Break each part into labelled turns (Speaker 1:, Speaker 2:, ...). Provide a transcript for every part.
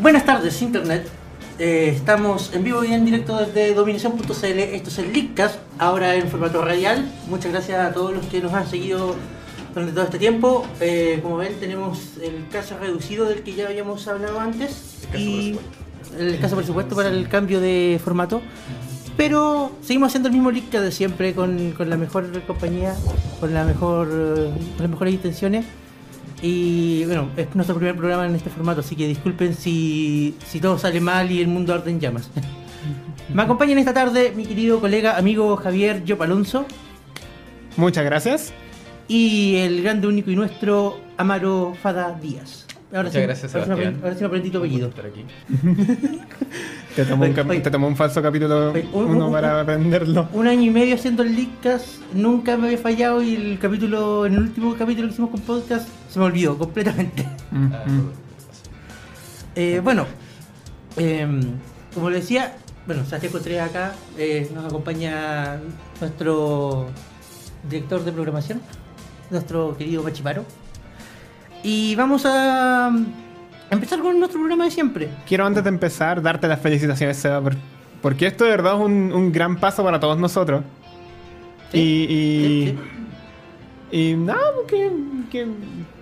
Speaker 1: Buenas tardes, Internet. Eh, estamos en vivo y en directo desde dominación.cl. Esto es el Leadcast, ahora en formato radial. Muchas gracias a todos los que nos han seguido durante todo este tiempo. Eh, como ven, tenemos el caso reducido del que ya habíamos hablado antes.
Speaker 2: El caso
Speaker 1: y el caso, por supuesto, para el cambio de formato. Pero seguimos haciendo el mismo Leadcast de siempre, con, con la mejor compañía, con, la mejor, eh, con las mejores intenciones. Y bueno, es nuestro primer programa en este formato, así que disculpen si, si todo sale mal y el mundo arde en llamas. Me acompañan esta tarde mi querido colega, amigo Javier Yop Alonso
Speaker 2: Muchas gracias.
Speaker 1: y el grande, único y nuestro Amaro Fada Díaz. Ahora
Speaker 3: Muchas
Speaker 1: sí,
Speaker 3: gracias,
Speaker 1: ahora sí me
Speaker 3: Sebastián.
Speaker 1: aprendí- ahora sí me aprendí tu apellido.
Speaker 3: estar aquí.
Speaker 2: Te tomó un, cap-
Speaker 1: Oye.
Speaker 2: te tomó un falso capítulo
Speaker 1: Oye, un-
Speaker 2: uno
Speaker 1: un-
Speaker 2: para aprenderlo.
Speaker 1: Un año y medio haciendo el Leadcast, nunca me había fallado y el capítulo, en el último capítulo que hicimos con podcast, se me olvidó completamente.
Speaker 2: Mm,
Speaker 3: Ah,
Speaker 2: mm.
Speaker 1: Eh, bueno, em, como les decía, bueno, Santiago Contreras acá, eh, nos acompaña nuestro director de programación, nuestro querido Pachiparo. Y vamos a mm, empezar con nuestro programa de siempre.
Speaker 2: Quiero antes de empezar darte las felicitaciones, Seba, por- porque esto de verdad es un, un gran paso para todos nosotros.
Speaker 1: Sí,
Speaker 2: Y, y,
Speaker 1: sí,
Speaker 2: y nada, que, que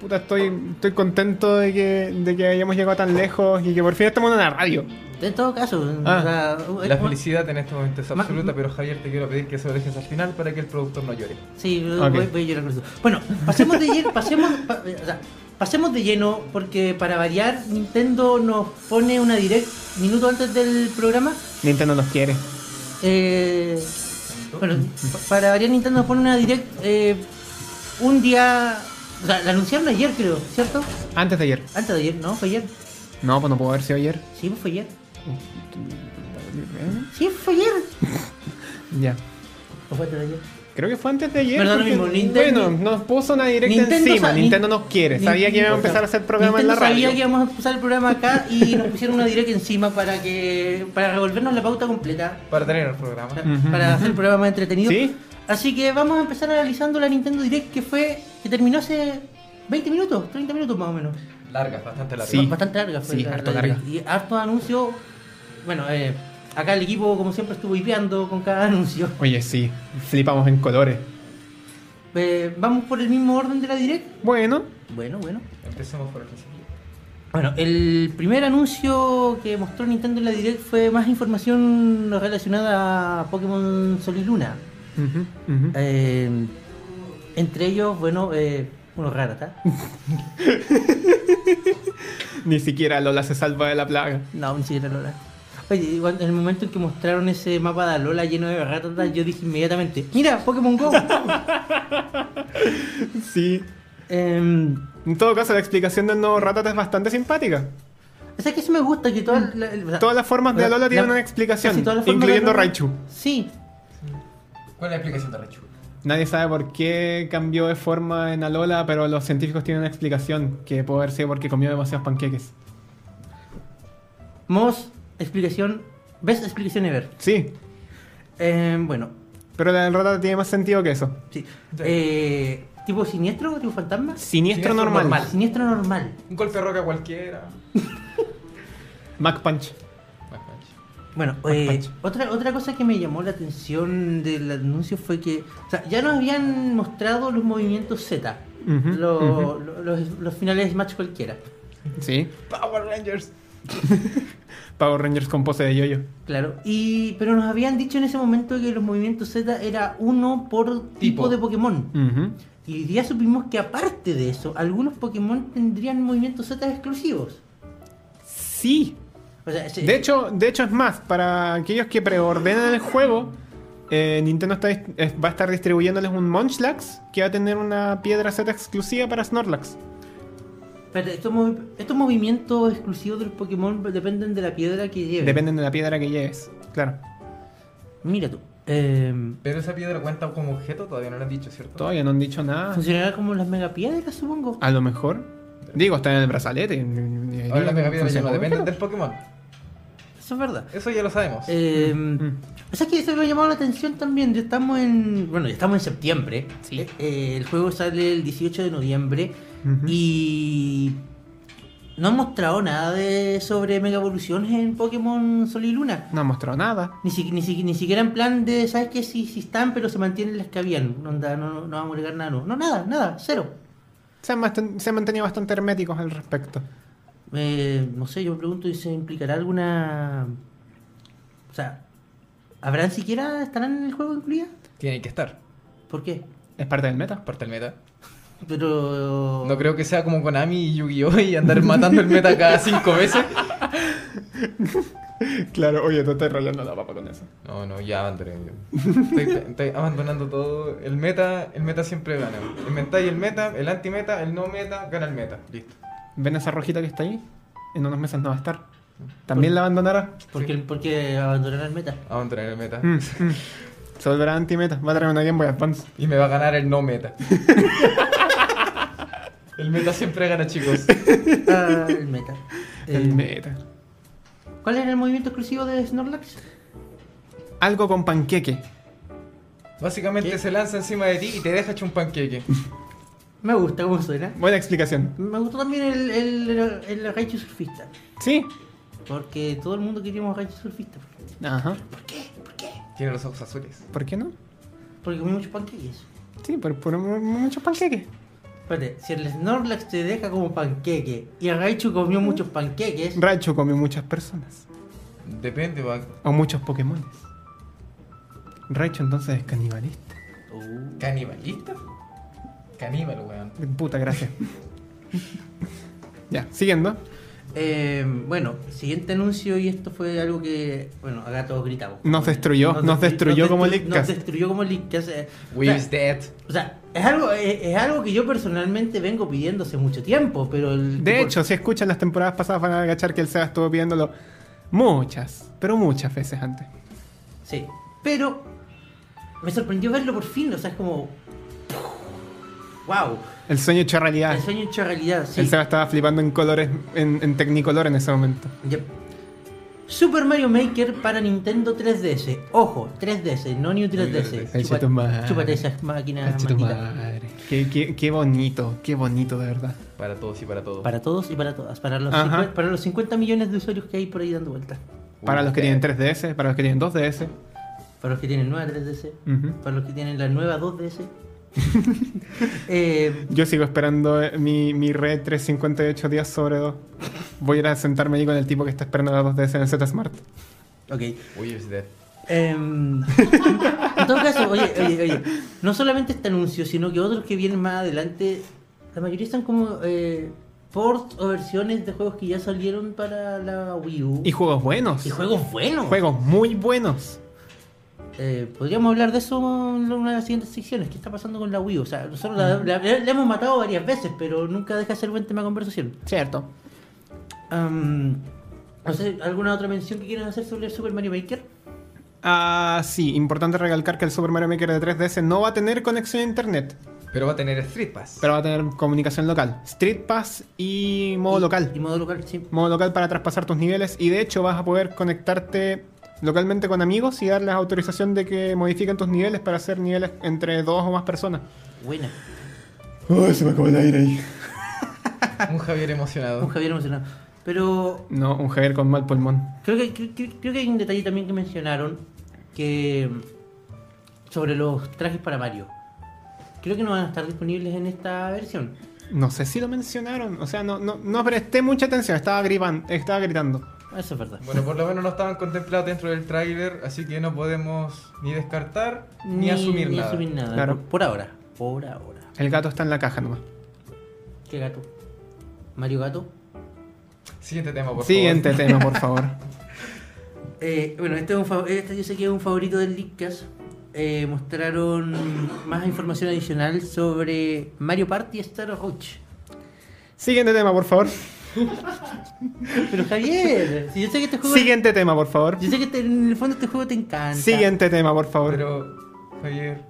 Speaker 2: puta, estoy, estoy contento de que, de que hayamos llegado tan lejos y que por fin estamos en una radio.
Speaker 1: En todo caso,
Speaker 2: Ah,
Speaker 1: o sea,
Speaker 3: La
Speaker 1: eh,
Speaker 3: felicidad en este momento es
Speaker 1: Ma-
Speaker 3: absoluta, pero Javier, te quiero pedir que eso lo dejes al final para que el productor no llore.
Speaker 1: Sí,
Speaker 2: Ok.
Speaker 1: voy, voy a llorar con eso. Bueno, pasemos de lleno, pasemos, pa- eh, o sea, pasemos de lleno porque para variar Nintendo nos pone una direct minuto antes del programa.
Speaker 2: Nintendo nos quiere.
Speaker 1: Eh, bueno, pa- para variar Nintendo nos pone una direct eh, un día, o sea, la anunciaron ayer creo, ¿cierto?
Speaker 2: Antes de ayer.
Speaker 1: Antes de ayer, ¿no? Fue ayer.
Speaker 2: No, pues no puedo haber sido ayer.
Speaker 1: Sí, fue ayer. Sí, fue ayer.
Speaker 2: Ya.
Speaker 1: ¿O fue antes de ayer?
Speaker 2: Creo que fue antes de ayer.
Speaker 1: Pero da lo
Speaker 2: porque-
Speaker 1: mismo, Nintendo-
Speaker 2: Bueno, nos puso una directa
Speaker 1: Nintendo
Speaker 2: encima.
Speaker 1: sa-
Speaker 2: Nintendo
Speaker 1: Nin-
Speaker 2: nos quiere. Sabía que iba a
Speaker 1: Nintendo-
Speaker 2: empezar a hacer programa en la
Speaker 1: Nintendo
Speaker 2: radio.
Speaker 1: Sabía que íbamos a empezar el programa acá y nos pusieron una direct encima para que para revolvernos la pauta completa,
Speaker 3: Para tener el programa.
Speaker 1: para,
Speaker 2: Ujú,
Speaker 1: para hacer el programa más entretenido.
Speaker 2: Sí.
Speaker 1: Así que vamos a empezar analizando la Nintendo Direct que fue que terminó hace 20 minutos, 30 minutos más o menos.
Speaker 3: Larga, bastante larga.
Speaker 2: Sí.
Speaker 1: Bastante larga fue.
Speaker 2: Sí,
Speaker 1: la-
Speaker 2: harto
Speaker 1: la
Speaker 2: larga.
Speaker 1: Direct. Y harto anuncio. Bueno, eh, acá el equipo como siempre estuvo hipeando con cada anuncio.
Speaker 2: Oye, sí. Flipamos en colores.
Speaker 1: Eh, vamos por el mismo orden de la Direct.
Speaker 2: Bueno.
Speaker 1: Bueno, bueno.
Speaker 3: Empecemos por el principio.
Speaker 1: Bueno, el primer anuncio que mostró Nintendo en la Direct fue más información relacionada a Pokémon Sol y Luna.
Speaker 2: Ujú, ujú.
Speaker 1: Eh, entre ellos, bueno, eh, unos Rarata.
Speaker 2: Ni siquiera Lola se salva de la plaga.
Speaker 1: No, ni siquiera Lola. Oye, igual, en el momento en que mostraron ese mapa de Lola lleno de Rarata, yo dije inmediatamente, mira, Pokémon Go.
Speaker 2: Sí.
Speaker 1: Em,
Speaker 2: En todo caso, la explicación del nuevo Ratata es bastante simpática.
Speaker 1: o sea que eso me gusta, que todas la- o sea,
Speaker 2: Todas las formas de
Speaker 1: la-
Speaker 2: Alola tienen
Speaker 1: la-
Speaker 2: una explicación,
Speaker 1: casi todas las formas de
Speaker 2: incluyendo
Speaker 1: Alola-
Speaker 2: Raichu.
Speaker 1: Sí,
Speaker 3: ¿Cuál es la explicación de Rechu?
Speaker 2: Nadie sabe por qué cambió de forma en Alola, pero los científicos tienen una explicación, que puede haber sido porque comió demasiados panqueques.
Speaker 1: Mos, explicación, best explicación ever.
Speaker 2: Sí,
Speaker 1: Em, bueno,
Speaker 2: pero la del Ratata tiene más sentido que eso.
Speaker 1: Sí.
Speaker 3: Sí.
Speaker 1: Eh, ¿Tipo siniestro? ¿Tipo fantasma?
Speaker 2: Siniestro
Speaker 3: Siniestro
Speaker 2: normal.
Speaker 3: normal.
Speaker 1: Siniestro normal.
Speaker 3: Un golpe de roca cualquiera.
Speaker 2: Mac Punch.
Speaker 3: Más mancha.
Speaker 1: Bueno, eh, otra, otra cosa que me llamó la atención del anuncio fue que o sea, ya nos habían mostrado los movimientos Z,
Speaker 2: Ujú,
Speaker 1: lo-
Speaker 2: ujú.
Speaker 1: lo- los, los finales de Match cualquiera.
Speaker 2: Sí.
Speaker 3: Power Rangers.
Speaker 2: Power Rangers con pose de yoyo.
Speaker 1: Claro, y pero nos habían dicho en ese momento que los movimientos Z era uno por tipo,
Speaker 3: Tipo.
Speaker 1: de Pokémon.
Speaker 2: Ujú.
Speaker 1: Y hoy día supimos que aparte de eso, algunos Pokémon tendrían movimientos Z exclusivos.
Speaker 2: Sí.
Speaker 1: O sea, se-
Speaker 2: De hecho, de hecho es más, para aquellos que preordenan el juego, eh, Nintendo está dis- eh, va a estar distribuyéndoles un Munchlax que va a tener una piedra Z exclusiva para Snorlax.
Speaker 1: espérate, estos, movi- estos movimientos exclusivos de los Pokémon dependen de la piedra que lleven.
Speaker 2: Dependen de la piedra que lleves. Claro.
Speaker 1: Mira tú. eh,
Speaker 3: Pero esa piedra cuenta como objeto, todavía no lo han dicho, ¿cierto?
Speaker 2: Todavía no han dicho nada.
Speaker 1: Funcionará como las megapiedras, supongo.
Speaker 2: A lo mejor. Digo, está en el brazalete.
Speaker 3: Ahora las megapiedras ya no
Speaker 2: Funciona.
Speaker 3: dependen del Pokémon.
Speaker 1: Eso es verdad.
Speaker 3: Eso ya lo sabemos.
Speaker 1: Eh,
Speaker 2: Mm.
Speaker 1: O sea que eso me ha llamado la atención también. Ya estamos en. Bueno, ya estamos en septiembre.
Speaker 2: Sí.
Speaker 1: Eh, eh, el juego sale el 18 de noviembre.
Speaker 2: Ujú.
Speaker 1: Y. No han mostrado nada de sobre mega evoluciones en Pokémon Sol y Luna.
Speaker 2: No ha mostrado nada.
Speaker 1: Ni, si- ni, si- ni siquiera en plan de, ¿sabes qué? Sí, sí están, pero se mantienen las que habían. No, onda, no, no, no vamos a agregar nada. nuevo. No, nada, nada, cero.
Speaker 2: Se han, bastan- se han mantenido bastante herméticos al respecto.
Speaker 1: Eh, no sé, yo me pregunto si se implicará alguna. O sea, ¿habrán siquiera. estarán en el juego incluidas?
Speaker 3: Tienen que estar.
Speaker 1: ¿Por qué?
Speaker 2: Es parte del meta.
Speaker 3: Parte del meta.
Speaker 1: Pero.
Speaker 3: No creo que sea como Konami y Yu-Gi-Oh! y andar matando el meta cada cinco veces.
Speaker 2: Claro, oye, tú estás rollando la papa con eso.
Speaker 3: No, no, ya abandoné. yo. Estoy, estoy abandonando todo. El meta, el meta siempre gana. El meta y el meta, el anti-meta, el no meta, gana el meta. Listo.
Speaker 2: ¿Ven esa rojita que está ahí? En unos meses no va a estar. ¿También la abandonará?
Speaker 1: Porque, porque abandonarán el meta.
Speaker 3: Abandoné el meta.
Speaker 2: Mm, mm. Se volverá anti-meta. Va a traer una Game Boy Advance.
Speaker 3: Y me va a ganar el no meta. el meta siempre gana, chicos.
Speaker 1: Ah, el meta.
Speaker 2: El
Speaker 1: Eh,
Speaker 2: meta.
Speaker 1: ¿Cuál era el movimiento exclusivo de Snorlax?
Speaker 2: Algo con panqueque.
Speaker 3: Básicamente
Speaker 1: ¿Qué?
Speaker 3: se lanza encima de ti y te deja hecho un panqueque.
Speaker 1: Me gusta cómo suena.
Speaker 2: Buena explicación.
Speaker 1: Me gustó también el, el, el, el Raichu surfista.
Speaker 2: Sí.
Speaker 1: Porque todo el mundo queríamos Raichu surfista.
Speaker 2: Ajá.
Speaker 1: ¿Por qué? ¿Por qué?
Speaker 3: Tiene los ojos azules.
Speaker 2: ¿Por qué no?
Speaker 1: Porque comí muchos panqueques.
Speaker 2: Sí, por, por mu- muchos panqueques.
Speaker 1: Espérate, si el Snorlax te deja como panqueque y el Raichu comió muchos panqueques,
Speaker 2: Raichu comió muchas personas.
Speaker 3: Depende, va.
Speaker 2: O muchos Pokémon. Raichu entonces es canibalista.
Speaker 1: Uh,
Speaker 3: ¿Canibalista? Caníbal, weón.
Speaker 2: Puta, gracias. ya, siguiendo.
Speaker 1: eh, bueno, siguiente anuncio y esto fue algo que, bueno, acá todos gritamos.
Speaker 2: Nos destruyó, nos destruyó
Speaker 1: nos
Speaker 2: como
Speaker 1: destru- Nos
Speaker 2: Leakcast.
Speaker 1: destruyó como Leakcast. eh, o sea,
Speaker 3: Weave's dead.
Speaker 1: o sea, es algo, es, es algo que yo personalmente vengo pidiendo hace mucho tiempo, pero... El,
Speaker 2: De
Speaker 1: tipo-
Speaker 2: hecho, si escuchan las temporadas pasadas van a agachar que el Seba estuvo pidiéndolo muchas, pero muchas veces antes.
Speaker 1: Sí, pero me sorprendió verlo por fin, o sea, es como... ¡Wow!
Speaker 2: El sueño hecho realidad.
Speaker 1: El sueño hecho realidad, sí.
Speaker 2: El Seba estaba flipando en colores, en, en tecnicolor en ese momento.
Speaker 1: Yep. Super Mario Maker para Nintendo 3DS. Ojo, 3DS, no New 3DS.
Speaker 2: Ahí
Speaker 1: Chupa-
Speaker 2: se tu madre.
Speaker 1: Chúpate esas máquinas
Speaker 2: Cache tu
Speaker 1: malditas.
Speaker 2: madre. Qué, qué- qué bonito, qué bonito de verdad.
Speaker 3: Para todos y para todos.
Speaker 1: Para todos y para todas. Para los,
Speaker 2: Ajá.
Speaker 1: 50, para los 50 millones de usuarios que hay por ahí dando vueltas.
Speaker 2: Para los que
Speaker 3: Weave's
Speaker 2: tienen
Speaker 3: dead.
Speaker 2: 3DS, para los que tienen 2DS.
Speaker 1: Para los que tienen nueva 3DS.
Speaker 2: Ujú.
Speaker 1: Para los que tienen la nueva 2DS. Eh,
Speaker 2: Yo sigo esperando eh, mi, mi red 358 días sobre 2. Voy a ir a sentarme ahí con el tipo que está esperando la 2DS en el Z Smart.
Speaker 1: ok.
Speaker 3: Weave's dead.
Speaker 1: Em, en todo caso, oye, oye, oye, no solamente este anuncio, sino que otros que vienen más adelante, la mayoría están como eh, ports o versiones de juegos que ya salieron para la Wii U.
Speaker 2: Y juegos buenos.
Speaker 1: Y juegos buenos.
Speaker 2: Juegos muy buenos.
Speaker 1: Eh, Podríamos hablar de eso en una de las siguientes secciones. ¿Qué está pasando con la Wii U? O sea, nosotros la,
Speaker 2: Mm.
Speaker 1: la- la hemos matado varias veces, pero nunca deja de ser buen tema de conversación.
Speaker 2: Cierto.
Speaker 1: Am, no sé, ¿alguna otra mención que quieras hacer sobre el Super Mario Maker?
Speaker 2: Ah, sí, importante recalcar que el Super Mario Maker de 3DS no va a tener conexión a internet,
Speaker 3: Pero va a tener Street Pass.
Speaker 2: pero va a tener comunicación local. Street Pass y modo
Speaker 1: Y-
Speaker 2: local.
Speaker 1: Y modo local, sí.
Speaker 2: Modo local para traspasar tus niveles y de hecho vas a poder conectarte localmente con amigos y darles autorización de que modifiquen tus niveles para hacer niveles entre dos o más personas.
Speaker 1: Buena.
Speaker 2: se me acabó el aire ahí.
Speaker 3: Un Javier
Speaker 1: Un
Speaker 3: emocionado.
Speaker 1: Javier emocionado. Pero
Speaker 2: No, un Javier con mal pulmón.
Speaker 1: creo que, creo, creo- creo que hay un detalle también que mencionaron que mm, sobre los trajes para Mario. Creo que no van a estar disponibles en esta versión.
Speaker 2: No sé si lo mencionaron, o sea, no, no, no presté mucha atención, estaba, gripan- estaba gritando.
Speaker 1: Eso es verdad.
Speaker 3: Bueno, por lo menos no estaban contemplados dentro del tráiler, así que no podemos ni descartar ni, asumir
Speaker 1: ni
Speaker 3: nada.
Speaker 1: asumir nada.
Speaker 2: Claro.
Speaker 1: Por, por ahora. Por ahora.
Speaker 2: El gato está en la caja nomás.
Speaker 1: ¿Qué gato? ¿Mario Gato?
Speaker 3: Siguiente tema, por
Speaker 2: Siguiente
Speaker 3: favor.
Speaker 2: tema, por favor.
Speaker 1: Eh, bueno, este, es un fav- este yo sé que es un favorito del Leakcast. Eh, mostraron más información adicional sobre Mario Party Star Roach.
Speaker 2: Siguiente tema, por favor.
Speaker 1: Pero Javier, si yo sé que este juego.
Speaker 2: Siguiente tema, por favor.
Speaker 1: Yo sé que te- en el fondo este juego te encanta.
Speaker 2: Siguiente tema, por favor.
Speaker 3: Pero, Javier,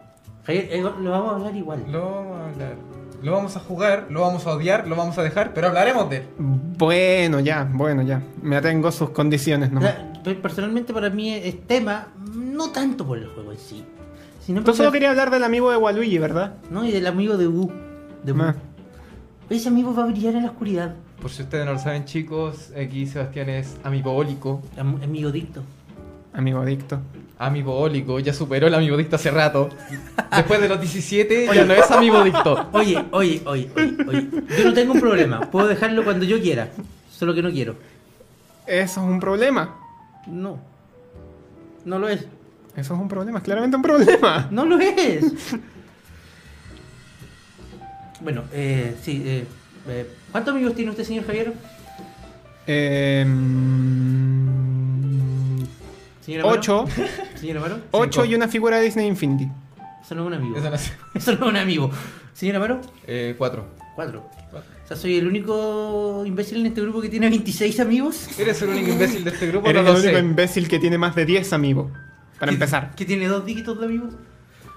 Speaker 1: Javier, eh, lo vamos a hablar igual.
Speaker 3: lo vamos a hablar. Lo vamos a jugar, lo vamos a odiar, lo vamos a dejar, pero hablaremos de él.
Speaker 2: Bueno, ya, bueno, ya. Me atengo a sus condiciones
Speaker 1: O
Speaker 2: nomás.
Speaker 1: sea, pe- personalmente para mí es- es tema, no tanto por el juego en sí. Sino
Speaker 2: Tú
Speaker 1: por
Speaker 2: solo
Speaker 1: la-
Speaker 2: querías hablar del amigo de Waluigi, ¿verdad?
Speaker 1: No, y del amigo de Wu. De Wu.
Speaker 2: Ah.
Speaker 1: Ese amigo va a brillar en la oscuridad.
Speaker 3: Por si ustedes no lo saben, chicos, aquí Sebastián es amigobólico.
Speaker 1: Am- Amigo dicto.
Speaker 2: Amigo adicto.
Speaker 3: Amigobólico, ya superó el amigodicto hace rato. Después de los 17 ya no es amigodicto.
Speaker 1: Oye, oye, oye, oye, oye. Yo no tengo un problema. Puedo dejarlo cuando yo quiera. Solo que no quiero.
Speaker 2: Eso es un problema.
Speaker 1: No. No lo es.
Speaker 2: Eso es un problema, es claramente un problema.
Speaker 1: No lo es. Bueno, eh, sí. Eh, eh, ¿Cuántos amigos tiene usted, señor Javier?
Speaker 2: Eh, mm,
Speaker 1: Señora Maro?
Speaker 2: ocho.
Speaker 1: Señora Maro.
Speaker 2: Ocho
Speaker 3: Cinco.
Speaker 2: y una figura de Disney Infinity.
Speaker 1: Eso no es un amigo.
Speaker 3: Eso no es.
Speaker 1: Eso no es un amigo. Señora Maro,
Speaker 3: Eh, cuatro.
Speaker 1: cuatro. O sea, soy el único imbécil en este grupo que tiene 26 amigos.
Speaker 3: Eres el único imbécil de este grupo,
Speaker 2: Eres
Speaker 3: no
Speaker 2: el
Speaker 3: lo
Speaker 2: único
Speaker 3: sé.
Speaker 2: imbécil que tiene más de 10 amigos. Para
Speaker 1: Que-
Speaker 2: empezar.
Speaker 1: Que tiene dos dígitos de amigos.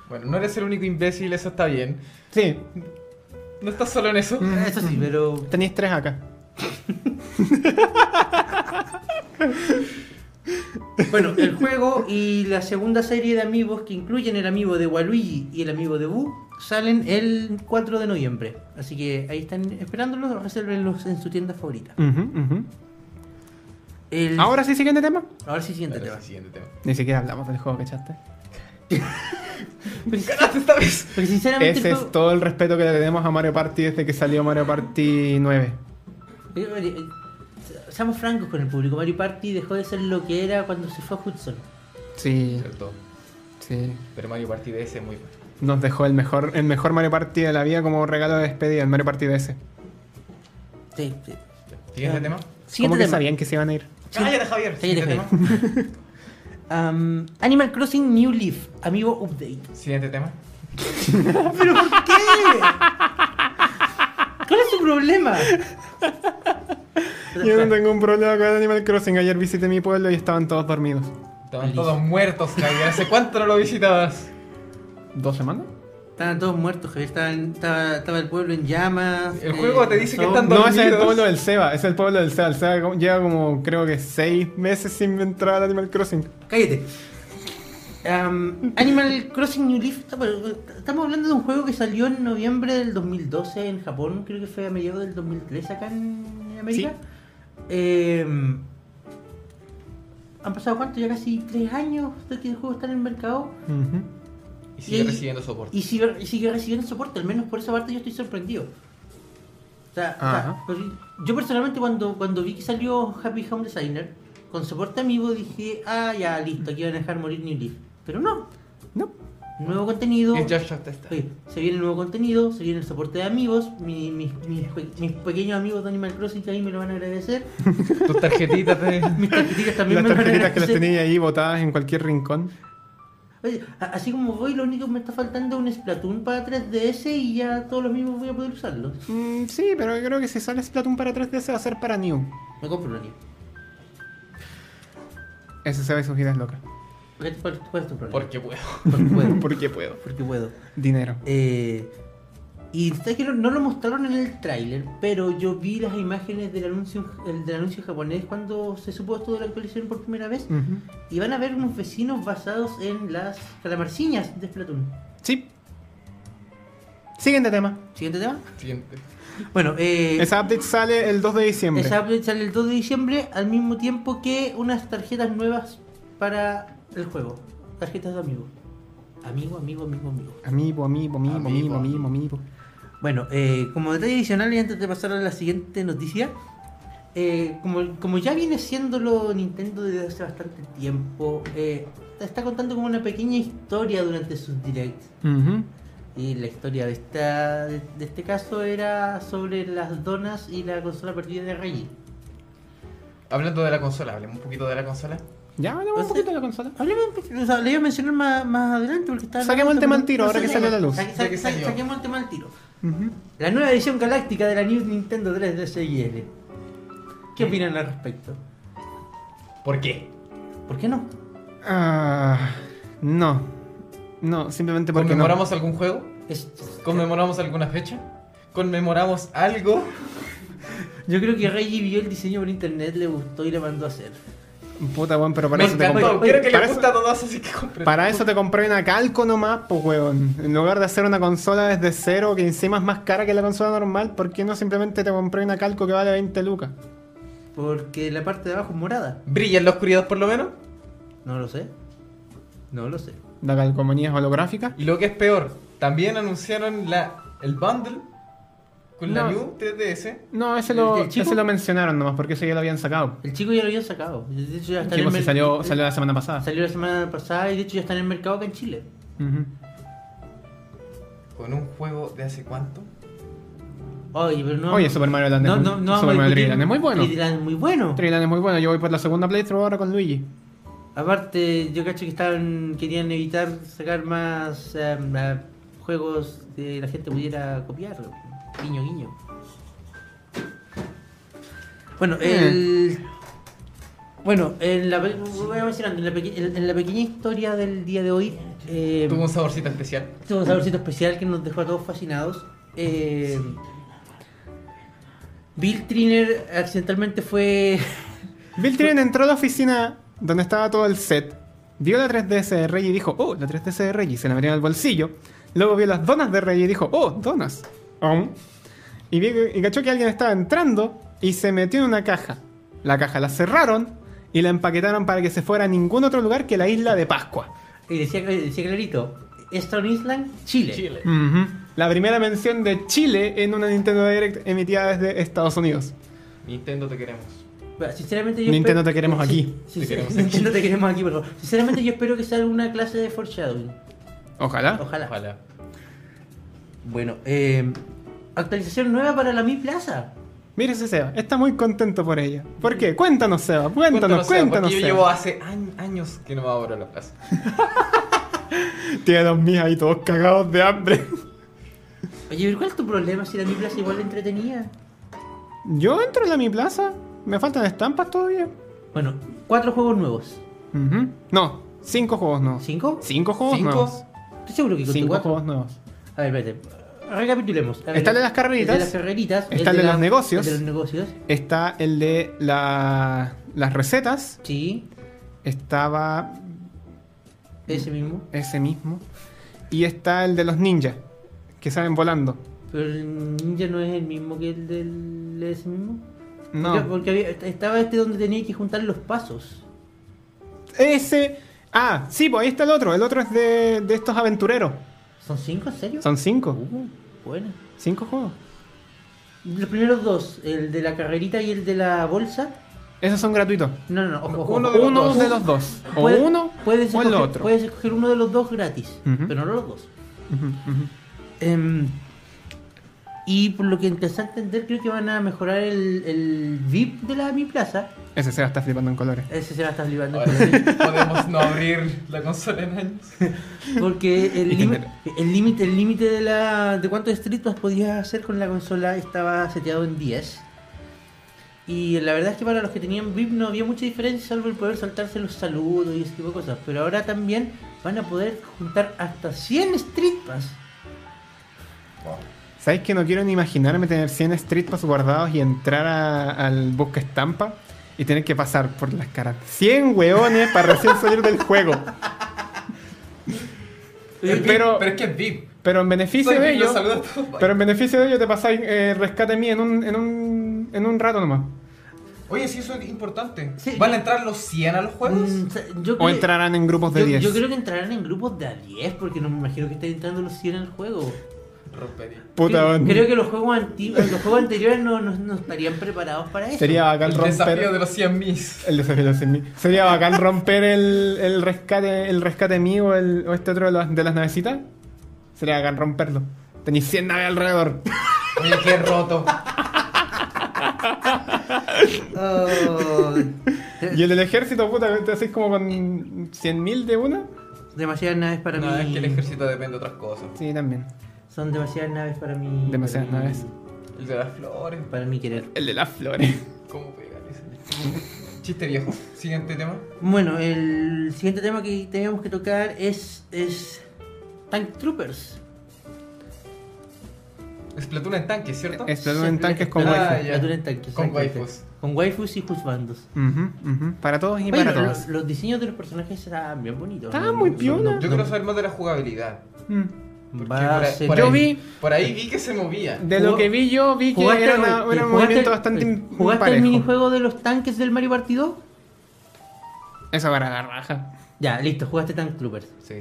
Speaker 3: Bueno, no eres el único imbécil, eso está bien.
Speaker 2: Sí,
Speaker 3: No estás solo en eso.
Speaker 2: Mm.
Speaker 1: Eso sí, pero.
Speaker 2: tenéis tres acá.
Speaker 1: Bueno, el juego y la segunda serie de amigos que incluyen el amigo de Waluigi y el amigo de Boo salen el 4 de noviembre. Así que ahí están esperándolos, resérvenlos en su tienda favorita.
Speaker 2: Ujú, ujú.
Speaker 1: El-
Speaker 2: Ahora sí, siguiente tema.
Speaker 1: Ahora sí, siguiente
Speaker 3: Ahora
Speaker 1: tema.
Speaker 3: sí, siguiente tema.
Speaker 2: Ni siquiera hablamos del juego, ¿cachaste?
Speaker 3: ¡Ganaste esta vez!
Speaker 1: Porque sinceramente.
Speaker 2: Ese
Speaker 1: el
Speaker 2: es
Speaker 1: juego-
Speaker 2: todo el respeto que le tenemos a Mario Party desde que salió Mario Party 9.
Speaker 1: Eh, eh, eh, Seamos francos con el público. Mario Party dejó de ser lo que era cuando se fue a Hudson.
Speaker 2: Sí,
Speaker 3: Cierto.
Speaker 2: sí.
Speaker 3: Pero Mario Party DS es muy bueno.
Speaker 2: Nos dejó el mejor, el mejor Mario Party de la vida como regalo de despedida, el Mario Party DS.
Speaker 1: Sí, sí.
Speaker 3: Siguiente
Speaker 1: Ah.
Speaker 3: tema.
Speaker 2: ¿Cómo
Speaker 1: Siguiente
Speaker 2: que
Speaker 1: tema.
Speaker 2: sabían que se iban a ir?
Speaker 3: Cállate, Javier.
Speaker 1: Cállate,
Speaker 3: Siguiente
Speaker 1: Javier.
Speaker 3: tema.
Speaker 1: Am, Um, Animal Crossing New Leaf, amigo update.
Speaker 3: Siguiente tema.
Speaker 1: ¿Pero por qué? ¿Cuál es su problema?
Speaker 2: Yo no tengo un problema con Animal Crossing. Ayer visité mi pueblo y estaban todos dormidos.
Speaker 3: Estaban todos muertos, Javier. ¿Hace cuánto no lo visitabas?
Speaker 2: ¿Dos semanas?
Speaker 1: Estaban todos muertos, Javier. Estaban- estaba, estaba el pueblo en llamas. eh,
Speaker 3: El juego te dice que
Speaker 1: son-
Speaker 3: están-
Speaker 2: No, ese es el
Speaker 3: Dormidos.
Speaker 2: pueblo del Seba, es el pueblo del Seba. El Seba como- lleva como creo que seis meses sin entrar al Animal Crossing.
Speaker 1: Cállate. Am, Animal Crossing New Leaf. estamos- Estamos hablando de un juego que salió en noviembre del 2012 en Japón. Creo que fue a mediados del 2003 acá en América. Em, ¿Han pasado cuánto? Ya casi tres años de que el juego está en el mercado.
Speaker 3: Y
Speaker 1: Y-
Speaker 3: sigue recibiendo soporte.
Speaker 1: Y sigue, y sigue recibiendo soporte, al menos por esa parte yo estoy sorprendido. O sea, o sea,
Speaker 2: Ajá.
Speaker 1: pues, yo personalmente cuando, cuando vi que salió Happy Home Designer con soporte amigo dije, ah, ya, listo, aquí van a dejar morir New Leaf. Pero no,
Speaker 2: No.
Speaker 1: nuevo contenido.
Speaker 3: Y Jeff Shot está.
Speaker 1: Oye, se viene nuevo contenido, se viene el soporte de amigos, mi- mis, mis pe- mis pequeños amigos de Animal Crossing que ahí me lo van a agradecer.
Speaker 3: Tus tarjetitas de...
Speaker 1: Mis tarjetitas también me lo
Speaker 2: Las
Speaker 1: van a
Speaker 2: tarjetitas que
Speaker 1: agradecer.
Speaker 2: las tenía ahí botadas en cualquier rincón.
Speaker 1: Oye, a- así como voy, lo único que me está faltando es un Splatoon para 3DS y ya todos los mismos voy a poder usarlos.
Speaker 2: Mm, sí, pero yo creo que si sale Splatoon para 3D se va a hacer para New.
Speaker 1: Me compro una niña.
Speaker 2: Ese se ve sus ideas locas.
Speaker 1: ¿Cuál cuál- cuál es tu problema?
Speaker 3: Porque puedo.
Speaker 1: Porque puedo.
Speaker 2: ¿Por qué puedo?
Speaker 1: Porque puedo.
Speaker 2: Dinero.
Speaker 1: Eh, y sabes que no, no lo mostraron en el tráiler, pero yo vi las imágenes del anuncio, el del anuncio japonés cuando se supo esto de la actualización por primera vez.
Speaker 2: Ujú.
Speaker 1: Y van a ver unos vecinos basados en las calamarciñas de Splatoon.
Speaker 2: Sí. Siguiente tema.
Speaker 1: ¿Siguiente tema?
Speaker 3: Siguiente.
Speaker 1: Bueno, eh,
Speaker 2: Esa update sale el 2 de diciembre.
Speaker 1: Esa update sale el 2 de diciembre al mismo tiempo que unas tarjetas nuevas para el juego. Tarjetas de amigo. Amigo, amigo, amigo, amigo.
Speaker 2: Amigo, amigo, amigo, amigo,
Speaker 3: Amigo.
Speaker 2: amigo, amigo.
Speaker 1: Bueno, eh, como detalle adicional y antes de pasar a la siguiente noticia, eh, como, como ya viene siéndolo Nintendo desde hace bastante tiempo, eh, te está contando como una pequeña historia durante sus directs.
Speaker 2: Ujú.
Speaker 1: Y la historia de, esta, de, de este caso era sobre las donas y la consola perdida de Reggie.
Speaker 3: Hablando de la consola, hablemos un poquito de la consola.
Speaker 2: Ya, hablamos
Speaker 1: O
Speaker 2: un
Speaker 1: sea-
Speaker 2: poquito de la consola.
Speaker 1: Hablemos, un poquito- o sea, le iba a mencionar más, más adelante porque estaba...
Speaker 2: Saquemos el tema al tiro,
Speaker 1: No,
Speaker 2: ahora que
Speaker 1: saquemos-
Speaker 2: salió a la luz.
Speaker 1: saque-
Speaker 3: Ya
Speaker 1: saque-
Speaker 3: que salió.
Speaker 1: saquemos el tema al tiro.
Speaker 2: Ujú.
Speaker 1: La nueva edición galáctica de la New Nintendo 3 DSiL. ¿Qué opinan al respecto?
Speaker 3: ¿Por qué?
Speaker 1: ¿Por qué no?
Speaker 2: Ah, no. No, simplemente porque no.
Speaker 3: ¿Conmemoramos algún juego?
Speaker 1: Es-
Speaker 3: ¿Conmemoramos alguna fecha? ¿Conmemoramos algo?
Speaker 1: yo creo que Reggie vio el diseño por internet, le gustó y le mandó a hacer.
Speaker 2: Puta, weón, pero para eso te
Speaker 1: encantó.
Speaker 2: compré.
Speaker 1: Oye,
Speaker 3: Creo que
Speaker 2: para
Speaker 3: le
Speaker 2: eso-
Speaker 3: gusta a todos, así que compré.
Speaker 2: Para eso te compré una calco nomás, pues weón. En lugar de hacer una consola desde cero, que encima es más cara que la consola normal, ¿por qué no simplemente te compré una calco que vale 20 lucas?
Speaker 1: Porque la parte de abajo es morada.
Speaker 3: ¿Brilla en la oscuridad por lo menos?
Speaker 1: No lo sé. No lo sé.
Speaker 2: La calcomanía es holográfica.
Speaker 3: Y lo que es peor, también anunciaron la, el bundle con la
Speaker 2: No.
Speaker 3: New 3DS.
Speaker 2: No, ese
Speaker 1: ¿El
Speaker 2: lo,
Speaker 1: del chico?
Speaker 2: ese lo mencionaron nomás, porque ese ya lo habían sacado.
Speaker 1: El chico ya lo había sacado. De hecho, ya está
Speaker 2: Sí,
Speaker 1: en el
Speaker 2: pues, sí,
Speaker 1: mer- eh,
Speaker 2: salió, salió la semana pasada.
Speaker 1: salió la semana pasada y de hecho ya está en el mercado acá en Chile.
Speaker 2: Ujú.
Speaker 3: Con un juego de hace cuánto?
Speaker 1: Oye, pero no.
Speaker 2: Oye, Super Mario Land es
Speaker 1: no,
Speaker 2: muy-
Speaker 1: no, no
Speaker 2: Super
Speaker 1: vamos a
Speaker 2: Mario
Speaker 1: discutir-
Speaker 2: 3D es muy bueno.
Speaker 1: 3D Land es muy bueno.
Speaker 2: Triland es muy bueno, yo voy por la segunda playthrough ahora con Luigi.
Speaker 1: Aparte, yo cacho que estaban querían evitar sacar más em, eh, juegos que la gente pudiera copiar. Guiño, guiño. Bueno,
Speaker 3: Eh.
Speaker 1: el. Bueno, en la, pe- voy a mencionar, en la, peque- en- en la pequeña historia del día de hoy, eh,
Speaker 3: Tuvo un saborcito especial.
Speaker 1: tuvo un saborcito especial que nos dejó a todos fascinados. Eh, Bill Triner accidentalmente fue.
Speaker 2: Bill Trinan entró a la oficina donde estaba todo el set, vio la 3DS de Reggie y dijo, oh, la 3DS de Reggie, se la metió en el bolsillo. Luego vio las donas de Reggie y dijo, oh, donas. Aún. Y, vio que- y cachó que alguien estaba entrando y se metió en una caja. La caja la cerraron y la empaquetaron para que se fuera a ningún otro lugar que la isla de Pascua.
Speaker 1: Y decía, decía clarito, Stone Island, Chile.
Speaker 2: Ujú. La primera mención de Chile en una Nintendo Direct emitida desde Estados Unidos.
Speaker 3: Nintendo te queremos.
Speaker 1: Bueno, sinceramente yo
Speaker 2: Nintendo,
Speaker 1: espero-
Speaker 2: te queremos
Speaker 1: Sí,
Speaker 2: aquí.
Speaker 1: sí,
Speaker 3: Te
Speaker 1: sí,
Speaker 3: queremos
Speaker 1: Nintendo te queremos aquí, por favor. Sinceramente yo espero que sea alguna clase de foreshadowing.
Speaker 2: Ah, Ojalá.
Speaker 1: Ojalá.
Speaker 3: Ojalá.
Speaker 1: Bueno, eh, actualización nueva para la Mi Plaza.
Speaker 2: Mira ese Seba, está muy contento por ella. ¿Por qué? Cuéntanos, Seba, cuéntanos, cuéntanos.
Speaker 3: Seba, porque yo
Speaker 2: Seba.
Speaker 3: llevo hace añ- años que no me abro a la plaza.
Speaker 2: Tiene dos mías ahí todos cagados de hambre.
Speaker 1: Oye, pero ¿cuál es tu problema si la Mi Plaza igual la entretenía?
Speaker 2: Yo entro en la mi plaza. Me faltan estampas todavía.
Speaker 1: Bueno, cuatro juegos nuevos.
Speaker 2: Ujú. No, cinco juegos nuevos.
Speaker 1: ¿Cinco?
Speaker 2: Cinco juegos
Speaker 3: ¿Cinco?
Speaker 2: nuevos.
Speaker 1: Estoy seguro que conté
Speaker 2: Cinco
Speaker 1: cuatro.
Speaker 2: juegos nuevos.
Speaker 1: A ver, espérate. Recapitulemos. A ver,
Speaker 2: Está el de las carreritas.
Speaker 1: El de las carreritas.
Speaker 2: Está el de los
Speaker 1: la-
Speaker 2: negocios.
Speaker 1: El de los negocios.
Speaker 2: Está el de la- las recetas.
Speaker 1: Sí,
Speaker 2: Estaba
Speaker 1: ese mismo.
Speaker 2: ese mismo. Y está el de los ninjas. Que salen volando.
Speaker 1: Pero el ninja no es el mismo que el del ese mismo. Porque-
Speaker 2: No.
Speaker 1: Porque había- estaba este donde tenía que juntar los pasos.
Speaker 2: Ese. Ah, sí, pues ahí está el otro. El otro es de, de estos aventureros.
Speaker 1: ¿Son cinco, en serio?
Speaker 2: Son cinco.
Speaker 1: Uh, bueno.
Speaker 2: Cinco juegos.
Speaker 1: Los primeros dos, el de la carrerita y el de la bolsa.
Speaker 2: Esos son gratuitos.
Speaker 1: No, no, no, ojo, ojo.
Speaker 3: Uno
Speaker 2: Uno de los, dos.
Speaker 3: dos.
Speaker 2: O
Speaker 1: Puedes-
Speaker 2: uno
Speaker 1: puedes
Speaker 2: o el
Speaker 1: escoger-
Speaker 2: otro.
Speaker 1: Puedes escoger uno de los dos gratis,
Speaker 2: Ujú.
Speaker 1: pero no los dos.
Speaker 2: Ujú, ujú.
Speaker 1: Em, y por lo que empecé a entender, creo que van a mejorar el, el VIP de la Mi Plaza.
Speaker 2: Ese se va a estar flipando en colores.
Speaker 1: Ese se va a estar librando.
Speaker 3: Ahora podemos no abrir la consola en años.
Speaker 1: Porque el
Speaker 2: Y
Speaker 1: límite
Speaker 2: tener-
Speaker 1: el límite el límite de la de cuántos estritos podías hacer con la consola estaba seteado en 10. Y la verdad es que para los que tenían VIP no había mucha diferencia salvo el poder saltarse los saludos y ese tipo de cosas, pero ahora también van a poder juntar hasta 100 street pass.
Speaker 2: ¿Sabéis que no quiero ni imaginarme tener 100 Street Pass guardados y entrar a- al busca estampa y tener que pasar por las caras? 100 hueones para recién salir del juego.
Speaker 3: Es
Speaker 2: Eh,
Speaker 3: VIP,
Speaker 2: pero,
Speaker 3: pero es que es VIP.
Speaker 2: pero en beneficio
Speaker 3: Soy
Speaker 2: de
Speaker 3: VIP, los
Speaker 2: ello,
Speaker 3: saludo a todos.
Speaker 2: pero en beneficio de ello te pasáis eh, rescate a mí en un, en un, en un rato nomás.
Speaker 3: Oye, sí, eso es importante.
Speaker 1: Sí.
Speaker 3: ¿Van a entrar los 100 a los juegos?
Speaker 1: Mm, se- yo
Speaker 2: O
Speaker 1: creo-
Speaker 2: entrarán en grupos de
Speaker 1: yo-
Speaker 2: 10.
Speaker 1: Yo creo que entrarán en grupos de a 10 porque no me imagino que estén entrando los 100 en el juego.
Speaker 3: Rompería.
Speaker 2: Puta,
Speaker 1: creo,
Speaker 2: weón.
Speaker 1: creo que los juegos antiguos, los juegos anteriores no, no- no estarían preparados para eso.
Speaker 2: sería bacán
Speaker 3: El
Speaker 2: romper
Speaker 3: desafío de los 100 mis.
Speaker 2: el desafío de los cien mil. Sería bacán romper el, el rescate el rescate mío o, el- o este otro de las, de las navecitas. Sería bacán romperlo. Tenéis 100 naves alrededor.
Speaker 3: Oye, qué roto.
Speaker 1: Oh,
Speaker 2: Y el del ejército, puta, te haces como con 100.000 de una.
Speaker 1: demasiadas naves para
Speaker 3: No,
Speaker 1: mí.
Speaker 3: es que el ejército depende de otras cosas.
Speaker 2: Sí, también.
Speaker 1: Son demasiadas naves para mí.
Speaker 2: Demasiadas
Speaker 1: para mí-
Speaker 2: naves.
Speaker 3: El de las flores.
Speaker 1: Para mí querer.
Speaker 2: El de las flores.
Speaker 3: ¿Cómo pegan ese? Chiste viejo. Siguiente tema.
Speaker 1: Bueno, el siguiente tema que teníamos que tocar es. es. Tank Troopers.
Speaker 3: Explotó en tanque, ¿cierto?
Speaker 2: Explotó en tanques con
Speaker 1: Ah,
Speaker 2: waifus.
Speaker 3: ya.
Speaker 1: Explotó en tanques,
Speaker 3: Con
Speaker 1: exactamente.
Speaker 3: waifus.
Speaker 1: Con waifus y juzbandos.
Speaker 2: Ujú, ujú. Para todos y
Speaker 1: Oye,
Speaker 2: para
Speaker 1: lo-
Speaker 2: todas.
Speaker 1: los diseños de los personajes estaban bien bonitos.
Speaker 2: Estaban muy piola.
Speaker 3: Yo quiero saber más de la jugabilidad.
Speaker 2: Mm.
Speaker 3: porque
Speaker 1: Va a
Speaker 3: por ahí-
Speaker 1: ser-
Speaker 3: por
Speaker 2: Yo
Speaker 3: ahí-
Speaker 2: vi-
Speaker 3: Por ahí vi que se movía.
Speaker 2: De lo que vi yo, vi que
Speaker 1: ¿Jugaste
Speaker 2: era,
Speaker 1: al-
Speaker 2: una-
Speaker 1: eh,
Speaker 2: era un
Speaker 1: jugaste
Speaker 2: movimiento
Speaker 1: al-
Speaker 2: bastante
Speaker 1: eh,
Speaker 2: im-
Speaker 1: ¿Jugaste el
Speaker 2: imparejo.
Speaker 1: minijuego de los tanques del Mario Party 2?
Speaker 2: Eso para la raja.
Speaker 1: Ya, listo, jugaste Tank Troopers.
Speaker 3: Sí.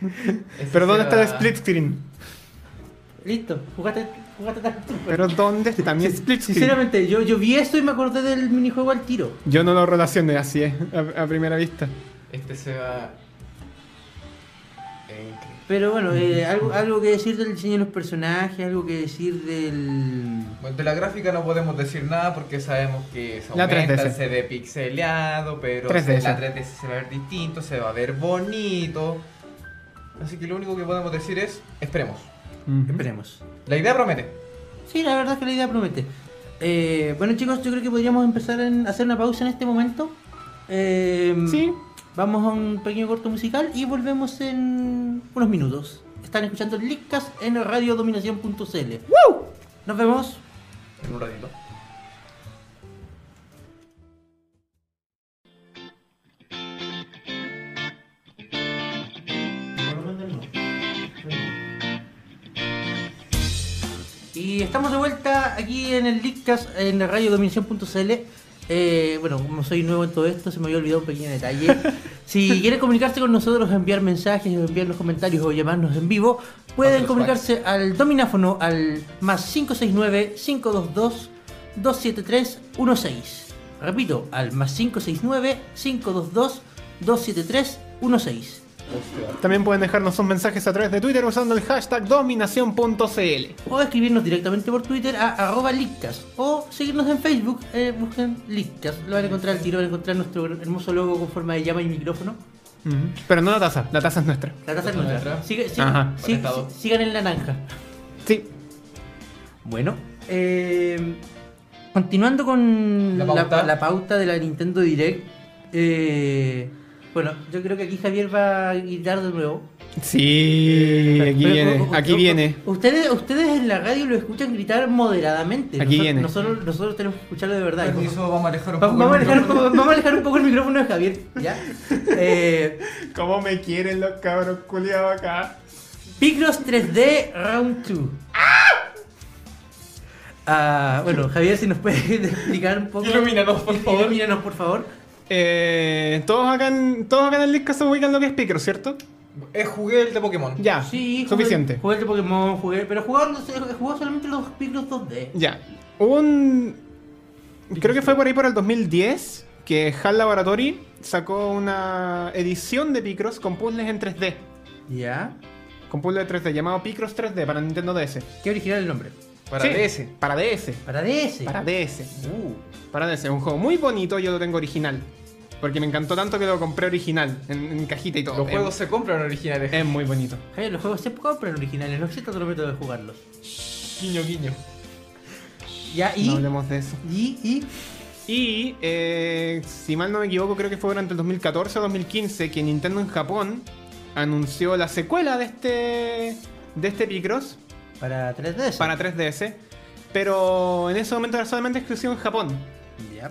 Speaker 3: Este
Speaker 2: Pero ¿dónde está el
Speaker 3: la
Speaker 2: split screen?
Speaker 1: Listo, jugaste, jugaste Tank Troopers.
Speaker 2: Pero ¿dónde está mi split screen?
Speaker 1: Sinceramente, yo, yo vi esto y me acordé del minijuego al tiro.
Speaker 2: Yo no lo relacioné así es, a, a primera vista.
Speaker 3: Este se va. en-
Speaker 1: Pero bueno, eh, algo, algo que decir del diseño de los personajes, algo que decir del...
Speaker 3: Bueno, de la gráfica no podemos decir nada porque sabemos que se
Speaker 2: La
Speaker 3: aumenta,
Speaker 2: 3DS.
Speaker 3: se ve pixeleado, pero
Speaker 2: 3DS.
Speaker 3: la 3DS se va a ver distinto, se va a ver bonito. Así que lo único que podemos decir es, esperemos.
Speaker 1: Esperemos.
Speaker 3: La idea promete.
Speaker 1: Sí, la verdad es que la idea promete. Eh, bueno chicos, yo creo que podríamos empezar a hacer una pausa en este momento. Eh,
Speaker 2: Sí.
Speaker 1: Vamos a un pequeño corto musical y volvemos en unos minutos. Están escuchando Lickcast en radiodominación.cl. Nos vemos.
Speaker 3: En un ratito.
Speaker 1: Y estamos de vuelta aquí en el Lickcast en radiodominación.cl. Eh, bueno, como soy nuevo en todo esto, se me había olvidado un pequeño detalle. Si quieren comunicarse con nosotros, enviar mensajes, enviar los comentarios o llamarnos en vivo, pueden
Speaker 3: Hazlos,
Speaker 1: comunicarse al domináfono al más 569-522-27316. Repito, al más 569-522-27316.
Speaker 2: También pueden dejarnos sus mensajes a través de Twitter usando el hashtag dominación.cl.
Speaker 1: o escribirnos directamente por Twitter a arroba Litcast, o seguirnos en Facebook, eh, busquen Litcast, lo van a encontrar al tiro, van a encontrar nuestro hermoso logo con forma de llama y micrófono.
Speaker 2: Ujú. Pero no la taza, la taza es nuestra.
Speaker 1: La taza es
Speaker 3: Otra
Speaker 1: nuestra.
Speaker 3: letra.
Speaker 1: Sigue- sigue-
Speaker 2: Ajá.
Speaker 1: sí-
Speaker 3: Conectado.
Speaker 1: sí- sigan en la naranja.
Speaker 2: Sí.
Speaker 1: Bueno, eh, continuando con
Speaker 3: La pauta.
Speaker 1: la pauta de la Nintendo Direct, eh, bueno, yo creo que aquí Javier va a gritar de nuevo.
Speaker 2: Sí, aquí
Speaker 1: Pero,
Speaker 2: viene,
Speaker 1: u- u-
Speaker 2: aquí
Speaker 1: u-
Speaker 2: viene.
Speaker 1: Ustedes, ustedes en la radio lo escuchan gritar moderadamente.
Speaker 2: Aquí
Speaker 1: Nosotros-
Speaker 2: viene.
Speaker 1: Nosotros, nosotros tenemos que escucharlo de verdad.
Speaker 3: Permiso, vamos a alejar un
Speaker 1: Va-
Speaker 3: poco.
Speaker 1: Vamos a,
Speaker 3: el
Speaker 1: alejar un poco,
Speaker 3: micrófono.
Speaker 1: vamos a alejar un poco el micrófono de Javier, ¿ya? Eh,
Speaker 2: ¿Cómo me quieren los cabros culiados acá?
Speaker 1: Picross 3D Round 2. Ah, bueno, Javier, si nos puedes explicar un poco.
Speaker 3: Ilumínanos, por favor.
Speaker 1: Ilumínanos, por favor.
Speaker 2: Eh, todos acá en, todos acá en el disco se ubican lo que es Picro, ¿cierto?
Speaker 3: Eh, jugué el de Pokémon.
Speaker 2: Ya,
Speaker 1: Sí, jugué-
Speaker 2: Ah, suficiente.
Speaker 1: Jugué el de Pokémon, jugué. Pero jugaba, jugaba solamente los Picross 2D.
Speaker 2: Ya. Hubo un. Creo que fue por ahí por el 2010 que HAL Laboratory sacó una edición de Picross con puzzles en 3D.
Speaker 1: ¿Ya?
Speaker 2: Con puzzles de 3D, llamado Picross 3D para Nintendo DS.
Speaker 1: Qué original el nombre.
Speaker 3: Para
Speaker 2: Sí,
Speaker 3: DS.
Speaker 2: Para DS.
Speaker 1: Para DS.
Speaker 2: Para DS.
Speaker 1: Uh,
Speaker 2: Para DS. Un juego muy bonito, yo lo tengo original. Porque me encantó tanto que lo compré original, en, en cajita y todo.
Speaker 3: Los
Speaker 2: Es-
Speaker 3: juegos se compran originales.
Speaker 2: Es muy bonito.
Speaker 1: Javier, los juegos se compran originales, no existe otro método de jugarlos.
Speaker 3: Guiño, guiño.
Speaker 1: Ya, y.
Speaker 2: No hablemos de eso.
Speaker 1: y, y.
Speaker 2: Y eh, si mal no me equivoco, creo que fue durante el 2014 o 2015 que Nintendo en Japón anunció la secuela de este de este Picross
Speaker 1: Para 3DS.
Speaker 2: para 3DS, pero en ese momento era solamente exclusivo en Japón,
Speaker 1: Ya.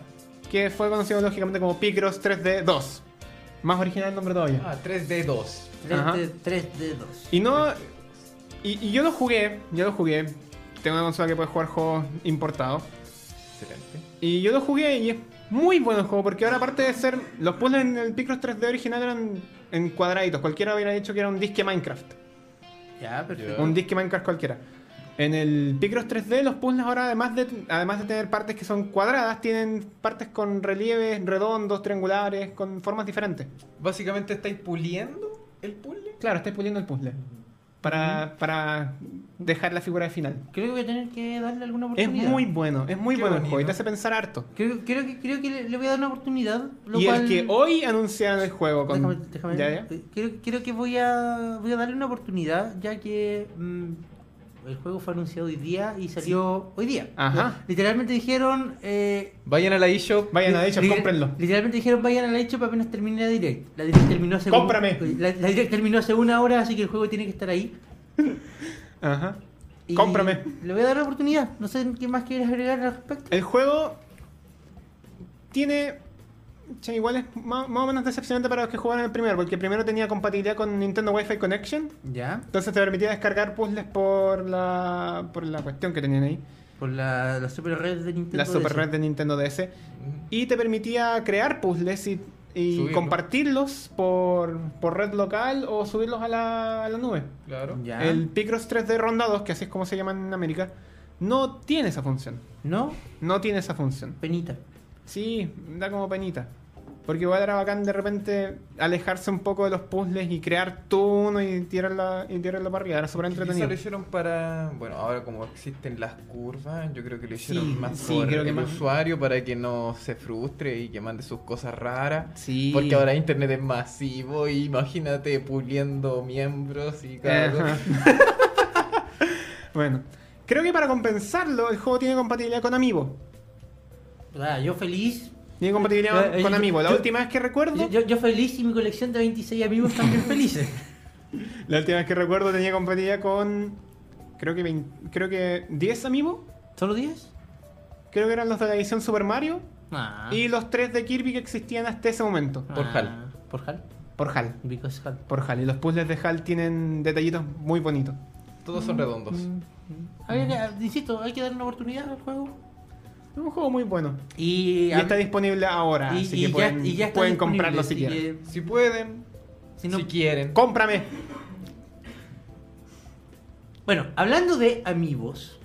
Speaker 2: que fue conocido lógicamente como Picross 3D 2. Más original el nombre todavía.
Speaker 3: Ah, 3D2.
Speaker 2: Ajá.
Speaker 1: 3D, 2
Speaker 2: Y no. Y, y yo lo jugué, yo lo jugué. Tengo una consola que puede jugar juegos importados.
Speaker 3: Excelente.
Speaker 2: Y yo lo jugué y es muy bueno el juego, porque ahora aparte de ser. Los puzzles en el Picross 3D original eran en cuadraditos. Cualquiera hubiera dicho que era un disque Minecraft.
Speaker 1: Ya, perfecto.
Speaker 2: Un disque Minecraft cualquiera. En el Picross 3D los puzzles ahora además de, además de tener partes que son cuadradas, tienen partes con relieves redondos, triangulares, con formas diferentes.
Speaker 3: Básicamente estáis puliendo el puzzle.
Speaker 2: Claro, estáis puliendo el puzzle. Para, para dejar la figura de final.
Speaker 1: Creo que voy a tener que darle alguna
Speaker 2: Es
Speaker 1: oportunidad.
Speaker 2: muy bueno, es muy
Speaker 3: Qué
Speaker 2: bueno el
Speaker 3: bonito.
Speaker 2: juego y te hace pensar harto.
Speaker 1: Creo, creo que, creo que le, le voy a dar una oportunidad. Lo
Speaker 2: y
Speaker 1: cual...
Speaker 2: el que hoy anunciaron el juego con...
Speaker 1: Déjame, déjame- Eh,
Speaker 2: ¿Ya, ya?
Speaker 1: Creo, creo que voy a, voy a darle una oportunidad, ya que mm, el juego fue anunciado hoy día y salió hoy día.
Speaker 2: Ajá.
Speaker 1: Literalmente dijeron. eh,
Speaker 3: Vayan a la eShop.
Speaker 2: Vayan a dicho,
Speaker 1: li-
Speaker 2: cómprenlo.
Speaker 1: Literalmente dijeron vayan a la hecho para apenas termine la direct. La direct terminó hace. eh,
Speaker 2: ¡Cómprame!
Speaker 1: La, la direct terminó hace una hora, así que el juego tiene que estar ahí.
Speaker 2: Ajá. Cómprame.
Speaker 1: Le voy a dar la oportunidad. No sé qué más quieres agregar al respecto.
Speaker 2: El juego tiene... che, igual es más, más o menos decepcionante para los que jugaron el primero, porque el primero tenía compatibilidad con Nintendo Wi-Fi Connection,
Speaker 1: Ya.
Speaker 2: entonces te permitía descargar puzzles por la, por la cuestión que tenían ahí,
Speaker 1: Por la, la super red de Nintendo.
Speaker 2: la super
Speaker 1: DS.
Speaker 2: red de Nintendo DS, y te permitía crear puzzles y, y
Speaker 3: Subirlo.
Speaker 2: compartirlos por, por red local o subirlos a la, a la nube.
Speaker 3: Claro.
Speaker 1: Ya.
Speaker 2: El Picross 3D Ronda 2, que así es como se llama en América, no tiene esa función.
Speaker 1: No,
Speaker 2: No tiene esa función.
Speaker 1: penita.
Speaker 2: Sí, da como penita. Porque igual era bacán de repente alejarse un poco de los puzzles y crear tú uno y tirarla, y tirarla para arriba. Era súper
Speaker 3: Que Quizá
Speaker 2: entretenido.
Speaker 3: lo hicieron para. Bueno, ahora como existen las curvas, yo creo que lo hicieron
Speaker 2: Sí,
Speaker 3: más
Speaker 2: sí,
Speaker 3: por
Speaker 2: creo que
Speaker 3: el
Speaker 2: más-
Speaker 3: usuario para que no se frustre y que mande sus cosas raras.
Speaker 2: Sí.
Speaker 3: Porque ahora internet es masivo y imagínate puliendo miembros y cada
Speaker 2: Ajá.
Speaker 3: cosa.
Speaker 2: bueno, creo que para compensarlo, el juego tiene compatibilidad con Amiibo.
Speaker 1: Ah, yo feliz.
Speaker 2: Tiene compatibilidad
Speaker 1: Eh, eh,
Speaker 2: con
Speaker 1: yo-
Speaker 2: Amiibo. La
Speaker 1: yo-
Speaker 2: última vez que recuerdo,
Speaker 1: Yo, yo- yo feliz y mi colección de 26 amigos también felices.
Speaker 2: la última vez que recuerdo tenía compatibilidad con creo que 20 creo que 10 Amiibo.
Speaker 1: ¿Solo 10?
Speaker 2: Creo que eran los de la edición Super Mario
Speaker 1: Ah.
Speaker 2: y los tres de Kirby que existían hasta ese momento.
Speaker 1: Ah,
Speaker 3: por Hal.
Speaker 1: Por Hal.
Speaker 2: Por HAL.
Speaker 1: Because Hal.
Speaker 2: Por HAL. Y los puzzles de HAL tienen detallitos muy bonitos.
Speaker 3: Todos son redondos.
Speaker 1: Mm. Hay que- ah, insisto, hay que darle una oportunidad al juego.
Speaker 2: Es un juego muy bueno.
Speaker 1: Y,
Speaker 2: Y está disponible ahora,
Speaker 1: y-
Speaker 2: así
Speaker 1: y
Speaker 2: que
Speaker 1: ya-
Speaker 2: pueden,
Speaker 1: y ya está
Speaker 2: pueden
Speaker 1: disponible,
Speaker 2: comprarlo si
Speaker 1: así
Speaker 2: quieren.
Speaker 1: que
Speaker 3: Si pueden,
Speaker 1: si no-
Speaker 3: si quieren.
Speaker 2: ¡Cómprame!
Speaker 1: Bueno, hablando de amigos,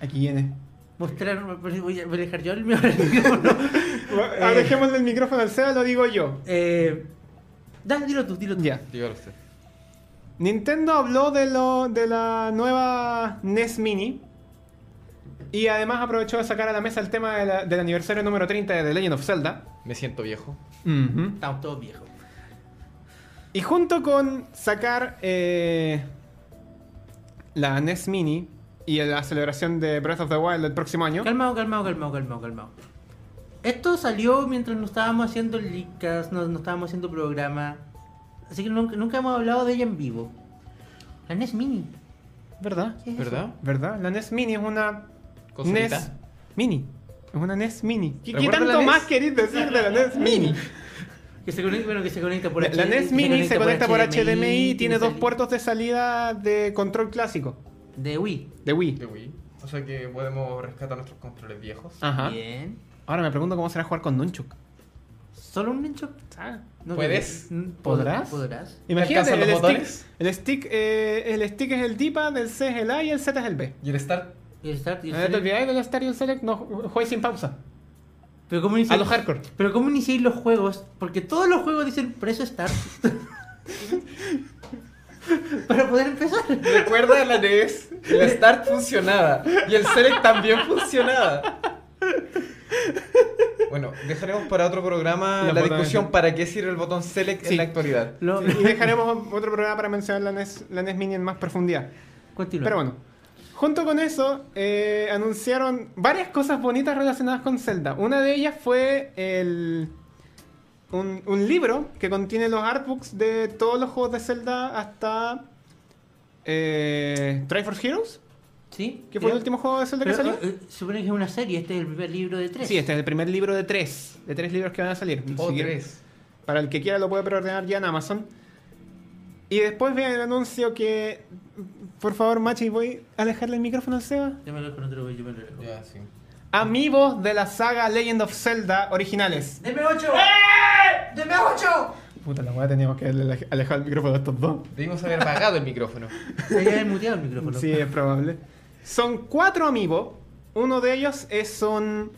Speaker 2: Aquí viene.
Speaker 1: mostraron. Voy a voy a dejar yo el mío. No.
Speaker 2: Ahora dejemos el micrófono al SEA, lo digo yo.
Speaker 1: Eh, da, dilo tú, dilo tú.
Speaker 2: Ya.
Speaker 3: Dígalo usted.
Speaker 2: Nintendo habló de, lo, de la nueva NES Mini. Y además aprovechó de sacar a la mesa el tema de la- del aniversario número 30 de The Legend of Zelda.
Speaker 3: Me siento viejo.
Speaker 1: Estamos todos viejos.
Speaker 2: Y junto con sacar eh, la NES Mini y la celebración de Breath of the Wild el próximo año.
Speaker 1: Calmado, calmado, calmado, calmado, calmado. Esto salió mientras no estábamos haciendo el leakcast, no, no estábamos haciendo programa. Así que nunca, nunca hemos hablado de ella en vivo. La NES Mini.
Speaker 2: ¿Verdad?
Speaker 1: ¿qué es eso?
Speaker 3: ¿Verdad?
Speaker 2: ¿Verdad? La NES Mini es una
Speaker 3: Consolita.
Speaker 2: NES Mini. Es una NES Mini. ¿Qué, qué
Speaker 3: ¿Recuerda la
Speaker 2: tanto
Speaker 3: NES?
Speaker 2: más queréis decir de la NES Mini?
Speaker 1: Que se conecta, bueno, que se conecta por
Speaker 2: La, la
Speaker 1: H-
Speaker 2: NES Mini se conecta por HDMI y tiene dos
Speaker 1: sali-
Speaker 2: puertos de salida de control clásico.
Speaker 1: De Wii.
Speaker 2: De
Speaker 3: De
Speaker 2: Wii.
Speaker 3: Wii. O sea que podemos rescatar nuestros controles viejos.
Speaker 2: Ajá.
Speaker 1: Bien.
Speaker 2: Ahora me pregunto cómo será jugar con Nunchuk.
Speaker 1: ¿Solo un nicho? No,
Speaker 3: ¿Puedes?
Speaker 1: creo que- Mm,
Speaker 2: ¿Podrás?
Speaker 1: Podrás.
Speaker 2: Imagínate,
Speaker 3: alcanzan los
Speaker 2: el stick,
Speaker 3: botones?
Speaker 2: el, stick, eh, el stick es el D-pad, el C es el A y el Z es el B.
Speaker 3: Y el Start.
Speaker 1: Y el start- y el
Speaker 2: ¿No te
Speaker 1: select-
Speaker 2: olvidáis del Start y el Select? No, juegues sin pausa.
Speaker 1: Pero cómo
Speaker 2: A
Speaker 1: iniciar
Speaker 2: lo hardcore.
Speaker 1: Pero cómo iniciáis los juegos, porque todos los juegos dicen preso start. Para poder empezar.
Speaker 3: Recuerda la NES, el Start funcionaba y el Select también funcionaba. Bueno, dejaremos para otro programa
Speaker 2: Los
Speaker 3: la
Speaker 2: botones.
Speaker 3: discusión para qué sirve el botón Select
Speaker 2: Sí.
Speaker 3: en la actualidad.
Speaker 1: Lo, eh,
Speaker 2: Y dejaremos otro programa para mencionar la NES, la NES Mini en más profundidad.
Speaker 1: Continúa.
Speaker 2: Pero bueno, junto con eso, eh, anunciaron varias cosas bonitas relacionadas con Zelda. Una de ellas fue el, un, un libro que contiene los artbooks de todos los juegos de Zelda hasta eh, Triforce Heroes,
Speaker 1: ¿Sí?
Speaker 2: que fue el
Speaker 1: Pero-
Speaker 2: último juego de Zelda que
Speaker 1: pero,
Speaker 2: salió.
Speaker 1: eh, eh, supone que es una serie, este es el primer libro de tres. Oh,
Speaker 2: Sí, este es el primer libro de tres, de tres libros que van a salir.
Speaker 3: O
Speaker 2: Así que
Speaker 3: tres.
Speaker 2: Para el que quiera lo puede preordenar ya en Amazon. Y después ve el anuncio que. Por favor, Machi, voy a dejarle el micrófono al Seba.
Speaker 1: Yo me lo con otro, yo me lo dejo.
Speaker 3: Ya, sí.
Speaker 2: Amigos de la saga Legend of Zelda originales.
Speaker 1: ¡Deme 8! ¡Deme 8!
Speaker 2: Puta, la weá teníamos que ale- alejar el micrófono de estos dos.
Speaker 3: Debimos haber apagado el micrófono.
Speaker 1: Se había muteado el micrófono.
Speaker 2: Sí, es probable. Son cuatro amigos. Uno de ellos es un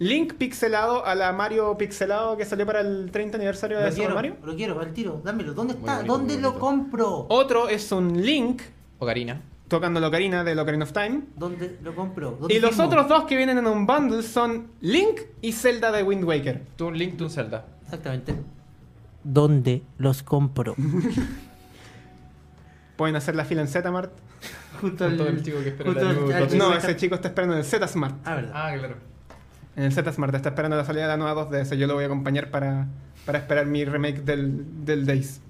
Speaker 2: Link pixelado a la Mario pixelado que salió para el 30 aniversario de
Speaker 1: Lo
Speaker 2: Super
Speaker 1: quiero,
Speaker 2: Mario. Oh.
Speaker 1: lo quiero, al tiro, dámelo. ¿Dónde
Speaker 3: Muy
Speaker 1: está?
Speaker 3: bonito,
Speaker 1: ¿Dónde
Speaker 3: muy
Speaker 1: lo
Speaker 3: bonito.
Speaker 1: compro?
Speaker 2: Otro es un Link
Speaker 3: Ocarina.
Speaker 2: tocando la ocarina de Ocarina of Time.
Speaker 1: ¿Dónde lo compro? ¿Dónde
Speaker 2: Y los
Speaker 1: firmo?
Speaker 2: otros dos que vienen en un bundle son Link y Zelda de Wind Waker.
Speaker 3: Tú un link, tú un Zelda.
Speaker 1: Exactamente. ¿Dónde los compro?
Speaker 2: Pueden hacer la fila en Z-Mart.
Speaker 1: Junto
Speaker 3: Con todo el chico que espera
Speaker 1: junto
Speaker 3: la
Speaker 1: al-
Speaker 3: luz,
Speaker 1: al
Speaker 3: los
Speaker 1: chico
Speaker 2: No,
Speaker 1: que
Speaker 2: ese
Speaker 1: está-
Speaker 2: chico está esperando en el Z-Smart.
Speaker 1: Ah, verdad.
Speaker 3: Ah, claro.
Speaker 2: En el Z-Smart está esperando la salida de la nueva 2DS. Yo lo voy a acompañar para, para esperar mi remake del, del Days.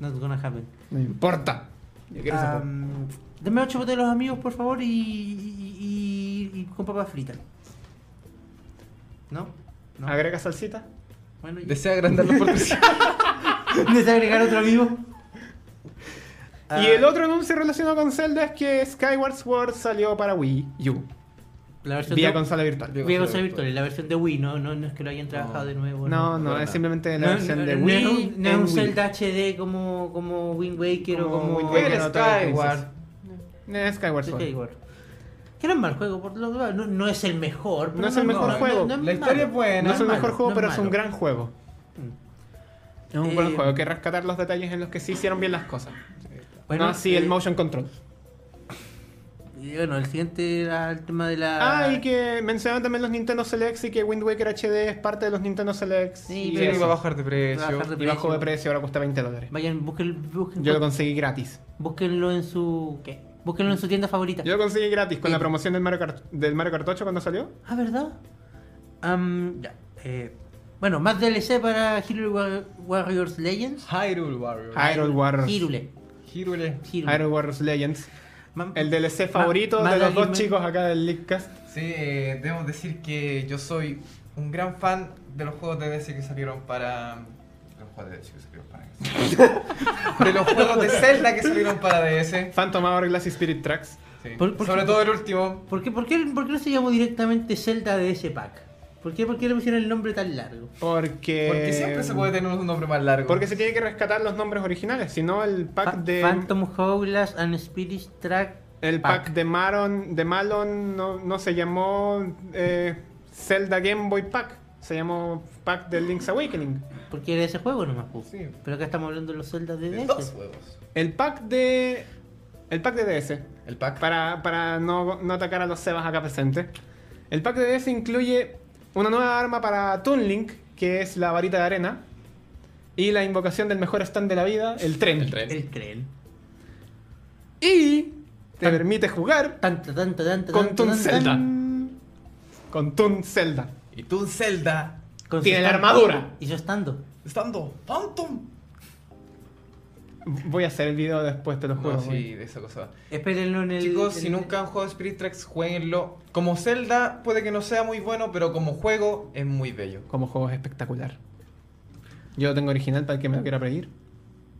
Speaker 1: Not gonna happen.
Speaker 2: No me importa. Yo quiero ese juego.
Speaker 1: Am, deme ocho botes de los amigos, por favor, y, y, y- y con papas fritas. ¿No? ¿No?
Speaker 2: ¿Agrega salsita?
Speaker 1: Bueno, y-
Speaker 3: Desea agrandar la porción.
Speaker 1: ¿Desea agregar otro amigo? Ah,
Speaker 2: Y el otro anuncio relacionado con Zelda es que Skyward Sword salió para Wii U.
Speaker 1: La versión
Speaker 2: Vía
Speaker 1: de-
Speaker 2: consola virtual.
Speaker 1: vía consola virtual, la versión de Wii, no, no, no es que lo hayan trabajado
Speaker 3: No.
Speaker 1: de nuevo.
Speaker 2: No,
Speaker 3: no,
Speaker 2: no, es
Speaker 3: no.
Speaker 2: simplemente la
Speaker 1: No,
Speaker 2: versión
Speaker 1: no,
Speaker 2: de
Speaker 1: no
Speaker 2: Wii.
Speaker 1: es un, no es
Speaker 2: en
Speaker 1: un
Speaker 2: Wii.
Speaker 1: Zelda HD como, como Wind Waker
Speaker 2: Como
Speaker 1: o como
Speaker 2: Wind Waker.
Speaker 3: El
Speaker 2: no, todavía no
Speaker 3: Skyward.
Speaker 2: Eh, Skyward Sword.
Speaker 1: Skyward. Que no es mal juego, por lo que- no, no es el mejor. pero
Speaker 2: No es el mejor juego.
Speaker 3: La historia es buena.
Speaker 2: Eh, No,
Speaker 3: No
Speaker 2: es
Speaker 3: es
Speaker 2: el
Speaker 1: malo,
Speaker 2: mejor juego,
Speaker 1: no
Speaker 2: pero es un
Speaker 1: malo.
Speaker 2: gran juego. Es un
Speaker 1: Eh,
Speaker 2: buen juego, hay que rescatar los detalles en los que sí hicieron bien las cosas. no así
Speaker 1: eh,
Speaker 2: el motion control.
Speaker 1: y bueno, el siguiente era el tema de la.
Speaker 2: Ah, y que mencionaron también los Nintendo Selects y que Wind Waker HD es parte de los Nintendo Selects.
Speaker 1: Sí,
Speaker 2: y
Speaker 3: Y
Speaker 1: pero-
Speaker 2: eso.
Speaker 3: va a bajar de
Speaker 1: Va a
Speaker 3: precio.
Speaker 1: bajar de
Speaker 2: Y bajó de precio, ahora cuesta 20 dólares.
Speaker 1: Vayan, busquen, busquen-
Speaker 2: Yo lo conseguí gratis.
Speaker 1: búsquenlo en su. ¿Qué? Búsquenlo en su tienda favorita.
Speaker 2: Yo lo conseguí gratis con
Speaker 1: Sí.
Speaker 2: la promoción del Mario, Kart, del Mario Kart 8 cuando salió.
Speaker 1: Ah, ¿verdad? Am, ya. eh, bueno, más DLC para Hero War- Warriors Legends.
Speaker 3: Hyrule Warrior.
Speaker 2: Hyrule Warriors.
Speaker 1: Hyrule.
Speaker 3: Hyrule.
Speaker 1: Hyrule.
Speaker 2: Hyrule Warriors Legends.
Speaker 1: Mam-
Speaker 2: El DLC favorito
Speaker 1: Ma-
Speaker 2: de los dos
Speaker 1: Madeline-
Speaker 2: chicos acá del Leakcast.
Speaker 3: Sí, eh, debemos decir que yo soy un gran fan de los juegos de DC que salieron para. de Los juegos de DS que salieron para DS. De los juegos de Zelda que salieron para DS.
Speaker 2: Phantom Hourglass y Spirit Tracks.
Speaker 3: Sí.
Speaker 1: Por- por
Speaker 3: Sobre
Speaker 1: qué-
Speaker 3: todo el último.
Speaker 1: ¿Por qué, por, qué, por qué no se llamó directamente Zelda de ese pack? ¿Por qué, por qué le pusieron el nombre tan largo?
Speaker 2: Porque.
Speaker 1: Eh,
Speaker 3: Porque siempre se puede tener un nombre más largo.
Speaker 2: Porque se tiene que rescatar los nombres originales, si no el pack
Speaker 1: Fa-
Speaker 2: de
Speaker 1: Phantom Hourglass and Spirit Track.
Speaker 2: el pack, de Maron de Malon no, no se llamó eh, Zelda Game Boy Pack, se llamó pack de Link's Awakening.
Speaker 1: Porque era ese juego nomás. po.
Speaker 3: Sí.
Speaker 1: Pero acá estamos hablando de los Zelda de
Speaker 3: De
Speaker 1: DS.
Speaker 3: dos juegos.
Speaker 2: El pack de el pack de DS
Speaker 3: El pack.
Speaker 2: para, para no, no atacar a los Sebas acá presentes. El pack de DS incluye una nueva arma para Toon Link, que es la varita de arena y la invocación del mejor stand de la vida, el tren.
Speaker 3: El tren.
Speaker 1: El tren.
Speaker 2: Y te permite jugar
Speaker 1: Tanto, tanto, tanto.
Speaker 2: Con
Speaker 1: tanto,
Speaker 2: Toon
Speaker 1: tanto,
Speaker 2: Zelda.
Speaker 1: tan.
Speaker 2: con Toon Zelda.
Speaker 3: Y tú un Zelda.
Speaker 1: Con su
Speaker 2: Tiene la
Speaker 1: stand-
Speaker 2: armadura.
Speaker 1: Y yo estando.
Speaker 3: Estando Phantom.
Speaker 2: Voy a hacer el video después, te lo juro.
Speaker 3: No,
Speaker 2: güey.
Speaker 3: sí, de esa cosa.
Speaker 1: Espérenlo en el.
Speaker 3: Chicos,
Speaker 1: en
Speaker 3: si
Speaker 1: el-
Speaker 3: nunca han jugado Spirit Tracks, jueguenlo. Como Zelda puede que no sea muy bueno, pero como juego es muy bello.
Speaker 2: Como juego es espectacular. Yo lo tengo original para el que me lo quiera pedir.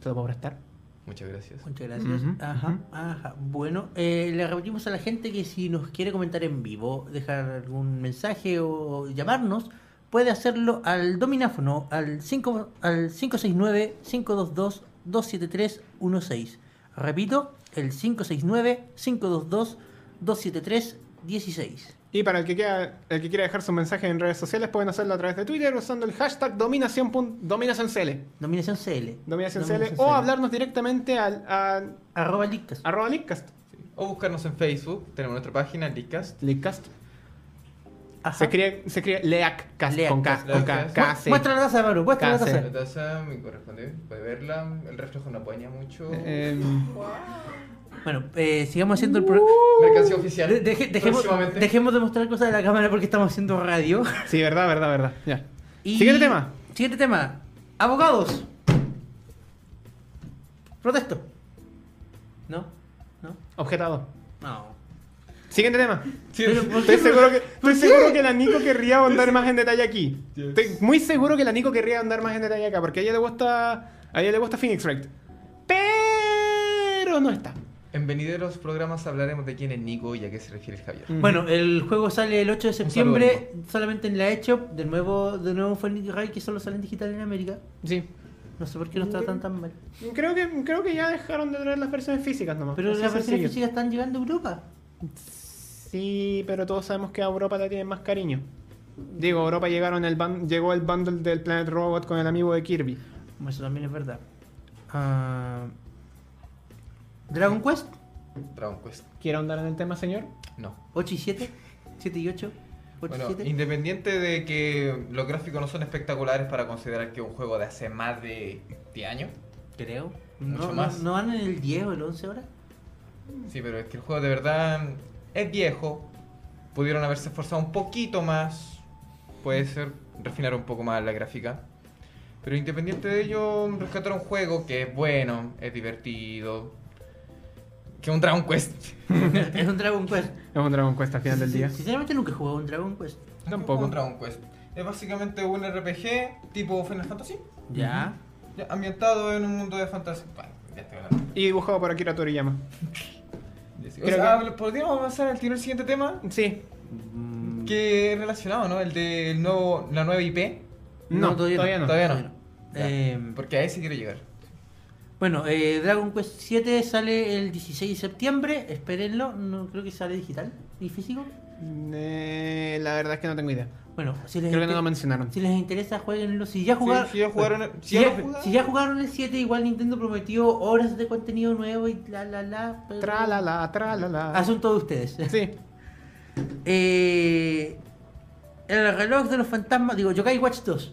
Speaker 2: Te lo puedo prestar.
Speaker 3: Muchas gracias.
Speaker 1: Muchas gracias.
Speaker 2: Ujú,
Speaker 1: ajá,
Speaker 2: ujú.
Speaker 1: ajá. Bueno, eh, le repetimos a la gente que si nos quiere comentar en vivo, dejar algún mensaje o llamarnos, puede hacerlo al domináfono al, 5, al 569-522-27316. Repito, el 569-522-27316.
Speaker 2: Y para el que, quiera, el que quiera dejar su mensaje en redes sociales, pueden hacerlo a través de Twitter usando el hashtag dominación pun- dominacioncl.
Speaker 1: Dominación CL.
Speaker 2: Dominacioncl, o Ah, hablarnos directamente al, a
Speaker 1: Arroba Lictas.
Speaker 2: arroba Leakcast.
Speaker 3: O buscarnos en Facebook, tenemos nuestra página, Leakcast.
Speaker 2: Leakcast.
Speaker 1: Ajá.
Speaker 2: Se escribe, se escribe Leakcast, con K,
Speaker 1: Leakcast.
Speaker 2: con K,
Speaker 3: Leakcast.
Speaker 2: K,
Speaker 1: Mu-
Speaker 2: C.
Speaker 1: Muestra la taza, Maru, muestra la
Speaker 2: Case.
Speaker 1: taza.
Speaker 3: La taza me corresponde, puede verla. El reflejo no apoya mucho.
Speaker 2: Eh,
Speaker 1: Bueno, eh, sigamos haciendo el
Speaker 2: Uh.
Speaker 1: programa.
Speaker 3: Mercancía oficial.
Speaker 1: De- deje- dejemos,
Speaker 3: próximamente.
Speaker 1: dejemos de mostrar cosas de la cámara porque estamos haciendo radio.
Speaker 2: sí, verdad, verdad, verdad. Ya.
Speaker 1: Y-
Speaker 2: Siguiente tema.
Speaker 1: Siguiente tema. Abogados. Protesto. ¿No? ¿No?
Speaker 2: Objetado.
Speaker 1: No.
Speaker 2: Siguiente tema.
Speaker 3: Sí,
Speaker 1: Pero,
Speaker 3: sí.
Speaker 1: ¿por qué
Speaker 2: Estoy seguro que, estoy
Speaker 1: qué?
Speaker 2: seguro que la Nico querría ahondar más en detalle aquí.
Speaker 3: Yes.
Speaker 2: Estoy muy seguro que la Nico querría ahondar más en detalle acá, porque a ella le gusta, a ella le gusta Phoenix Wright. Pero pero no está.
Speaker 3: En venideros programas hablaremos de quién es Nico y a qué se refiere el Javier.
Speaker 1: Bueno, el juego sale el 8 de septiembre,
Speaker 3: saludo,
Speaker 1: solamente en la eShop. De nuevo, de nuevo fue Nick que solo sale en digital en América.
Speaker 2: sí.
Speaker 1: No sé por qué nos tratan tan mal.
Speaker 2: Creo que, creo que ya dejaron de traer las versiones físicas nomás.
Speaker 1: Pero
Speaker 2: Así
Speaker 1: las versiones
Speaker 2: sencillo.
Speaker 1: físicas están llegando a Europa.
Speaker 2: Sí, pero todos sabemos que a Europa le tienen más cariño. Digo, a Europa llegaron el bun- llegó el bundle del Planet Robot con el amigo de Kirby.
Speaker 1: Bueno, Eso también es verdad. Ah, Dragon Quest Mm.
Speaker 3: Dragon Quest.
Speaker 2: ¿Quiere ahondar en el tema, señor?
Speaker 3: No.
Speaker 1: 8 y 7, 7 y 8, 8 y
Speaker 3: Bueno,
Speaker 1: 7.
Speaker 3: independiente de que los gráficos no son espectaculares para considerar que es un juego de hace más de 10 años.
Speaker 1: Creo.
Speaker 3: Mucho
Speaker 1: No,
Speaker 3: más.
Speaker 1: no, no van en el 10 o el 11 ahora?
Speaker 3: Sí, pero es que el juego de verdad es viejo. Pudieron haberse esforzado un poquito más. Puede ser refinar un poco más la gráfica. Pero independiente de ello, rescatar un juego que es bueno, es divertido. Que un Dragon Quest.
Speaker 1: es un Dragon Quest.
Speaker 2: Es un Dragon Quest al final del día.
Speaker 1: Sinceramente nunca he jugado un Dragon Quest.
Speaker 2: Tampoco.
Speaker 3: Un Dragon Quest. Es básicamente un RPG tipo Final Fantasy.
Speaker 1: Ya.
Speaker 3: ya, ambientado en un mundo de fantasía. Bueno, ya estoy hablando.
Speaker 2: Y dibujado por Akira Toriyama.
Speaker 3: Ya sí. O
Speaker 2: Creo
Speaker 3: sea,
Speaker 2: que-
Speaker 3: ¿Podríamos avanzar al tiro al siguiente tema?
Speaker 2: Sí.
Speaker 3: Que es relacionado, ¿no? El de el nuevo, la nueva IP.
Speaker 2: No, todavía no.
Speaker 3: Todavía no. Ya.
Speaker 1: Eh,
Speaker 3: Porque a ese quiero llegar.
Speaker 1: bueno, eh, Dragon Quest 7 sale el 16 de septiembre. Espérenlo. No creo que sale digital y físico.
Speaker 2: Eh, la verdad es que no tengo idea.
Speaker 1: Bueno, si les,
Speaker 2: Creo que no
Speaker 1: inter-
Speaker 2: lo mencionaron.
Speaker 1: si les interesa, jueguenlo. Si ya jugaron.
Speaker 3: Sí, si ya jugaron.
Speaker 1: Si
Speaker 3: Si ya
Speaker 1: ya,
Speaker 3: lo jugaron-
Speaker 1: si ya jugaron el 7, igual Nintendo prometió horas de contenido nuevo y la la la. pero-
Speaker 2: Tra la la, tra la la.
Speaker 1: Asunto de ustedes.
Speaker 2: Sí.
Speaker 1: Eh, el reloj de los fantasmas, digo, Yokai Watch 2.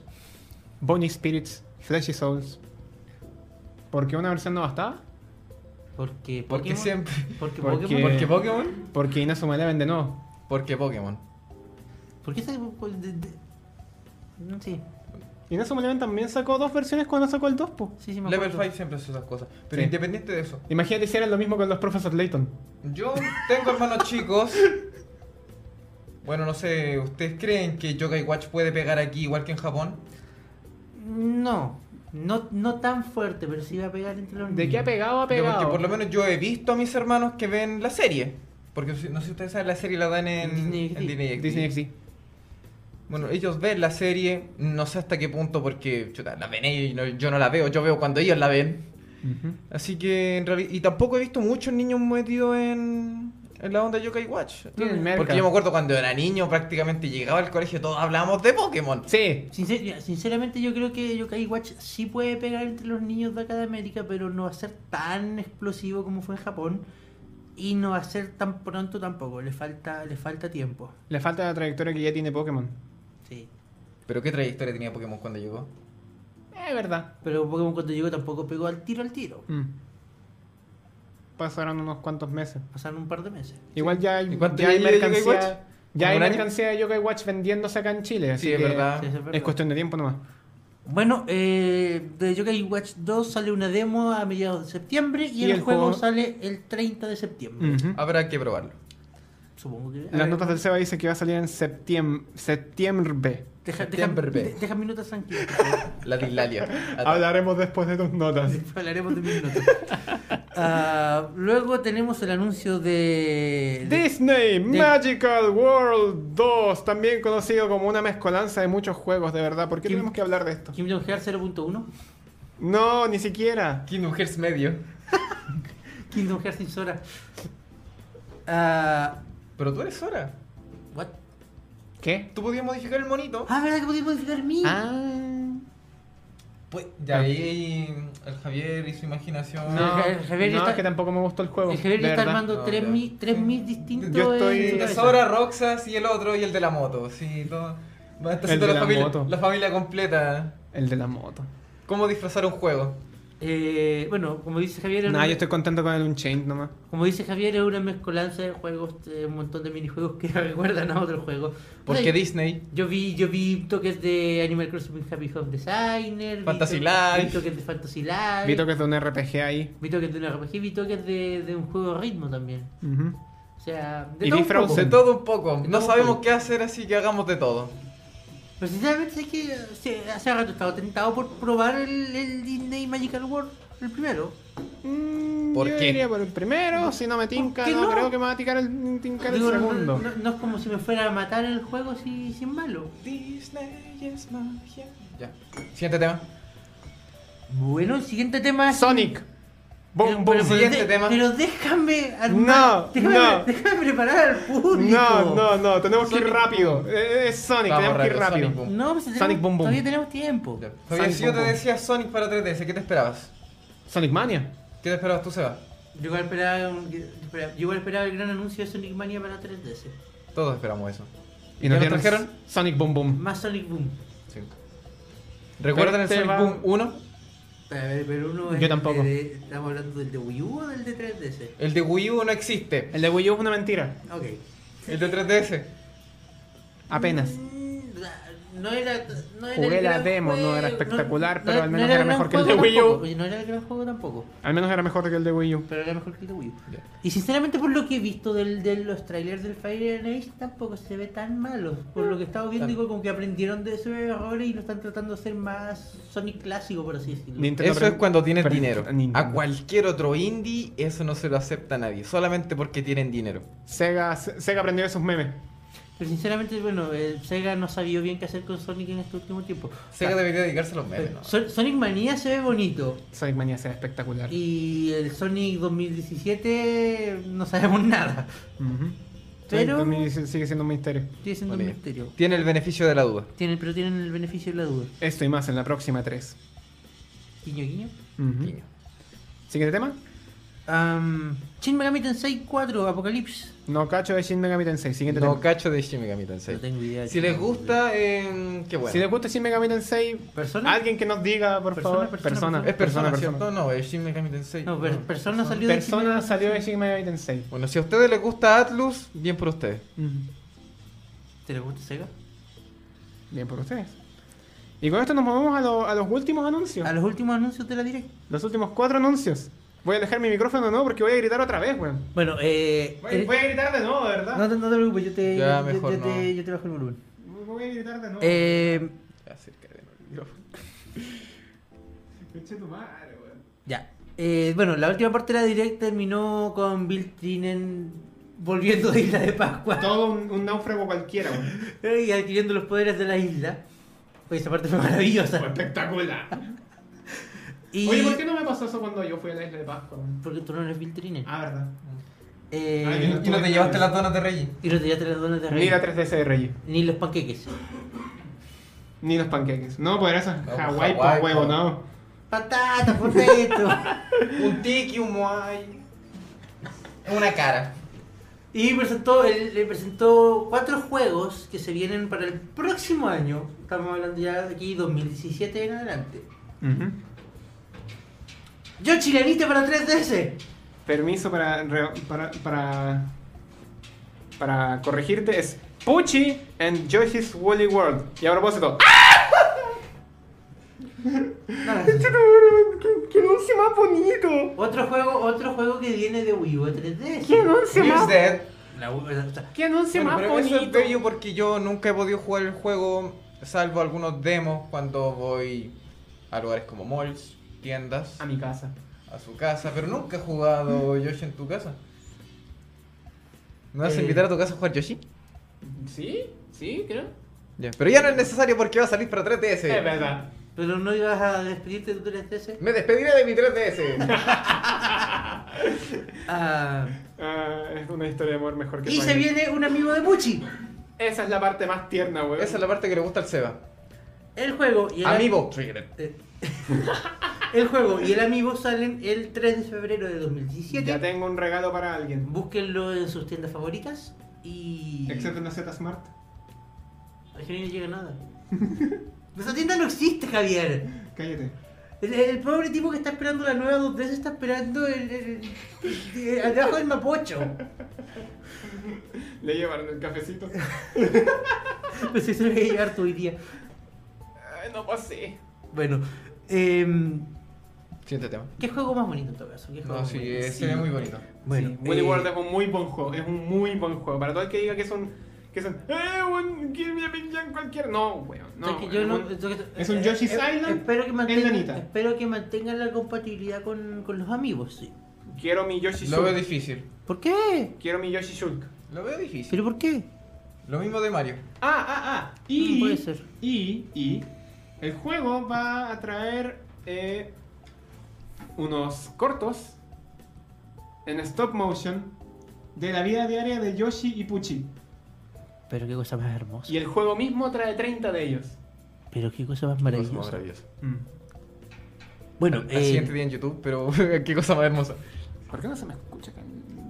Speaker 2: Bonnie Spirits, Fleshy Souls. ¿Por qué una versión no bastaba?
Speaker 1: Porque
Speaker 3: Porque
Speaker 1: Pokémon-
Speaker 3: siempre.
Speaker 1: Porque
Speaker 2: Porque-
Speaker 1: Pokémon.
Speaker 3: Porque Pokémon.
Speaker 2: Porque Inazuma Eleven de nuevo.
Speaker 3: Porque Pokémon.
Speaker 1: ¿Por qué se.? por- de- de- no sé.
Speaker 2: Inazuma Eleven también sacó dos versiones cuando sacó el 2, po.
Speaker 1: Sí, sí, me
Speaker 3: Level
Speaker 1: acuerdo.
Speaker 3: 5 siempre hace esas cosas. Pero
Speaker 2: Sí.
Speaker 3: independiente de eso.
Speaker 2: Imagínate si eran lo mismo con los Professor Layton.
Speaker 3: Yo tengo hermanos chicos. Bueno, no sé, ¿ustedes creen que Yokai Watch puede pegar aquí igual que en Japón?
Speaker 1: No, no, no tan fuerte, pero sí va a pegar entre los
Speaker 2: ¿De
Speaker 1: niños.
Speaker 2: qué ha pegado? Ha
Speaker 3: Yo, Porque
Speaker 2: pegado.
Speaker 3: por lo menos yo he visto a mis hermanos que ven la serie. Porque si- no sé si ustedes saben, la serie la dan en
Speaker 1: Disney
Speaker 3: en
Speaker 1: XD.
Speaker 3: Disney XD.
Speaker 2: Disney XD.
Speaker 3: Bueno, ellos ven la serie, no sé hasta qué punto, porque chuta, la ven ellos y no- yo no la veo, yo veo cuando ellos la ven. Así que en realidad. Y tampoco he visto muchos niños metidos en, en la onda Yokai Watch.
Speaker 2: Tienen merca.
Speaker 3: Porque yo me acuerdo cuando era niño, prácticamente llegaba al colegio, todos hablábamos de Pokémon.
Speaker 2: Sí.
Speaker 1: Sincer- mira, sinceramente, yo creo que Yokai Watch sí puede pegar entre los niños de acá de América, pero no va a ser tan explosivo como fue en Japón. Y no va a ser tan pronto tampoco, le falta, le falta tiempo.
Speaker 2: Le falta la trayectoria que ya tiene Pokémon.
Speaker 1: Sí.
Speaker 3: Pero qué trayectoria tenía Pokémon cuando llegó.
Speaker 2: Es verdad.
Speaker 1: Pero Pokémon cuando llegó tampoco pegó al tiro al tiro.
Speaker 2: Mm. Pasaron unos cuantos meses.
Speaker 1: Pasaron un par de meses.
Speaker 2: Igual ya hay,
Speaker 3: ¿Y cuánto
Speaker 2: ya hay
Speaker 3: lleva de Yokai Watch?
Speaker 2: mercancía. Ya
Speaker 3: ¿Como
Speaker 2: hay
Speaker 3: un año?
Speaker 2: mercancía de Yokai Watch vendiéndose acá en Chile. así
Speaker 3: Sí, es
Speaker 2: que
Speaker 3: verdad.
Speaker 1: Sí, eso es verdad.
Speaker 2: Ah, Es cuestión de tiempo nomás.
Speaker 1: Bueno, eh, de Yokai Watch 2 sale una demo a mediados de septiembre y,
Speaker 2: Y
Speaker 1: el,
Speaker 2: el
Speaker 1: juego,
Speaker 2: juego-
Speaker 1: sale el 30 de septiembre.
Speaker 2: Ujú.
Speaker 3: Habrá que probarlo.
Speaker 1: Supongo que...
Speaker 2: Las notas del Seba dicen que va a salir en septiembre. septiembre.
Speaker 1: Deja, deja,
Speaker 3: septiembre.
Speaker 1: de- deja mis notas tranquilas. por favor.
Speaker 3: La Dislalia.
Speaker 2: Hablaremos después de tus notas.
Speaker 1: Hablaremos de mis notas. Ah, luego tenemos el anuncio de... de-
Speaker 2: Disney Magical World 2, también conocido como una mezcolanza de muchos juegos, de verdad. ¿Por qué
Speaker 1: Kim-
Speaker 2: tenemos que hablar de esto?
Speaker 1: Kingdom Hearts 0.1.
Speaker 2: No, ni siquiera.
Speaker 3: Kingdom Hearts medio.
Speaker 1: Kingdom Hearts sin Sora. Ah,
Speaker 3: Pero tú eres Sora.
Speaker 1: what?
Speaker 2: ¿Qué?
Speaker 3: Tú podías modificar el monito.
Speaker 1: Ah, ¿verdad que podéis modificar mí?
Speaker 2: Ah.
Speaker 3: Pues, ya ahí el Javier y su imaginación.
Speaker 2: No,
Speaker 1: El Javier ya
Speaker 2: no,
Speaker 1: está-
Speaker 2: es que tampoco me gustó el juego.
Speaker 1: El Javier
Speaker 2: de
Speaker 1: ya está
Speaker 2: verdad.
Speaker 1: armando
Speaker 3: No,
Speaker 1: tres,
Speaker 3: ya.
Speaker 1: mi- tres mis distintos.
Speaker 2: Yo estoy-
Speaker 1: en su
Speaker 3: El de
Speaker 1: cabeza.
Speaker 3: Sora, Roxas y el otro y el de la moto. Sí, todo. Va a estar
Speaker 2: El
Speaker 3: siendo
Speaker 2: de
Speaker 3: la,
Speaker 2: la
Speaker 3: familia,
Speaker 2: moto.
Speaker 3: la familia completa.
Speaker 2: El de la moto.
Speaker 3: ¿Cómo disfrazar un juego?
Speaker 1: Eh, bueno, como dice Javier, es
Speaker 2: Nah,
Speaker 1: una-
Speaker 2: yo estoy contento con el Unchained nomás.
Speaker 1: como dice Javier, es una mezcolanza de juegos, eh, un montón de minijuegos que recuerdan a otros juegos.
Speaker 3: Porque
Speaker 1: Ay,
Speaker 3: Disney.
Speaker 1: yo vi, yo vi toques de Animal Crossing Happy Home Designer, vi
Speaker 3: Fantasy
Speaker 1: to-
Speaker 3: Life.
Speaker 1: vi toques de Fantasy Life,
Speaker 2: Vito que es de un RPG ahí.
Speaker 1: vi toques de un RPG, vi toques de, de un juego de ritmo también.
Speaker 2: Ujú.
Speaker 1: O sea, de
Speaker 2: Y
Speaker 1: todo
Speaker 2: vi
Speaker 1: un poco.
Speaker 2: Frozen.
Speaker 3: De todo un poco.
Speaker 1: De
Speaker 3: No
Speaker 1: todo
Speaker 3: sabemos
Speaker 1: un poco.
Speaker 3: qué hacer, así que hagamos de todo.
Speaker 1: Pero sinceramente es que hace- hace rato estaba tentado por probar el, el Disney Magical World, el primero.
Speaker 2: Mm,
Speaker 3: ¿Por
Speaker 2: yo
Speaker 3: qué?
Speaker 2: iría por el primero, si no me tinca,
Speaker 1: qué
Speaker 2: no,
Speaker 1: no?
Speaker 2: creo que me va a tincar el, tincar el
Speaker 1: Digo, no-
Speaker 2: segundo.
Speaker 1: No, no es como si me fuera a matar el juego si, sin malo.
Speaker 3: Disney es magia. Ya. Siguiente tema.
Speaker 1: Bueno, el siguiente tema es.
Speaker 2: Sonic. Boom, boom.
Speaker 1: pero, pero
Speaker 3: siguiente
Speaker 1: de-
Speaker 3: tema.
Speaker 1: Pero déjame
Speaker 2: No,
Speaker 1: déjame,
Speaker 2: no.
Speaker 1: déjame preparar al público.
Speaker 2: No, no, no, tenemos que ir
Speaker 3: Sonic
Speaker 2: rápido. Eh, Es Sonic,
Speaker 3: Vamos,
Speaker 2: tenemos que ir
Speaker 3: rápido,
Speaker 2: rápido.
Speaker 3: Sonic Boom.
Speaker 1: No, pues tenemos-
Speaker 2: Sonic Boom Boom.
Speaker 1: todavía tenemos tiempo.
Speaker 3: Ya.
Speaker 2: Sonic
Speaker 3: Fabián, si yo te
Speaker 2: Boom Boom.
Speaker 3: decía Sonic para 3DS, ¿qué te esperabas?
Speaker 2: Sonic Mania.
Speaker 3: ¿Qué te esperabas tú, Seba?
Speaker 1: Yo igual, esperaba un- yo igual esperaba el gran anuncio de Sonic Mania para 3DS.
Speaker 3: Todos esperamos eso.
Speaker 2: ¿Y
Speaker 3: nos
Speaker 2: nos
Speaker 3: dieron
Speaker 2: trajeron? Sonic Boom Boom.
Speaker 1: Más Sonic Boom.
Speaker 3: Sí. ¿Recuerdan el
Speaker 2: Pero te
Speaker 3: Sonic
Speaker 2: va-
Speaker 3: Boom 1?
Speaker 1: A ver, pero uno
Speaker 2: Yo
Speaker 1: es el
Speaker 2: tampoco.
Speaker 1: de- ¿Estamos hablando del de Wii U o del de 3DS?
Speaker 3: El de Wii U no existe.
Speaker 2: El de Wii U es una mentira.
Speaker 1: Ok.
Speaker 3: El de 3DS.
Speaker 2: Apenas.
Speaker 1: Mm, No era, no era
Speaker 2: Jugué
Speaker 1: el
Speaker 2: la
Speaker 1: gran
Speaker 2: demo, no
Speaker 1: juego,
Speaker 2: era espectacular, pero al menos
Speaker 1: el
Speaker 2: era
Speaker 1: gran
Speaker 2: mejor que el
Speaker 1: juego
Speaker 2: de Wii U.
Speaker 1: tampoco. Oye, No era el gran juego tampoco,
Speaker 2: Al menos era mejor que el de Wii U.
Speaker 1: pero era mejor que el de Wii U. Y sinceramente por lo que he visto del, de los trailers del Fire and Ice tampoco se ve tan malo. Por lo que he estado viendo, digo como que aprendieron de esos errores y lo están tratando de hacer más Sonic clásico, por así decirlo.
Speaker 2: Nintendo
Speaker 3: Eso
Speaker 2: pre-
Speaker 3: es cuando tienes
Speaker 2: pre-
Speaker 3: dinero. Ah,
Speaker 2: Nintendo.
Speaker 3: A cualquier otro indie, eso no se lo acepta nadie. Solamente porque tienen dinero.
Speaker 2: Sega, Se- Sega aprendió de sus memes.
Speaker 1: Pero sinceramente, bueno, eh, Sega no sabía bien qué hacer con Sonic en este último tiempo.
Speaker 3: Sega debería dedicarse a los memes,
Speaker 1: Eh,
Speaker 3: ¿no?
Speaker 1: Son- Sonic Manía se ve bonito.
Speaker 2: Sonic Mania será espectacular.
Speaker 1: Y el Sonic 2017 no sabemos nada.
Speaker 2: Ujú.
Speaker 1: Pero-
Speaker 2: Sonic 2016 sigue siendo un misterio.
Speaker 1: Estoy haciendo un
Speaker 3: Bueno,
Speaker 1: misterio.
Speaker 3: Tiene el beneficio de la duda.
Speaker 1: Tienen, pero tienen el beneficio de la duda.
Speaker 2: Esto y más en la próxima 3.
Speaker 1: Guiño, guiño.
Speaker 3: Niño.
Speaker 2: Siguiente tema.
Speaker 1: Am, Shin Megami Tensei 4 Apocalypse.
Speaker 2: No cacho de Shin Megami Tensei. Siguiente
Speaker 3: No
Speaker 2: tema.
Speaker 3: cacho de Shin Megami Tensei.
Speaker 1: No tengo idea.
Speaker 3: Si les gusta, eh, qué bueno.
Speaker 2: Si les gusta Shin Megami Tensei,
Speaker 1: ¿Persona?
Speaker 2: alguien que nos diga, por
Speaker 1: Persona,
Speaker 2: favor.
Speaker 1: persona, persona.
Speaker 3: es persona,
Speaker 2: persona.
Speaker 3: ¿cierto? No, es Shin Megami Tensei.
Speaker 1: No, per- persona salió de Shin
Speaker 2: Persona
Speaker 1: Megami
Speaker 2: salió de Shin Megami Tensei.
Speaker 3: Bueno, si a ustedes les gusta Atlus, bien por ustedes.
Speaker 1: Tensei. ¿Te les gusta Sega?
Speaker 2: Bien por ustedes. Y con esto nos movemos a, lo- a los últimos anuncios.
Speaker 1: A los últimos anuncios de la direct.
Speaker 2: Los últimos cuatro anuncios. Voy a dejar mi micrófono de nuevo porque voy a gritar otra vez, weón.
Speaker 1: Bueno, eh.
Speaker 2: Voy,
Speaker 1: eres-
Speaker 2: voy a gritar de nuevo,
Speaker 1: No,
Speaker 2: de ¿verdad?
Speaker 1: te, no te preocupes, yo te,
Speaker 3: Ya,
Speaker 1: yo- yo-
Speaker 3: mejor
Speaker 1: yo te-
Speaker 3: no.
Speaker 1: yo te bajo el volumen.
Speaker 2: Voy a gritar de nuevo.
Speaker 1: Eh,
Speaker 3: Acerca de nuevo el micrófono.
Speaker 2: Conche tu madre, weón.
Speaker 1: ya. Eh, bueno, la última parte de la direct terminó con Bill Trinen volviendo de Isla de Pascua.
Speaker 2: Todo un, un náufrago cualquiera, weón.
Speaker 1: y adquiriendo los poderes de la isla. Oye, esa parte fue maravillosa.
Speaker 2: Fue espectacular.
Speaker 1: Y...
Speaker 2: Oye, ¿por qué no me pasó eso cuando yo fui a la isla de Pascua, weón?
Speaker 1: Porque tú no eres Viltrine.
Speaker 2: Ah, verdad.
Speaker 1: Eh,
Speaker 2: Ay, Dios.
Speaker 3: Y no te llevaste las donas de Reggie.
Speaker 1: y no te llevaste las donas de
Speaker 2: Ni
Speaker 1: rey.
Speaker 2: la 3DS de Reyes.
Speaker 1: Ni los panqueques.
Speaker 2: Ni los panqueques. No, pues eso es
Speaker 3: No,
Speaker 2: Hawái,
Speaker 3: Hawái,
Speaker 2: por huevo,
Speaker 3: po.
Speaker 2: no.
Speaker 1: Patata, potato.
Speaker 3: Un tiki, un moai. Una cara.
Speaker 1: y presentó, él, le presentó cuatro juegos que se vienen para el próximo año. Estamos hablando ya de aquí 2017 en adelante. Yo chilenita para 3DS.
Speaker 2: Permiso para, re- para, para, para corregirte es Pucci and Joyce's Woolly World. Y a propósito, ¡ah!
Speaker 1: No hagas eso.
Speaker 2: ¡Qué, qué anuncio más bonito!
Speaker 1: Otro juego, otro juego que viene de Wii U a 3DS.
Speaker 2: ¡Qué anuncio
Speaker 3: Here's
Speaker 2: más,
Speaker 3: Dead.
Speaker 1: La U- o sea,
Speaker 2: qué anuncio
Speaker 3: Bueno,
Speaker 2: más
Speaker 3: pero eso es
Speaker 2: bonito!
Speaker 3: bello porque yo nunca he podido jugar el juego, salvo algunos demos cuando voy a lugares como malls, tiendas,
Speaker 2: A mi casa.
Speaker 3: a su casa, pero nunca he jugado Yoshi en tu casa. ¿Me vas a
Speaker 1: Eh.
Speaker 3: invitar a tu casa a jugar Yoshi?
Speaker 2: ¿Sí? ¿Sí? Creo.
Speaker 3: Ya, Pero ya no es necesario porque va a salir para 3DS.
Speaker 2: Es verdad.
Speaker 1: Pero no ibas a despedirte de tu 3DS.
Speaker 3: Me despediré de mi 3DS.
Speaker 1: Ah,
Speaker 2: Ah, es una historia de amor mejor que
Speaker 1: y
Speaker 2: tu
Speaker 1: se
Speaker 2: año.
Speaker 1: viene un amigo de Pucci.
Speaker 2: Esa es la parte más tierna, weón.
Speaker 3: Esa es la parte que le gusta al Seba.
Speaker 1: El juego y el
Speaker 3: Amigo Trigger.
Speaker 1: Eh, el juego y el amigo salen el 3 de febrero de 2017.
Speaker 2: Ya tengo un regalo para alguien.
Speaker 1: Búsquenlo en sus tiendas favoritas y.
Speaker 2: Excepto en la Z Smart.
Speaker 1: Al Javier no llega nada. Nuestra tienda no existe, Javier.
Speaker 2: Cállate.
Speaker 1: El, el pobre tipo que está esperando la nueva 2DS está esperando el, el- el- el- debajo del mapocho.
Speaker 2: Le llevaron el cafecito.
Speaker 1: Pues eso lo voy a llevar tú hoy día.
Speaker 2: Ay, no pasé.
Speaker 1: Bueno, em,
Speaker 3: Siguiente tema.
Speaker 1: ¿qué juego más bonito en todo caso? ¿Qué juego
Speaker 3: No,
Speaker 1: más
Speaker 3: sí,
Speaker 1: bonito?
Speaker 3: eh, se ve muy bonito.
Speaker 1: Bueno,
Speaker 2: Sí, Woolly
Speaker 1: eh,
Speaker 2: World es un muy buen juego, es un muy buen juego. Para todo el que diga que es un. que es un. ¡Eh, un Give me a Big Jam cualquiera! No, weón, no.
Speaker 1: O sea, que yo
Speaker 2: weón,
Speaker 1: no-
Speaker 2: un-
Speaker 1: yo que- eh,
Speaker 2: es un Yoshi's Island
Speaker 1: espero que
Speaker 2: en
Speaker 1: mantengan,
Speaker 2: lanita.
Speaker 1: Espero que mantengan la compatibilidad con, con los amigos, sí.
Speaker 2: Quiero mi Yoshi
Speaker 3: Lo veo
Speaker 2: Shulk.
Speaker 3: difícil.
Speaker 1: ¿Por qué?
Speaker 2: Quiero mi Yoshi Shulk.
Speaker 3: Lo veo difícil.
Speaker 1: ¿Pero por qué?
Speaker 3: Lo mismo de Mario.
Speaker 2: Ah, ah, ah. Y,
Speaker 1: Mm, puede ser.
Speaker 2: Y, y el juego va a traer eh, unos cortos en stop motion de la vida diaria de Yoshi y Puchi.
Speaker 1: Pero qué cosa más hermosa.
Speaker 2: Y el juego mismo trae 30 de ellos.
Speaker 1: Pero qué cosa más
Speaker 4: Cosa
Speaker 1: maravillosa.
Speaker 4: maravillosa.
Speaker 2: Mm.
Speaker 1: Bueno,
Speaker 3: Al
Speaker 1: eh,
Speaker 3: siguiente día en YouTube, pero qué cosa más hermosa.
Speaker 2: ¿Por qué no se me escucha?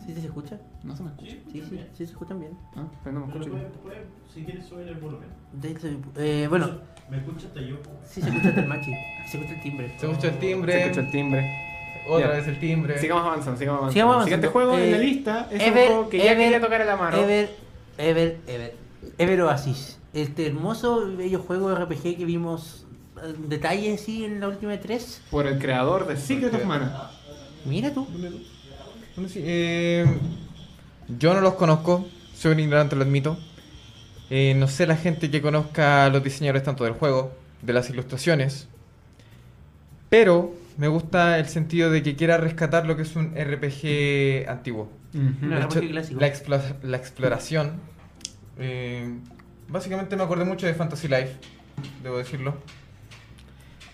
Speaker 1: ¿sí se escucha?
Speaker 2: No se me escucha.
Speaker 1: Sí, sí, sí se escuchan bien.
Speaker 2: Ah, pero no me
Speaker 5: Pero
Speaker 2: escucha.
Speaker 5: puede- puede- si quieres subir el volumen.
Speaker 1: Desde- eh, bueno,
Speaker 5: Me escucha hasta yo. po.
Speaker 1: sí se escucha hasta el machi. Se escucha el timbre.
Speaker 3: Se escucha el timbre.
Speaker 2: Se escucha el timbre.
Speaker 3: Otra
Speaker 2: Ya.
Speaker 3: vez el timbre.
Speaker 2: Sigamos avanzando, sigamos avanzando.
Speaker 1: Sigamos
Speaker 2: El siguiente
Speaker 1: avanzando.
Speaker 2: juego en la
Speaker 1: Eh,
Speaker 2: lista es
Speaker 1: Ever-
Speaker 2: un juego que ya
Speaker 1: Ever-
Speaker 2: quería tocar el amaro.
Speaker 1: Ever, Ever, Ever. Ever Oasis. Este hermoso y bello juego de RPG que vimos eh, detalles sí en la última de tres.
Speaker 2: Por el creador de Secret of Mana.
Speaker 1: Mira tú.
Speaker 3: Bueno, sí, eh, yo no los conozco, soy un ignorante, lo admito. Eh, no sé la gente que conozca a los diseñadores tanto del juego, de las ilustraciones. Pero me gusta el sentido de que quiera rescatar lo que es un RPG antiguo.
Speaker 1: Un
Speaker 3: De
Speaker 1: RPG
Speaker 3: hecho,
Speaker 1: Ah, pues clásico.
Speaker 3: La, explo- la exploración. eh, básicamente me acordé mucho de Fantasy Life, debo decirlo.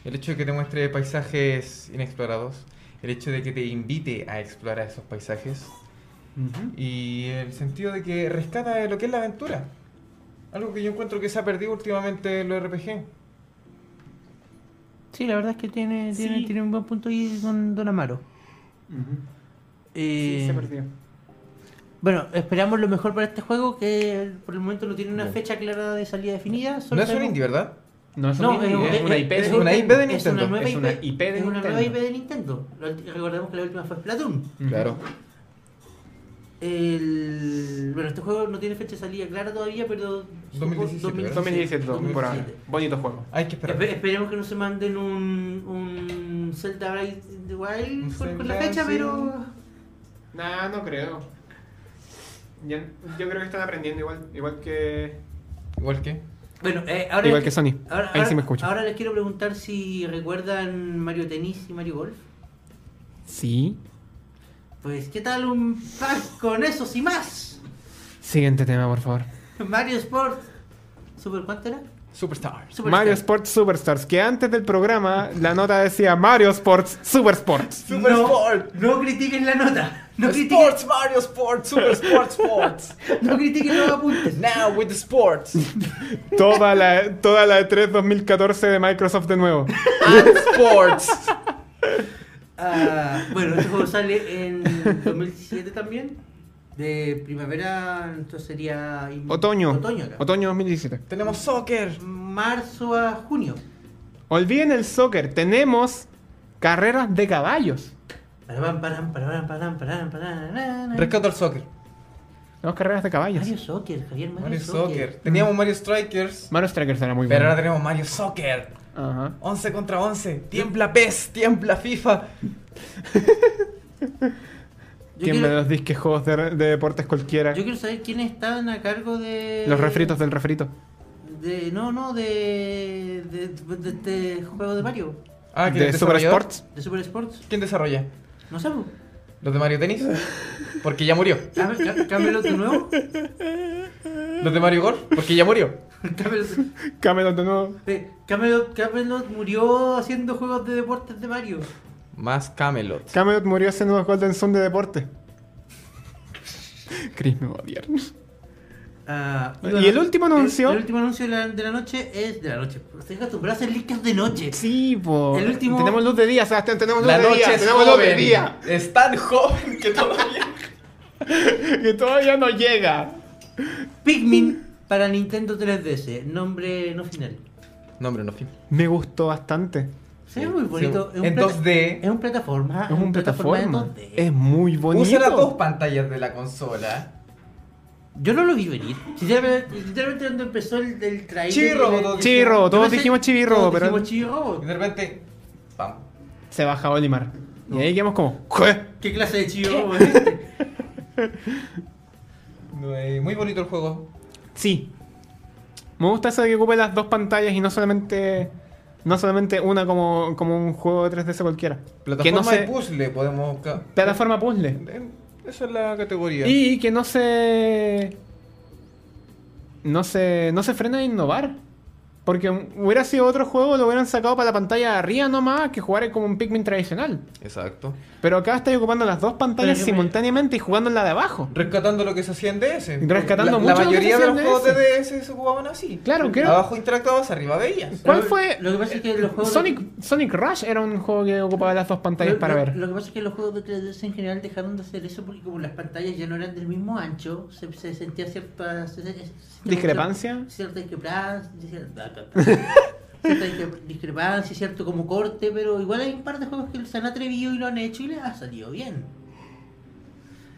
Speaker 3: El hecho de que te muestre paisajes inexplorados, el hecho de que te invite a explorar esos paisajes
Speaker 2: Ujú.
Speaker 3: y el sentido de que rescata lo que es la aventura. Algo que yo encuentro que se ha perdido últimamente en los RPG.
Speaker 1: Sí, la verdad es que tiene, tiene,
Speaker 2: Sí.
Speaker 1: tiene un buen punto ahí don, don Amaro.
Speaker 2: Ujú.
Speaker 1: Eh,
Speaker 2: Sí, se perdió.
Speaker 1: Bueno, esperamos lo mejor para este juego que por el momento no tiene una
Speaker 3: No.
Speaker 1: fecha clara de salida definida. solo
Speaker 3: No es un
Speaker 1: sabemos-
Speaker 3: indie, ¿verdad?
Speaker 2: No,
Speaker 1: No,
Speaker 2: un indie,
Speaker 1: es-
Speaker 2: es una
Speaker 1: es-
Speaker 2: IP
Speaker 1: es
Speaker 2: de
Speaker 3: una IP de
Speaker 1: Es una
Speaker 3: Nintendo,
Speaker 1: nueva
Speaker 2: es una
Speaker 1: IP,
Speaker 2: IP de
Speaker 1: es una
Speaker 2: Nintendo.
Speaker 1: nueva IP de Nintendo. La ulti- Recordemos que la última fue Splatoon.
Speaker 3: Claro.
Speaker 1: El... Bueno, este juego no tiene fecha de salida clara todavía, pero...
Speaker 3: 2017,
Speaker 2: 2017, por ahora.
Speaker 1: 2017.
Speaker 2: Bonito juego.
Speaker 3: Hay que esperar.
Speaker 1: Espe- esperemos que no se manden un, un Zelda Breath of the
Speaker 3: Un
Speaker 1: Wild con, con la
Speaker 3: Zelda,
Speaker 1: fecha,
Speaker 3: sí.
Speaker 1: pero...
Speaker 2: Nah, no creo. Ya- yo creo que están aprendiendo igual, igual que.
Speaker 3: Igual que.
Speaker 1: Bueno, eh, ahora...
Speaker 2: igual
Speaker 1: les-
Speaker 2: que Sony.
Speaker 1: Ahora,
Speaker 2: Ahí
Speaker 1: ahora-
Speaker 2: sí me escucho.
Speaker 1: ahora les quiero preguntar si recuerdan Mario Tenis y Mario Golf.
Speaker 2: Sí.
Speaker 1: Pues, ¿qué tal un pack con esos y más?
Speaker 2: Siguiente tema, por favor.
Speaker 1: Mario Sport. ¿Super cuánto era?
Speaker 3: Superstars.
Speaker 1: Super
Speaker 2: Mario
Speaker 1: Star.
Speaker 2: Sports Superstars, que antes del programa la nota decía Mario Sports Super Sports.
Speaker 3: Super
Speaker 1: no,
Speaker 3: Sport.
Speaker 1: No critiquen la nota. No critiquen,
Speaker 3: Sports, Mario Sports, Super Sports, Sports.
Speaker 1: no critiquen los apuntes.
Speaker 3: Now with the sports.
Speaker 2: Toda la, toda la E E3 2014 de Microsoft de nuevo.
Speaker 3: And sports.
Speaker 1: Ah, bueno, este juego sale en 2017 también. De primavera, entonces sería. in-
Speaker 2: Otoño.
Speaker 1: Otoño, acá.
Speaker 2: Otoño 2017.
Speaker 3: Tenemos soccer.
Speaker 1: Marzo a junio.
Speaker 2: Olviden el soccer, tenemos carreras de caballos.
Speaker 1: Pararán, pararán, pararán, pararán, pararán, pararán.
Speaker 3: Rescato al soccer.
Speaker 2: Tenemos carreras de caballos.
Speaker 1: Mario Soccer, Javier Mario,
Speaker 3: Mario
Speaker 1: Soccer.
Speaker 3: Soccer. Teníamos Mario Strikers.
Speaker 2: Mario Strikers era muy
Speaker 3: Pero ahora
Speaker 2: bueno.
Speaker 3: tenemos Mario Soccer.
Speaker 2: Ajá.
Speaker 3: 11 contra 11. Tiembla PES, tiembla FIFA.
Speaker 1: Yo
Speaker 2: ¿Quién me
Speaker 1: quiero-
Speaker 2: los disques juegos de, de deportes cualquiera?
Speaker 1: Yo quiero saber quiénes estaban a cargo de.
Speaker 2: Los refritos del refrito.
Speaker 1: De, no, no, de. de, de, de este juego de Mario.
Speaker 3: Ah, ¿quién
Speaker 2: de
Speaker 3: es
Speaker 2: Super
Speaker 3: desarrollador?
Speaker 2: Sports.
Speaker 1: De Super Sports.
Speaker 3: ¿Quién desarrolla?
Speaker 1: No sé. pues. po.
Speaker 3: ¿Los de Mario Tennis? Porque ya murió.
Speaker 1: Cámb- cá- Cámbialo de nuevo.
Speaker 3: ¿Los de Mario Golf? Porque ya murió.
Speaker 1: Cámbialo de-
Speaker 2: Camelot de nuevo.
Speaker 1: eh, Camelot, Camelot murió haciendo juegos de deportes de Mario.
Speaker 3: Más Camelot.
Speaker 2: Camelot murió haciendo unos Golden Sun de deporte. Chris me va a odiar.
Speaker 1: Ah,
Speaker 2: ¿Y el último anuncio?
Speaker 1: El, último anuncio de la, de la noche es. De la noche. Estoy acostumbrado a hacer listas de noche.
Speaker 2: Sí, po.
Speaker 1: El último-
Speaker 2: Tenemos luz de día, Sebastián. Tenemos luz
Speaker 3: La
Speaker 2: de
Speaker 3: noche
Speaker 2: día.
Speaker 3: es
Speaker 2: Tenemos luz de día.
Speaker 3: joven. Es tan joven que todavía.
Speaker 2: Que todavía no llega.
Speaker 1: Pikmin para Nintendo 3DS. Nombre no final.
Speaker 3: Nombre, no fin.
Speaker 2: Me gustó bastante.
Speaker 1: Se ve muy bonito.
Speaker 3: Sí.
Speaker 1: Es un
Speaker 3: En
Speaker 1: plata-
Speaker 3: 2D.
Speaker 1: Es un Ah, plataforma.
Speaker 2: Es un plataforma.
Speaker 1: de 2D.
Speaker 2: Es muy bonito.
Speaker 3: Usa las dos pantallas de la consola.
Speaker 1: Yo no lo vi venir. Sinceramente, sinceramente cuando empezó el del trailer.
Speaker 3: Chirro,
Speaker 1: el- el-
Speaker 2: chirro,
Speaker 1: yo
Speaker 2: todos
Speaker 1: pensé-
Speaker 2: dijimos chirro,
Speaker 1: todos
Speaker 2: pero-
Speaker 1: dijimos chirro.
Speaker 3: Y de repente. ¡Pam!
Speaker 2: Se baja Olimar. Y ahí quedamos como... ¿Qué?
Speaker 1: ¿Qué clase de chirro es este?
Speaker 3: No, eh, Muy bonito el juego.
Speaker 2: Sí. Me gusta eso de que ocupe las dos pantallas y no solamente No solamente una como, como un juego de 3DS cualquiera. que no
Speaker 3: Plataforma de
Speaker 2: se,
Speaker 3: puzzle, podemos buscar.
Speaker 2: plataforma puzzle.
Speaker 3: Eh, Esa es la categoría.
Speaker 2: Y que no se. No se. No se frena a innovar. Porque hubiera sido otro juego, lo hubieran sacado para la pantalla de arriba nomás que jugar como un Pikmin tradicional.
Speaker 3: Exacto.
Speaker 2: Pero acá estáis ocupando las dos pantallas
Speaker 1: Pero que me-
Speaker 2: simultáneamente y jugando en la de abajo.
Speaker 3: Rescatando lo que se hacía en DS.
Speaker 2: Rescatando
Speaker 3: la,
Speaker 2: mucho
Speaker 3: La
Speaker 2: lo que
Speaker 3: mayoría
Speaker 2: se
Speaker 3: de
Speaker 2: hacía
Speaker 3: los
Speaker 2: en
Speaker 3: juegos de
Speaker 2: DS.
Speaker 3: DS se jugaban así.
Speaker 2: Claro, creo-
Speaker 3: Abajo interactuabas, arriba veías.
Speaker 2: ¿Cuál
Speaker 1: Lo-
Speaker 2: fue?
Speaker 1: Lo que pasa es que los juegos.
Speaker 2: Sonic, Sonic Rush era un juego que ocupaba las dos pantallas
Speaker 1: lo-
Speaker 2: para
Speaker 1: lo-
Speaker 2: ver.
Speaker 1: Lo que pasa es que los juegos de 3DS en general dejaron de hacer eso porque, como las pantallas ya no eran del mismo ancho, se, se sentía cierta. se- se- se sentía
Speaker 2: ¿Discrepancia?
Speaker 1: Cierta discrepancia. Cierta, cierta discre- discrepancia, cierto como corte, pero igual hay un par de juegos que se han atrevido y lo han hecho y les ha salido bien.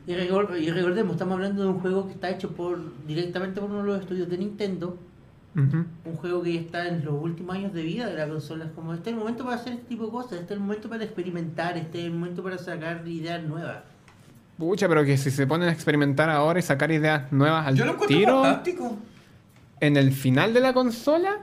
Speaker 1: Y, recor- y recordemos, estamos hablando de un juego que está hecho por directamente por uno de los estudios de Nintendo,
Speaker 2: Ujú.
Speaker 1: un juego que ya está en los últimos años de vida de la consola. Es como, este es el momento para hacer este tipo de cosas, este es el momento para experimentar, este es el momento para sacar ideas nuevas.
Speaker 2: Pucha, pero que si se ponen a experimentar ahora y sacar ideas nuevas al
Speaker 3: Yo lo encuentro
Speaker 2: tiro
Speaker 3: fantástico.
Speaker 2: en el final de la consola,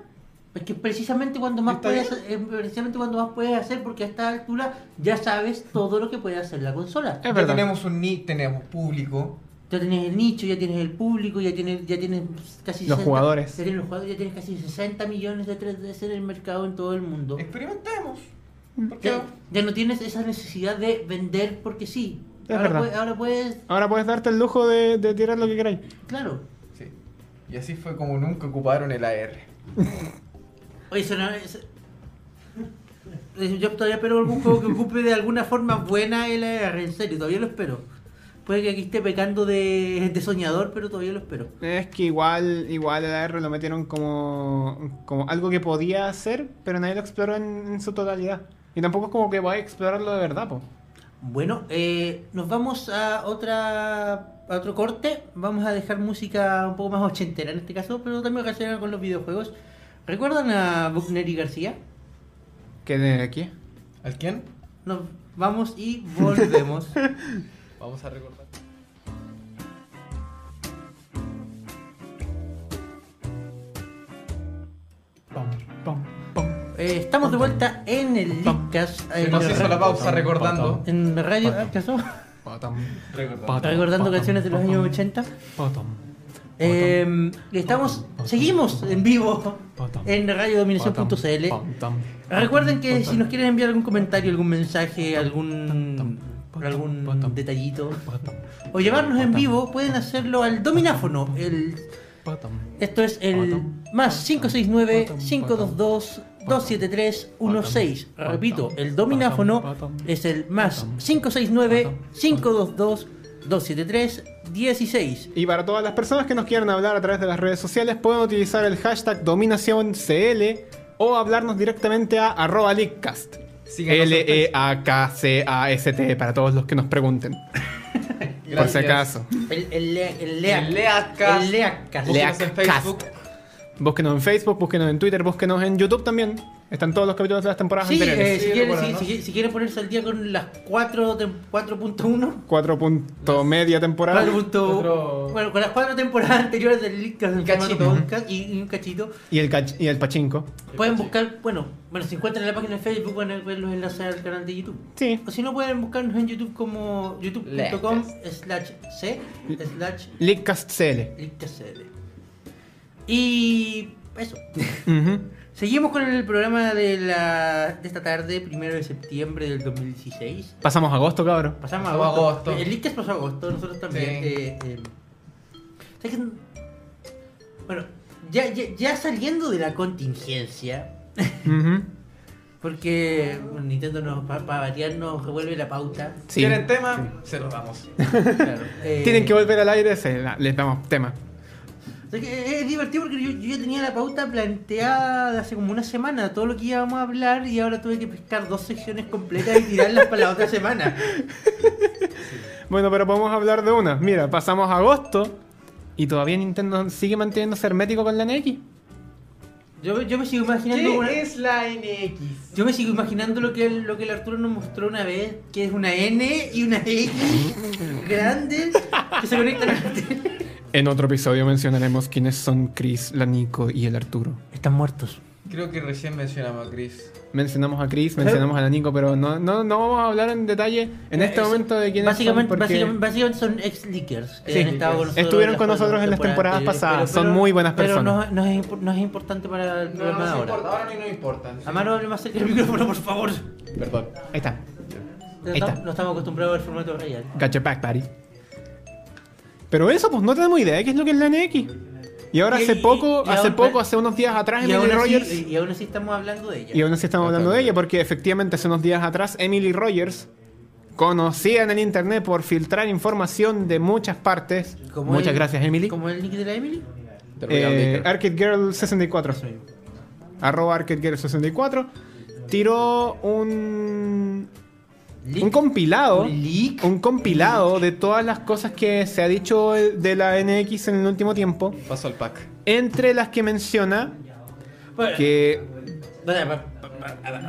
Speaker 1: Es que precisamente cuando más
Speaker 3: ¿Está
Speaker 1: puedes, eh, precisamente cuando más puedes hacer, porque a esta altura ya sabes todo lo que puede hacer la consola.
Speaker 2: es
Speaker 3: Ya
Speaker 2: verdad.
Speaker 3: tenemos un ni tenemos público.
Speaker 1: Ya tienes el nicho, ya tienes el público, ya tienes, ya tienes casi
Speaker 2: Los jugadores.
Speaker 1: Ya tienes los jugadores, ya tienes casi 60 millones de 3DS en el mercado en todo el mundo.
Speaker 3: Experimentemos.
Speaker 2: Mm.
Speaker 3: ¿Por qué?
Speaker 1: Ya, ya no tienes esa necesidad de vender porque sí.
Speaker 2: Es
Speaker 1: ahora,
Speaker 2: verdad.
Speaker 1: puedes, ahora puedes,
Speaker 2: Ahora puedes darte el lujo de, de tirar lo que queráis.
Speaker 1: claro.
Speaker 3: Sí. Y así fue como nunca ocuparon el AR.
Speaker 1: Oye, eso no es... Yo todavía espero algún juego que ocupe de alguna forma buena el AR, en serio, todavía lo espero. Puede que aquí esté pecando de, de soñador, pero todavía lo espero.
Speaker 2: Es que igual, igual el AR lo metieron como, como algo que podía hacer, pero nadie lo exploró en, en su totalidad. Y tampoco es como que voy a explorarlo de verdad, po.
Speaker 1: Bueno, eh, nos vamos a otra a otro corte. Vamos a dejar música un poco más ochentera en este caso, pero también relacionada con los videojuegos. ¿Recuerdan a Buckner y García?
Speaker 2: Que de aquí.
Speaker 3: ¿Al quién?
Speaker 1: Nos vamos y volvemos.
Speaker 3: Vamos a recordar.
Speaker 2: Pom, pom, pom.
Speaker 1: Eh, estamos de vuelta en el Leadcast. en
Speaker 3: Nos
Speaker 1: el
Speaker 3: hizo
Speaker 1: ra-
Speaker 3: la pausa recordando.
Speaker 1: En radio, ah, ¿qué pasó?
Speaker 2: Patam,
Speaker 3: Recordando.
Speaker 2: patam,
Speaker 1: Recordando
Speaker 2: patam,
Speaker 1: canciones de los
Speaker 2: patam,
Speaker 1: años 80.
Speaker 2: patam,
Speaker 1: Eh, estamos, seguimos en vivo en radiodominación.cl.
Speaker 2: patam, patam.
Speaker 1: Recuerden que si nos quieren enviar algún comentario, algún mensaje, algún algún detallito o llevarnos en vivo, pueden hacerlo al domináfono. El, esto es el más 569 522 27316. Repito, el domináfono es el más 569 522 273 16.
Speaker 2: Y para todas las personas que nos quieran hablar a través de las redes sociales, pueden utilizar el hashtag dominacioncl o hablarnos directamente a arroba leakcast. E
Speaker 3: Síganos en
Speaker 2: L-E-A-K-C-A-S-T para todos los que nos pregunten. Por si
Speaker 3: Gracias.
Speaker 2: acaso.
Speaker 1: El, el, le- el
Speaker 3: El Leacast.
Speaker 1: El Leacast.
Speaker 3: Búsquenos en
Speaker 2: Leacast.
Speaker 3: Facebook.
Speaker 2: Búsquenos en Facebook, búsquenos en Twitter, búsquenos en YouTube también. Están todos los capítulos de las temporadas
Speaker 1: Sí,
Speaker 2: anteriores.
Speaker 1: eh,
Speaker 3: Sí,
Speaker 1: si, quieren,
Speaker 3: recuerda,
Speaker 1: si-
Speaker 3: ¿no?
Speaker 1: si- si quieren ponerse al día con las cuatro tem- 4.1,
Speaker 2: Cuatro punto media temporada.
Speaker 1: 4.1,
Speaker 3: Cuatro-
Speaker 1: bueno, con las cuatro temporadas anteriores del Leadcast en
Speaker 3: Cachito.
Speaker 1: formato podcast y, y un cachito,
Speaker 2: Y el, cach- y el pachinko.
Speaker 1: pueden buscar, bueno, bueno, si encuentran en la página de Facebook van a ver los enlaces al canal de YouTube.
Speaker 2: Sí.
Speaker 1: O si no, pueden buscarnos en YouTube como youtube.com slash c slash
Speaker 2: Leakcast CL.
Speaker 1: Leadcast CL. Y eso.
Speaker 2: Ujú.
Speaker 1: Seguimos con el programa de, la, de esta tarde, primero de septiembre del 2016.
Speaker 2: Pasamos a agosto, cabrón.
Speaker 1: Pasamos
Speaker 3: Pasó
Speaker 1: agosto.
Speaker 3: agosto.
Speaker 1: El Ictas pasó agosto, nosotros también.
Speaker 3: Sí.
Speaker 1: eh, eh, ¿sabes qué? Bueno, ya, ya, ya saliendo de la contingencia,
Speaker 2: Ujú.
Speaker 1: porque bueno, Nintendo nos, para variar nos revuelve la pauta.
Speaker 2: Sí.
Speaker 3: ¿Quieren tema? Se los damos.
Speaker 1: claro, eh,
Speaker 2: Tienen que volver al aire, se la- les damos tema.
Speaker 1: ¿sabes qué? Es divertido porque yo, yo ya tenía la pauta planteada de hace como una semana, todo lo que íbamos a hablar, y ahora tuve que pescar dos secciones completas y tirarlas para la otra semana.
Speaker 2: Bueno, pero podemos hablar de una. Mira, pasamos a agosto y todavía Nintendo sigue manteniéndose hermético con la NX.
Speaker 1: Yo, yo me sigo imaginando una-
Speaker 3: ¿Qué es la NX?
Speaker 1: Yo me sigo imaginando lo que, el, lo que el Arturo nos mostró una vez, que es una N y una X grandes que se conectan a la tele.
Speaker 2: En otro episodio mencionaremos quiénes son Chris, la Nico y el Arturo.
Speaker 1: Están muertos.
Speaker 3: Creo que recién mencionamos a Chris.
Speaker 2: Mencionamos a Chris, mencionamos a la Nico, pero no, no, no vamos a hablar en detalle en este
Speaker 1: Eso-
Speaker 2: momento de quiénes
Speaker 1: Básicamente,
Speaker 2: son. porque
Speaker 1: básicamente, básicamente son ex leakers que
Speaker 2: Sí,
Speaker 1: han estado con nosotros
Speaker 2: estuvieron
Speaker 1: las
Speaker 2: con nosotros
Speaker 1: cuatro
Speaker 2: en las temporadas
Speaker 1: anteriores,
Speaker 2: pasadas, son muy buenas personas.
Speaker 1: Pero no, no es, impo- no es importante para el
Speaker 3: No, no,
Speaker 1: programa de
Speaker 3: nos
Speaker 1: ahora. Ah,
Speaker 3: importa, ahora a mí no me importa. sí.
Speaker 1: Amaro, hable más cerca del micrófono, por favor.
Speaker 2: Perdón. Ahí está.
Speaker 1: No
Speaker 2: está.
Speaker 1: estamos- no estamos acostumbrados al formato real.
Speaker 2: Got your back, buddy. Pero eso, pues no tenemos idea de qué es lo que es la NX. Y ahora
Speaker 1: Y-
Speaker 2: hace
Speaker 1: y-
Speaker 2: poco,
Speaker 1: y
Speaker 2: hace
Speaker 1: aún-
Speaker 2: poco, hace unos días atrás,
Speaker 1: Y aún,
Speaker 2: Emily
Speaker 1: así,
Speaker 2: Rogers.
Speaker 1: y- y aún así estamos hablando de ella.
Speaker 2: Y aún así estamos hablando de ella, porque efectivamente hace unos días atrás Emily Rogers, conocida en el internet por filtrar información de muchas partes.
Speaker 1: Como
Speaker 2: muchas
Speaker 1: el-
Speaker 2: gracias, Emily.
Speaker 1: ¿Como el nick de la Emily?
Speaker 3: The Royal
Speaker 2: Eh,
Speaker 3: Baker.
Speaker 2: Arcade Girl 64. Arroba Arcade Girl 64. Tiró un. Un
Speaker 1: Leak.
Speaker 2: compilado.
Speaker 1: ¿Un leak?
Speaker 2: Un compilado de todas las cosas que se ha dicho de la NX en el último tiempo.
Speaker 3: Paso al pack.
Speaker 2: Entre las que menciona
Speaker 1: Bueno,
Speaker 2: que.
Speaker 1: Vale, va- va-
Speaker 2: Va, va, va,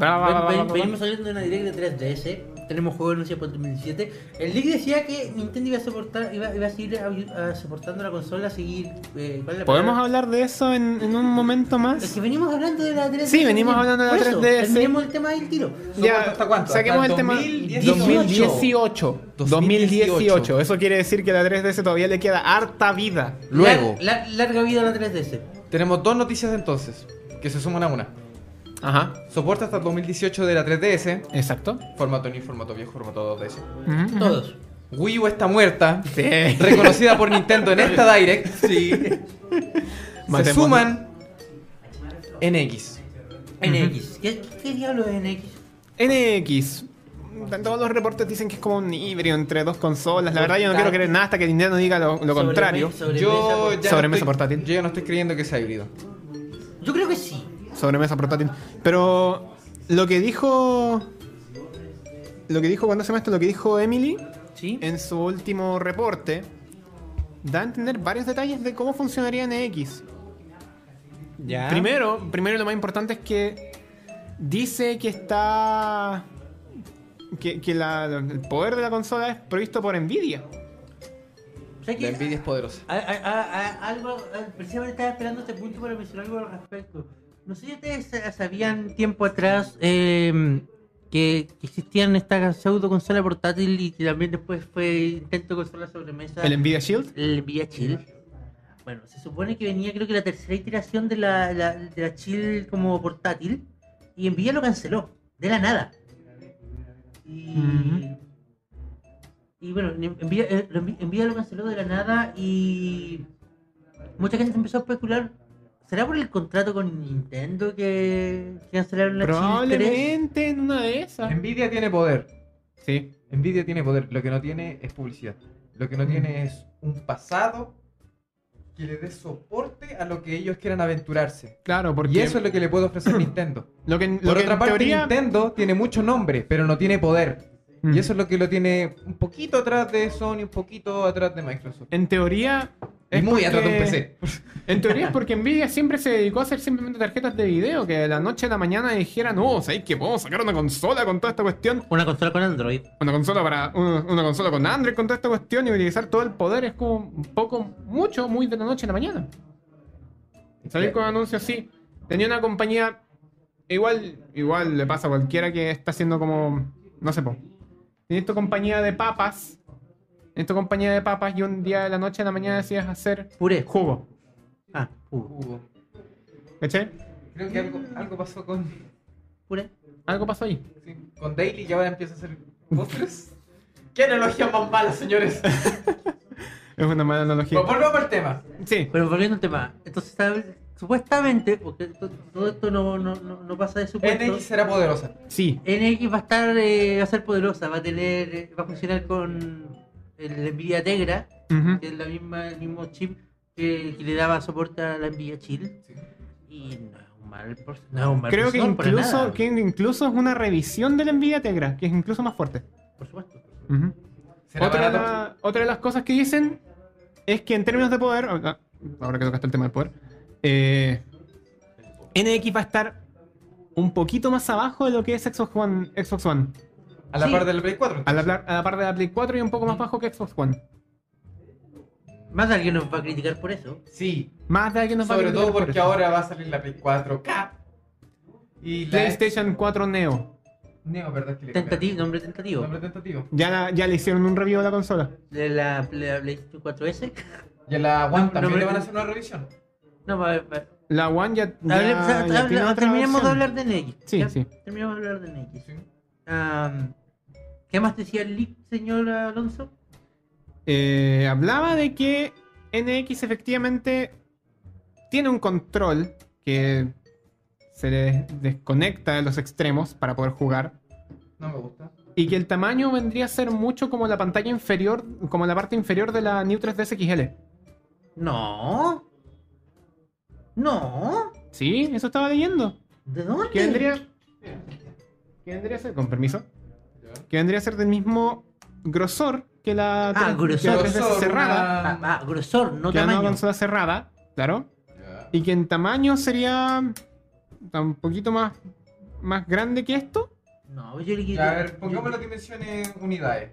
Speaker 1: va-
Speaker 2: va,
Speaker 1: ven-
Speaker 2: va,
Speaker 1: Venimos saliendo de una direct de 3DS. Tenemos juego anunciado por 2017. El leak decía que Nintendo iba a soportar, iba, iba a seguir ayu- a- soportando la consola, a seguir. eh, ¿cuál es la
Speaker 2: ¿Podemos
Speaker 1: palabra?
Speaker 2: hablar de eso en, en un momento más?
Speaker 1: Es que venimos hablando de la 3DS.
Speaker 2: Sí, venimos hablando de la
Speaker 1: Por eso,
Speaker 2: 3DS.
Speaker 1: Terminemos el tema del tiro.
Speaker 2: Ya,
Speaker 3: ¿Hasta cuánto?
Speaker 2: saquemos
Speaker 3: ¿Hasta
Speaker 2: el tema
Speaker 3: 2018?
Speaker 2: 2018. 2018. Eso quiere decir que la 3DS todavía le queda harta vida.
Speaker 3: Luego,
Speaker 1: La- la- larga vida a la 3DS.
Speaker 3: tenemos dos noticias de entonces, que se suman a una.
Speaker 2: Ajá,
Speaker 3: Soporta hasta el 2018 de la 3DS,
Speaker 2: exacto.
Speaker 3: formato new, formato viejo, formato 2DS.
Speaker 2: Ujú, ujú.
Speaker 1: Todos.
Speaker 3: Wii U está muerta,
Speaker 2: Sí.
Speaker 3: reconocida por Nintendo en esta Direct. Sí. Se
Speaker 2: Matemos.
Speaker 3: suman NX.
Speaker 1: NX. ¿Qué, qué diablos es NX?
Speaker 2: NX. Todos los reportes dicen que es como un híbrido entre dos consolas. La verdad, yo no quiero creer nada hasta que Nintendo diga lo, lo
Speaker 1: Sobre-
Speaker 2: contrario.
Speaker 1: sobremesa,
Speaker 3: Yo
Speaker 1: por-
Speaker 3: ya no
Speaker 2: Sobremesa
Speaker 3: estoy,
Speaker 2: portátil.
Speaker 3: Yo ya no estoy creyendo que sea híbrido.
Speaker 1: Yo creo que sí.
Speaker 2: Sobremesa portátil. Pero lo que dijo. Lo que dijo, cuando se llama esto? Lo que dijo Emily
Speaker 1: ¿Sí?
Speaker 2: en su último reporte da a entender varios detalles de cómo funcionaría NX.
Speaker 6: Ya.
Speaker 2: Primero, primero lo más importante es que dice que está que, que la- el poder de la consola es provisto por Nvidia.
Speaker 1: O sea que-
Speaker 3: La envidia es poderosa.
Speaker 1: A- a- a- a- algo, a- precisamente estaba esperando este punto para mencionar algo al respecto. No sé si ustedes sa- sabían tiempo atrás eh, que que existían esta pseudo consola portátil y que también después fue intento de consola sobremesa.
Speaker 2: El Nvidia Shield.
Speaker 1: el Vía Chill. Bueno, se supone que venía creo que la tercera iteración de la, la- de la Chill como portátil y Nvidia lo canceló, de la nada. Y,
Speaker 2: Ujú.
Speaker 1: y bueno, Nvidia, eh, lo- Nvidia lo canceló de la nada y mucha gente empezó a especular. ¿Será por el contrato con Nintendo que que cancelaron la Chill 3?
Speaker 2: Probablemente en una de esas.
Speaker 3: Nvidia tiene poder.
Speaker 2: Sí.
Speaker 3: Nvidia tiene poder, lo que no tiene es publicidad. Lo que no
Speaker 2: Mm.
Speaker 3: tiene es un pasado que le dé soporte a lo que ellos quieran aventurarse.
Speaker 2: Claro, porque
Speaker 3: Y eso es lo que le puede ofrecer Nintendo.
Speaker 2: lo que, lo
Speaker 3: Por
Speaker 2: que
Speaker 3: otra
Speaker 2: en
Speaker 3: parte,
Speaker 2: teoría-
Speaker 3: Nintendo tiene mucho nombre, pero no tiene poder.
Speaker 2: Mm.
Speaker 3: Y eso es lo que lo tiene un poquito atrás de Sony, un poquito atrás de Microsoft.
Speaker 2: en teoría
Speaker 3: Y muy atrás de un
Speaker 2: porque-
Speaker 3: PC.
Speaker 2: En teoría es porque Nvidia siempre se dedicó a hacer simplemente tarjetas de video que de la noche a la mañana dijeran, "Oh, no, ¿sabéis que podemos sacar una consola con toda esta cuestión?
Speaker 1: Una consola con Android.
Speaker 2: Una consola para una, una consola con Android con toda esta cuestión y utilizar todo el poder es como un poco, mucho, muy de la noche a la mañana. Salir con anuncios así. Tenía una compañía, igual, igual le pasa a cualquiera que está haciendo como, no sé, po. Tenía esta compañía de papas, esta compañía de papas y un día de la noche a la mañana decías hacer
Speaker 1: Puré.
Speaker 2: jugo,
Speaker 1: Ah, pu-
Speaker 3: Hugo,
Speaker 2: ¿cachai?
Speaker 3: Creo que algo, algo pasó con,
Speaker 1: puré.
Speaker 2: Algo pasó ahí.
Speaker 3: sí, con Daily y ahora empieza a hacer postres. ¿Qué analogía más mala, señores?
Speaker 2: Es una mala analogía.
Speaker 3: Vol- Volvamos al tema.
Speaker 2: Sí.
Speaker 1: Pero volviendo al tema, entonces tal- supuestamente, porque to- todo esto no, no, no, no pasa de supuesto,
Speaker 3: NX
Speaker 1: NX,
Speaker 3: será poderosa.
Speaker 2: Sí.
Speaker 1: va a estar, eh, va a ser poderosa, va a tener, eh, va a funcionar con el Nvidia Tegra,
Speaker 3: Eh,
Speaker 2: Ujú.
Speaker 1: que es la misma, el mismo chip que, que le daba soporte a la Nvidia Chill,
Speaker 3: Sí.
Speaker 1: y no es un mal, por- no es un mal
Speaker 2: Creo que
Speaker 1: procesador para
Speaker 2: incluso,
Speaker 1: nada,
Speaker 2: que incluso es una revisión de la Nvidia Tegra, que es incluso más fuerte.
Speaker 1: por supuesto.
Speaker 2: Ujú.
Speaker 3: ¿Será
Speaker 2: otra, de
Speaker 3: barato?
Speaker 2: la- otra de las cosas que dicen es que en términos de poder, ah, ahora que tocaste el tema del poder, eh, NX va a estar un poquito más abajo de lo que es Xbox One. Xbox One.
Speaker 3: A la
Speaker 1: Sí.
Speaker 3: par del Play 4.
Speaker 2: A la, pla- a la par de la Play 4 y un poco más bajo que Xbox One.
Speaker 1: Más alguien nos va a criticar por eso.
Speaker 3: Sí,
Speaker 2: Más de alguien nos va a
Speaker 3: sobre
Speaker 2: criticar
Speaker 3: todo
Speaker 2: por
Speaker 3: porque
Speaker 2: eso.
Speaker 3: ahora va a salir la Play 4K. Y la
Speaker 2: PlayStation 4 Neo.
Speaker 3: Neo, ¿verdad? Que le
Speaker 1: Tentativo,
Speaker 3: cambiaron.
Speaker 1: nombre tentativo.
Speaker 3: Nombre tentativo.
Speaker 2: Ya, la- ya le hicieron un review a la consola.
Speaker 1: De la Play- PlayStation 4S.
Speaker 3: Y a la One
Speaker 1: No,
Speaker 3: también
Speaker 1: nombre-
Speaker 3: le van a hacer una revisión.
Speaker 1: No, va, va.
Speaker 2: La One ya. ya-
Speaker 1: Hable-
Speaker 2: ya
Speaker 1: hable-
Speaker 2: tiene otra
Speaker 1: terminemos de
Speaker 2: versión.
Speaker 1: hablar de NX.
Speaker 2: Sí,
Speaker 1: ¿ya?
Speaker 2: sí.
Speaker 1: Terminemos de hablar de NX.
Speaker 3: Sí.
Speaker 1: Am, ¿Qué más decía el leak, señor Alonso?
Speaker 2: Eh, hablaba de que NX efectivamente tiene un control que se le desconecta de los extremos para poder jugar.
Speaker 3: No me gusta.
Speaker 2: Y que el tamaño vendría a ser mucho como la pantalla inferior, como la parte inferior de la New 3DS XL.
Speaker 1: No. No.
Speaker 2: Sí, eso estaba leyendo.
Speaker 1: ¿De dónde?
Speaker 2: Que vendría, que vendría a ser, con permiso,
Speaker 3: Ya.
Speaker 2: que vendría a ser del mismo grosor que la,
Speaker 1: Ah,
Speaker 2: que la
Speaker 1: grosor.
Speaker 2: 3DS cerrada.
Speaker 1: Ah, ah, grosor, no
Speaker 2: que era una
Speaker 1: tamaño.
Speaker 2: consola cerrada, claro.
Speaker 3: Ya.
Speaker 2: Y que en tamaño sería un poquito más, más grande que esto.
Speaker 1: No, yo le
Speaker 3: Ya,
Speaker 1: quito.
Speaker 3: a ver, pongamos las dimensiones unidades.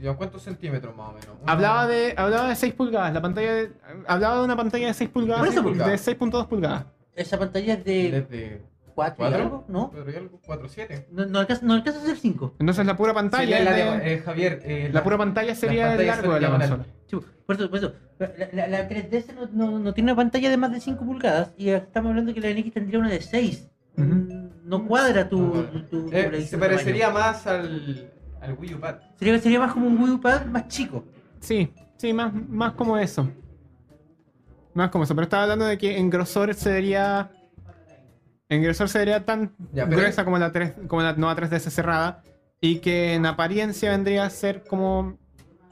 Speaker 3: ¿Ya cuántos centímetros más o menos? Uno-
Speaker 2: Hablaba de hablaba de 6 pulgadas, la pantalla de- hablaba de una pantalla de 6 pulgadas,
Speaker 1: Por eso,
Speaker 2: de 6.2 pulgadas.
Speaker 1: Esa pantalla es de
Speaker 3: Desde
Speaker 1: 4
Speaker 3: ¿Cuatro?
Speaker 1: algo, ¿no?
Speaker 3: 4 y algo, 4, 7.
Speaker 1: No, no alcanza, no alcanza a ser 5.
Speaker 2: Entonces la pura pantalla
Speaker 3: Sería la
Speaker 2: de-
Speaker 3: de- eh, Javier, eh,
Speaker 2: la pura pantalla sería
Speaker 3: las
Speaker 2: el
Speaker 3: pantallas
Speaker 2: largo de la
Speaker 3: son
Speaker 2: consola.
Speaker 1: Por eso, por eso. La, la- la 3DS no, no- no tiene una pantalla de más de 5 pulgadas y aquí estamos hablando que la NX tendría una de 6.
Speaker 2: Ujú.
Speaker 1: No cuadra tu.
Speaker 3: No cuadra.
Speaker 1: tu- tu- tu
Speaker 3: Eh, se
Speaker 1: revisión de
Speaker 3: parecería más al, al Wii U Pad.
Speaker 1: tamaño. Sería, sería más como un Wii U Pad más chico.
Speaker 2: Sí, sí, más, más como eso. Más como eso, pero estaba hablando de que en grosor sería en grosor sería tan
Speaker 3: Ya, pero-
Speaker 2: gruesa como la 3 como la nueva 3DS cerrada y que en apariencia vendría a ser como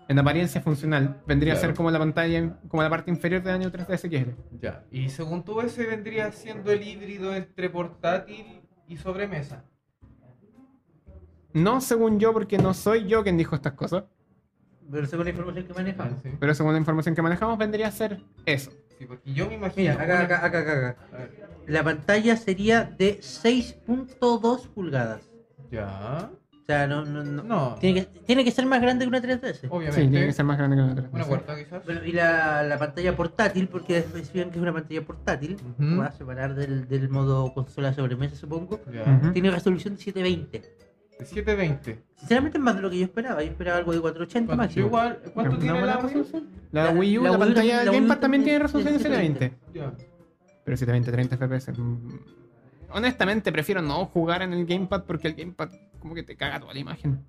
Speaker 2: en apariencia funcional, vendría a
Speaker 3: Claro.
Speaker 2: ser como la pantalla como la parte inferior del año 3DS que
Speaker 3: Ya. Y según tú, ese vendría siendo el híbrido entre portátil y sobremesa.
Speaker 2: No según yo porque no soy yo quien dijo estas cosas,
Speaker 1: Pero según la información que
Speaker 3: Ah,
Speaker 1: manejamos.
Speaker 3: Sí.
Speaker 2: pero según la información que manejamos vendría a ser eso.
Speaker 3: Sí, porque yo me imagino.
Speaker 1: Mira, acá, acá, acá, acá. acá.
Speaker 3: A ver,
Speaker 1: La pantalla sería de 6.2 pulgadas.
Speaker 3: Ya.
Speaker 1: O sea, no, no, no.
Speaker 3: No.
Speaker 1: Tiene, que, tiene que ser más grande que una 3DS.
Speaker 3: Obviamente.
Speaker 2: Sí, tiene que ser más grande que la 3DS.
Speaker 3: Una cuarta, quizás.
Speaker 1: Bueno, y la, la pantalla portátil, porque decían que es una pantalla portátil,
Speaker 3: Ujú.
Speaker 1: para separar del, del modo consola sobremesa, supongo.
Speaker 3: Ya.
Speaker 2: Ujú.
Speaker 1: Tiene resolución de 720.
Speaker 3: 720.
Speaker 1: Sinceramente es más de lo que yo esperaba. Yo esperaba algo de 480
Speaker 3: ¿Cuánto,
Speaker 1: máximo.
Speaker 3: igual, ¿cuánto
Speaker 2: Una
Speaker 3: tiene
Speaker 2: buena
Speaker 3: la Wii U?
Speaker 2: resolución. La,
Speaker 1: La-
Speaker 2: Wii U,
Speaker 1: la
Speaker 2: la,
Speaker 1: Wii U
Speaker 2: pantalla
Speaker 1: también- la
Speaker 2: del Gamepad
Speaker 1: Wii U
Speaker 2: también
Speaker 1: también
Speaker 2: tiene
Speaker 1: tiene
Speaker 2: resolución de
Speaker 1: 720.
Speaker 2: 720.
Speaker 3: Ya.
Speaker 2: Pero 720, 30 FPS. mm. Honestamente, prefiero no jugar en el Gamepad porque el Gamepad como que te caga toda la imagen.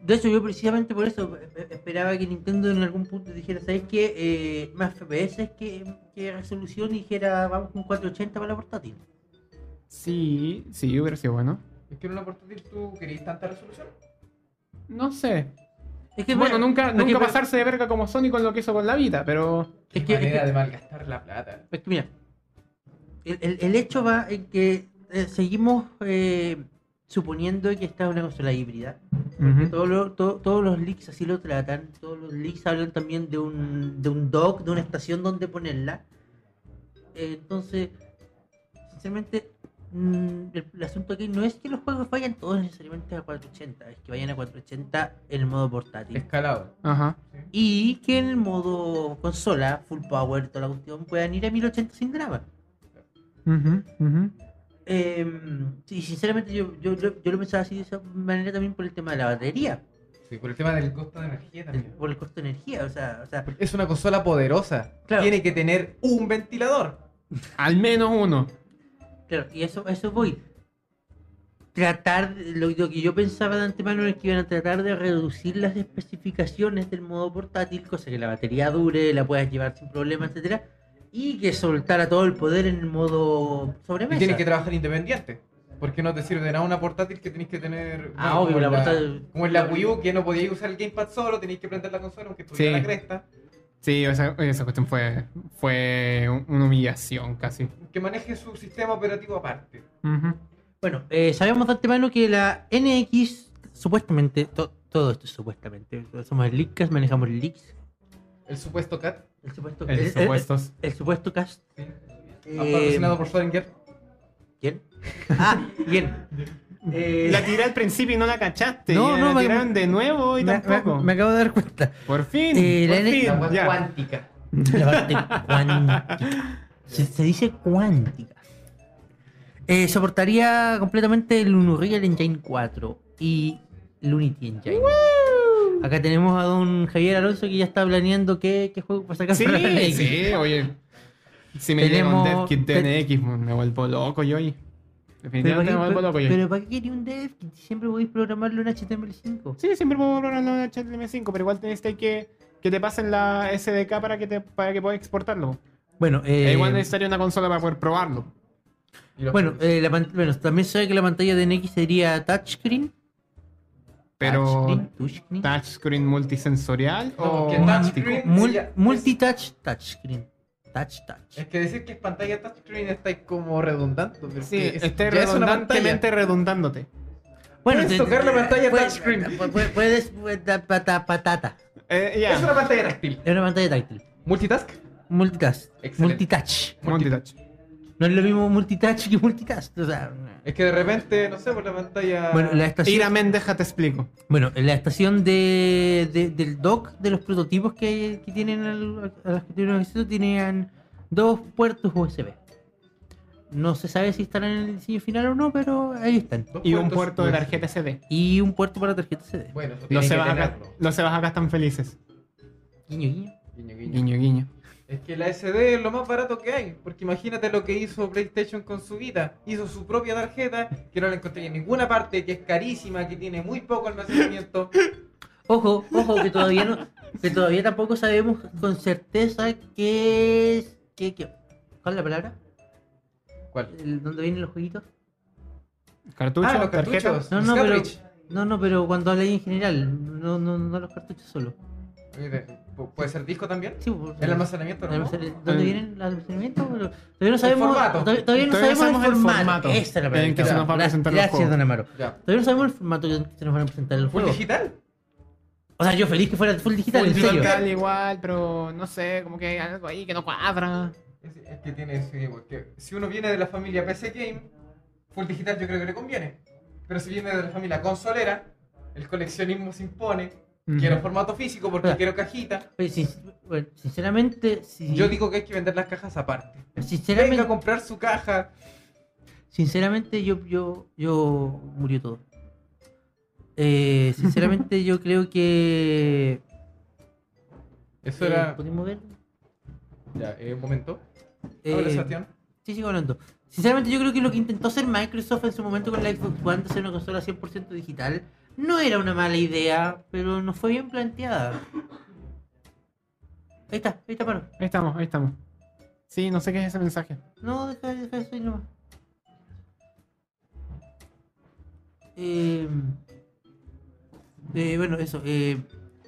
Speaker 1: De hecho, yo precisamente por eso eh, eh, esperaba que Nintendo en algún punto dijera, ¿sabes qué? Eh, más FPS que, que resolución y dijera, vamos con 480 para la portátil.
Speaker 2: Sí, sí, hubiera sido bueno.
Speaker 3: Es que en una portátil tú querías tanta resolución.
Speaker 2: No sé.
Speaker 1: Es que,
Speaker 2: bueno, nunca,
Speaker 1: es que-
Speaker 2: nunca pasarse de verga como Sony con lo que hizo con la vida, pero.
Speaker 3: Qué
Speaker 1: Es que- es
Speaker 3: manera
Speaker 1: que-
Speaker 3: de malgastar la plata.
Speaker 1: Es que mira, el, el- el hecho va en que eh, seguimos eh, suponiendo que esta es una consola híbrida.
Speaker 2: Ujú.
Speaker 1: Todo lo- to- todos los leaks así lo tratan. Todos los leaks hablan también de un, de un dock, de una estación donde ponerla. Eh, entonces, sinceramente, mm, el, el asunto aquí no es que los juegos vayan todos necesariamente a 480, es que vayan a 480 en el modo portátil.
Speaker 3: Escalado.
Speaker 2: Ajá.
Speaker 1: Y que en el modo consola, full power, toda la cuestión, puedan ir a 1080 sin drama.
Speaker 2: Ujú, ujú.
Speaker 1: Eh, y sinceramente yo, yo, yo, yo lo pensaba así de esa manera también por el tema de la batería,
Speaker 3: Sí, por el tema del costo de energía
Speaker 1: el-
Speaker 3: también.
Speaker 1: por el costo de energía, o sea, o sea
Speaker 3: Es una consola poderosa.
Speaker 1: Claro.
Speaker 3: Tiene que tener un ventilador.
Speaker 2: Al menos uno.
Speaker 1: claro, y eso, a eso voy. Tratar, de- lo, lo que yo pensaba de antemano es que iban a tratar de reducir las especificaciones del modo portátil, cosa que la batería dure, la puedas llevar sin problema, etcétera Y que soltara todo el poder en el modo
Speaker 3: Y
Speaker 1: sobremesa.
Speaker 3: tienes que trabajar independiente. Porque no te sirve de nada una portátil que tenés que tener.
Speaker 1: Ah, obvio,
Speaker 3: como
Speaker 1: la
Speaker 3: en
Speaker 1: portátil-
Speaker 3: Como en la Wii U, que no podías usar el Gamepad solo, tenías que prender la consola aunque
Speaker 2: Sí.
Speaker 3: tuviera la cresta.
Speaker 2: Sí, esa, esa cuestión fue, fue un- una humillación casi.
Speaker 3: Que maneje su sistema operativo aparte.
Speaker 2: Ujú.
Speaker 1: Bueno, eh, sabemos de antemano que la NX, supuestamente, to- todo esto es supuestamente, somos leaks, manejamos leaks,
Speaker 3: El supuesto CAT.
Speaker 1: el supuesto,
Speaker 2: El supuestos.
Speaker 1: el supuesto cast.
Speaker 3: Sí.
Speaker 1: eh,
Speaker 3: Patrocinado por Schrödinger.
Speaker 1: ¿Quién? Ah, bien.
Speaker 7: Eh,
Speaker 2: La tiré al principio y no la cachaste.
Speaker 1: No,
Speaker 2: No,
Speaker 1: no,
Speaker 2: la
Speaker 1: me-
Speaker 2: tiraron de nuevo y
Speaker 1: me,
Speaker 2: tampoco.
Speaker 1: me- me acabo de dar cuenta.
Speaker 2: Por fin,
Speaker 1: Eh,
Speaker 2: por
Speaker 1: la-
Speaker 8: La
Speaker 2: fin,
Speaker 8: web
Speaker 2: ya.
Speaker 8: cuántica.
Speaker 1: La parte cuántica. Se, se dice cuántica. Eh, soportaría completamente el Unreal Engine 4 y el Unity Engine. Acá tenemos a don Javier Alonso que ya está planeando qué, qué juego va a sacar
Speaker 2: Sí,
Speaker 1: para la X.
Speaker 2: sí, oye. Si me llega un
Speaker 1: Tenemos-
Speaker 2: DevKit
Speaker 1: te-
Speaker 2: DNX, pues, me vuelvo loco yo ahí.
Speaker 7: pero,
Speaker 2: Definitivamente me vuelvo
Speaker 7: para
Speaker 2: loco
Speaker 7: qué,
Speaker 2: yo.
Speaker 7: pero ¿para qué quería un dev? Que Siempre podéis programarlo en HTML5.
Speaker 2: Sí, siempre puedo programarlo en HTML5, pero igual tenés este que, que te pasen la SDK para que, te, para que puedas exportarlo.
Speaker 1: Bueno, eh,
Speaker 2: E igual necesitaría una consola para poder probarlo.
Speaker 3: Y los-
Speaker 1: bueno, eh, la pan- bueno, también se ve que la pantalla de NX sería touchscreen.
Speaker 2: Pero,
Speaker 1: touchscreen, touchscreen.
Speaker 2: ¿touchscreen multisensorial
Speaker 3: No,
Speaker 2: o
Speaker 3: que touchscreen-
Speaker 2: táctico?
Speaker 1: Mul-
Speaker 3: sí, ya, es- Eh,
Speaker 1: multitouch, touchscreen. Touch, touch.
Speaker 3: Es que decir que es pantalla touchscreen está como redundante. porque
Speaker 2: Sí,
Speaker 3: es-
Speaker 2: esté
Speaker 3: ya es una
Speaker 2: redundantemente redundándote.
Speaker 3: Puedes tocar la pantalla touchscreen.
Speaker 1: pu- pu- Puedes, puedes da- pata- patata.
Speaker 2: Eh,
Speaker 3: pantalla.
Speaker 2: ya,
Speaker 3: Es una pantalla táctil.
Speaker 1: Es una pantalla táctil.
Speaker 3: Multitask.
Speaker 1: Multitask.
Speaker 3: Excelente.
Speaker 1: Multitouch.
Speaker 2: multitouch.
Speaker 1: No es lo mismo multitouch que multitask. O sea,
Speaker 3: Es que de repente, no sé, por la pantalla.
Speaker 1: bueno, la
Speaker 2: Ir a
Speaker 1: estación,
Speaker 2: Mendeja te explico.
Speaker 1: bueno, en la estación de, de- del dock de los prototipos que, que tienen al- a las que tuvieron acceso tenían dos puertos USB. No se sabe si estarán en el diseño final o no, pero ahí están.
Speaker 3: Dos
Speaker 2: Y un
Speaker 3: puertos-
Speaker 2: puerto de tarjeta SD.
Speaker 1: Y un puerto para tarjeta CD.
Speaker 3: Bueno, eso
Speaker 2: Los
Speaker 3: tiene que
Speaker 2: sebas acá,
Speaker 3: tenerlo.
Speaker 2: los sebas acá están felices.
Speaker 1: Guiño, guiño.
Speaker 3: Guiño, guiño.
Speaker 2: Guiño, guiño.
Speaker 3: Es que la SD es lo más barato que hay, porque imagínate lo que hizo PlayStation con su vida. Hizo su propia tarjeta, que no la encontré en ninguna parte, que es carísima, que tiene muy poco almacenamiento.
Speaker 1: Ojo, ojo, que todavía no, que todavía tampoco sabemos con certeza qué es, qué, qué- ¿cuál es la palabra?
Speaker 3: ¿Cuál?
Speaker 1: El- ¿Dónde vienen los jueguitos?
Speaker 2: Cartucho,
Speaker 3: ah, los
Speaker 2: tarjeta.
Speaker 3: cartuchos.
Speaker 1: No,
Speaker 3: los
Speaker 1: no, pero,
Speaker 3: cartridge.
Speaker 1: no, no, pero cuando habláis en general, no, no, no los cartuchos solo.
Speaker 3: Mire, ¿pu- ¿Puede ser disco también?
Speaker 1: Sí, pues, por-
Speaker 3: El almacenamiento,
Speaker 1: el
Speaker 3: ¿no?
Speaker 1: almacen- ¿Dónde
Speaker 2: Eh.
Speaker 1: vienen los almacenamientos? Pero Todavía no sabemos,
Speaker 3: formato.
Speaker 1: todavía, todavía no
Speaker 2: Todavía
Speaker 1: sabemos el formato.
Speaker 2: el
Speaker 1: Esa es la
Speaker 2: en
Speaker 1: palabra.
Speaker 2: que se nos va a
Speaker 1: Gracias,
Speaker 2: presentar el
Speaker 1: Gracias,
Speaker 2: juego.
Speaker 1: don Amaro.
Speaker 3: Ya.
Speaker 1: Todavía no sabemos el formato que se nos van a presentar en los
Speaker 3: ¿Full
Speaker 1: juegos.
Speaker 3: digital?
Speaker 1: O sea, yo feliz que fuera full digital,
Speaker 3: Full
Speaker 1: en serio.
Speaker 3: digital.
Speaker 2: Tal igual, pero no sé, como que hay algo ahí que no cuadra.
Speaker 3: Es, es que tiene sí, porque si uno viene de la familia PC Game, full digital yo creo que le conviene. Pero si viene de la familia consolera, el coleccionismo se impone. Quiero formato físico porque
Speaker 1: Espera.
Speaker 3: quiero cajita.
Speaker 1: Oye, sin- bueno, sinceramente, si,
Speaker 3: Yo digo que hay que vender las cajas aparte.
Speaker 1: sinceramente,
Speaker 3: Venga a comprar su caja.
Speaker 1: Sinceramente, yo, yo, yo murió todo. Eh, sinceramente, yo creo que.
Speaker 3: Eso
Speaker 1: eh,
Speaker 3: era.
Speaker 1: ¿Podemos ver?
Speaker 3: Ya, eh, un momento.
Speaker 1: Eh,
Speaker 3: Habla, Sebastián.
Speaker 1: sí, sigo hablando. Sinceramente, yo creo que lo que intentó hacer Microsoft en su momento con la Xbox One de hacer una consola 100% digital no era una mala idea, pero no fue bien planteada. Ahí está, ahí está, paro.
Speaker 2: Ahí estamos, ahí estamos. Sí, no sé qué es ese mensaje.
Speaker 1: No, deja, deja eso y nomás. Eh, eh, bueno, eso. eh,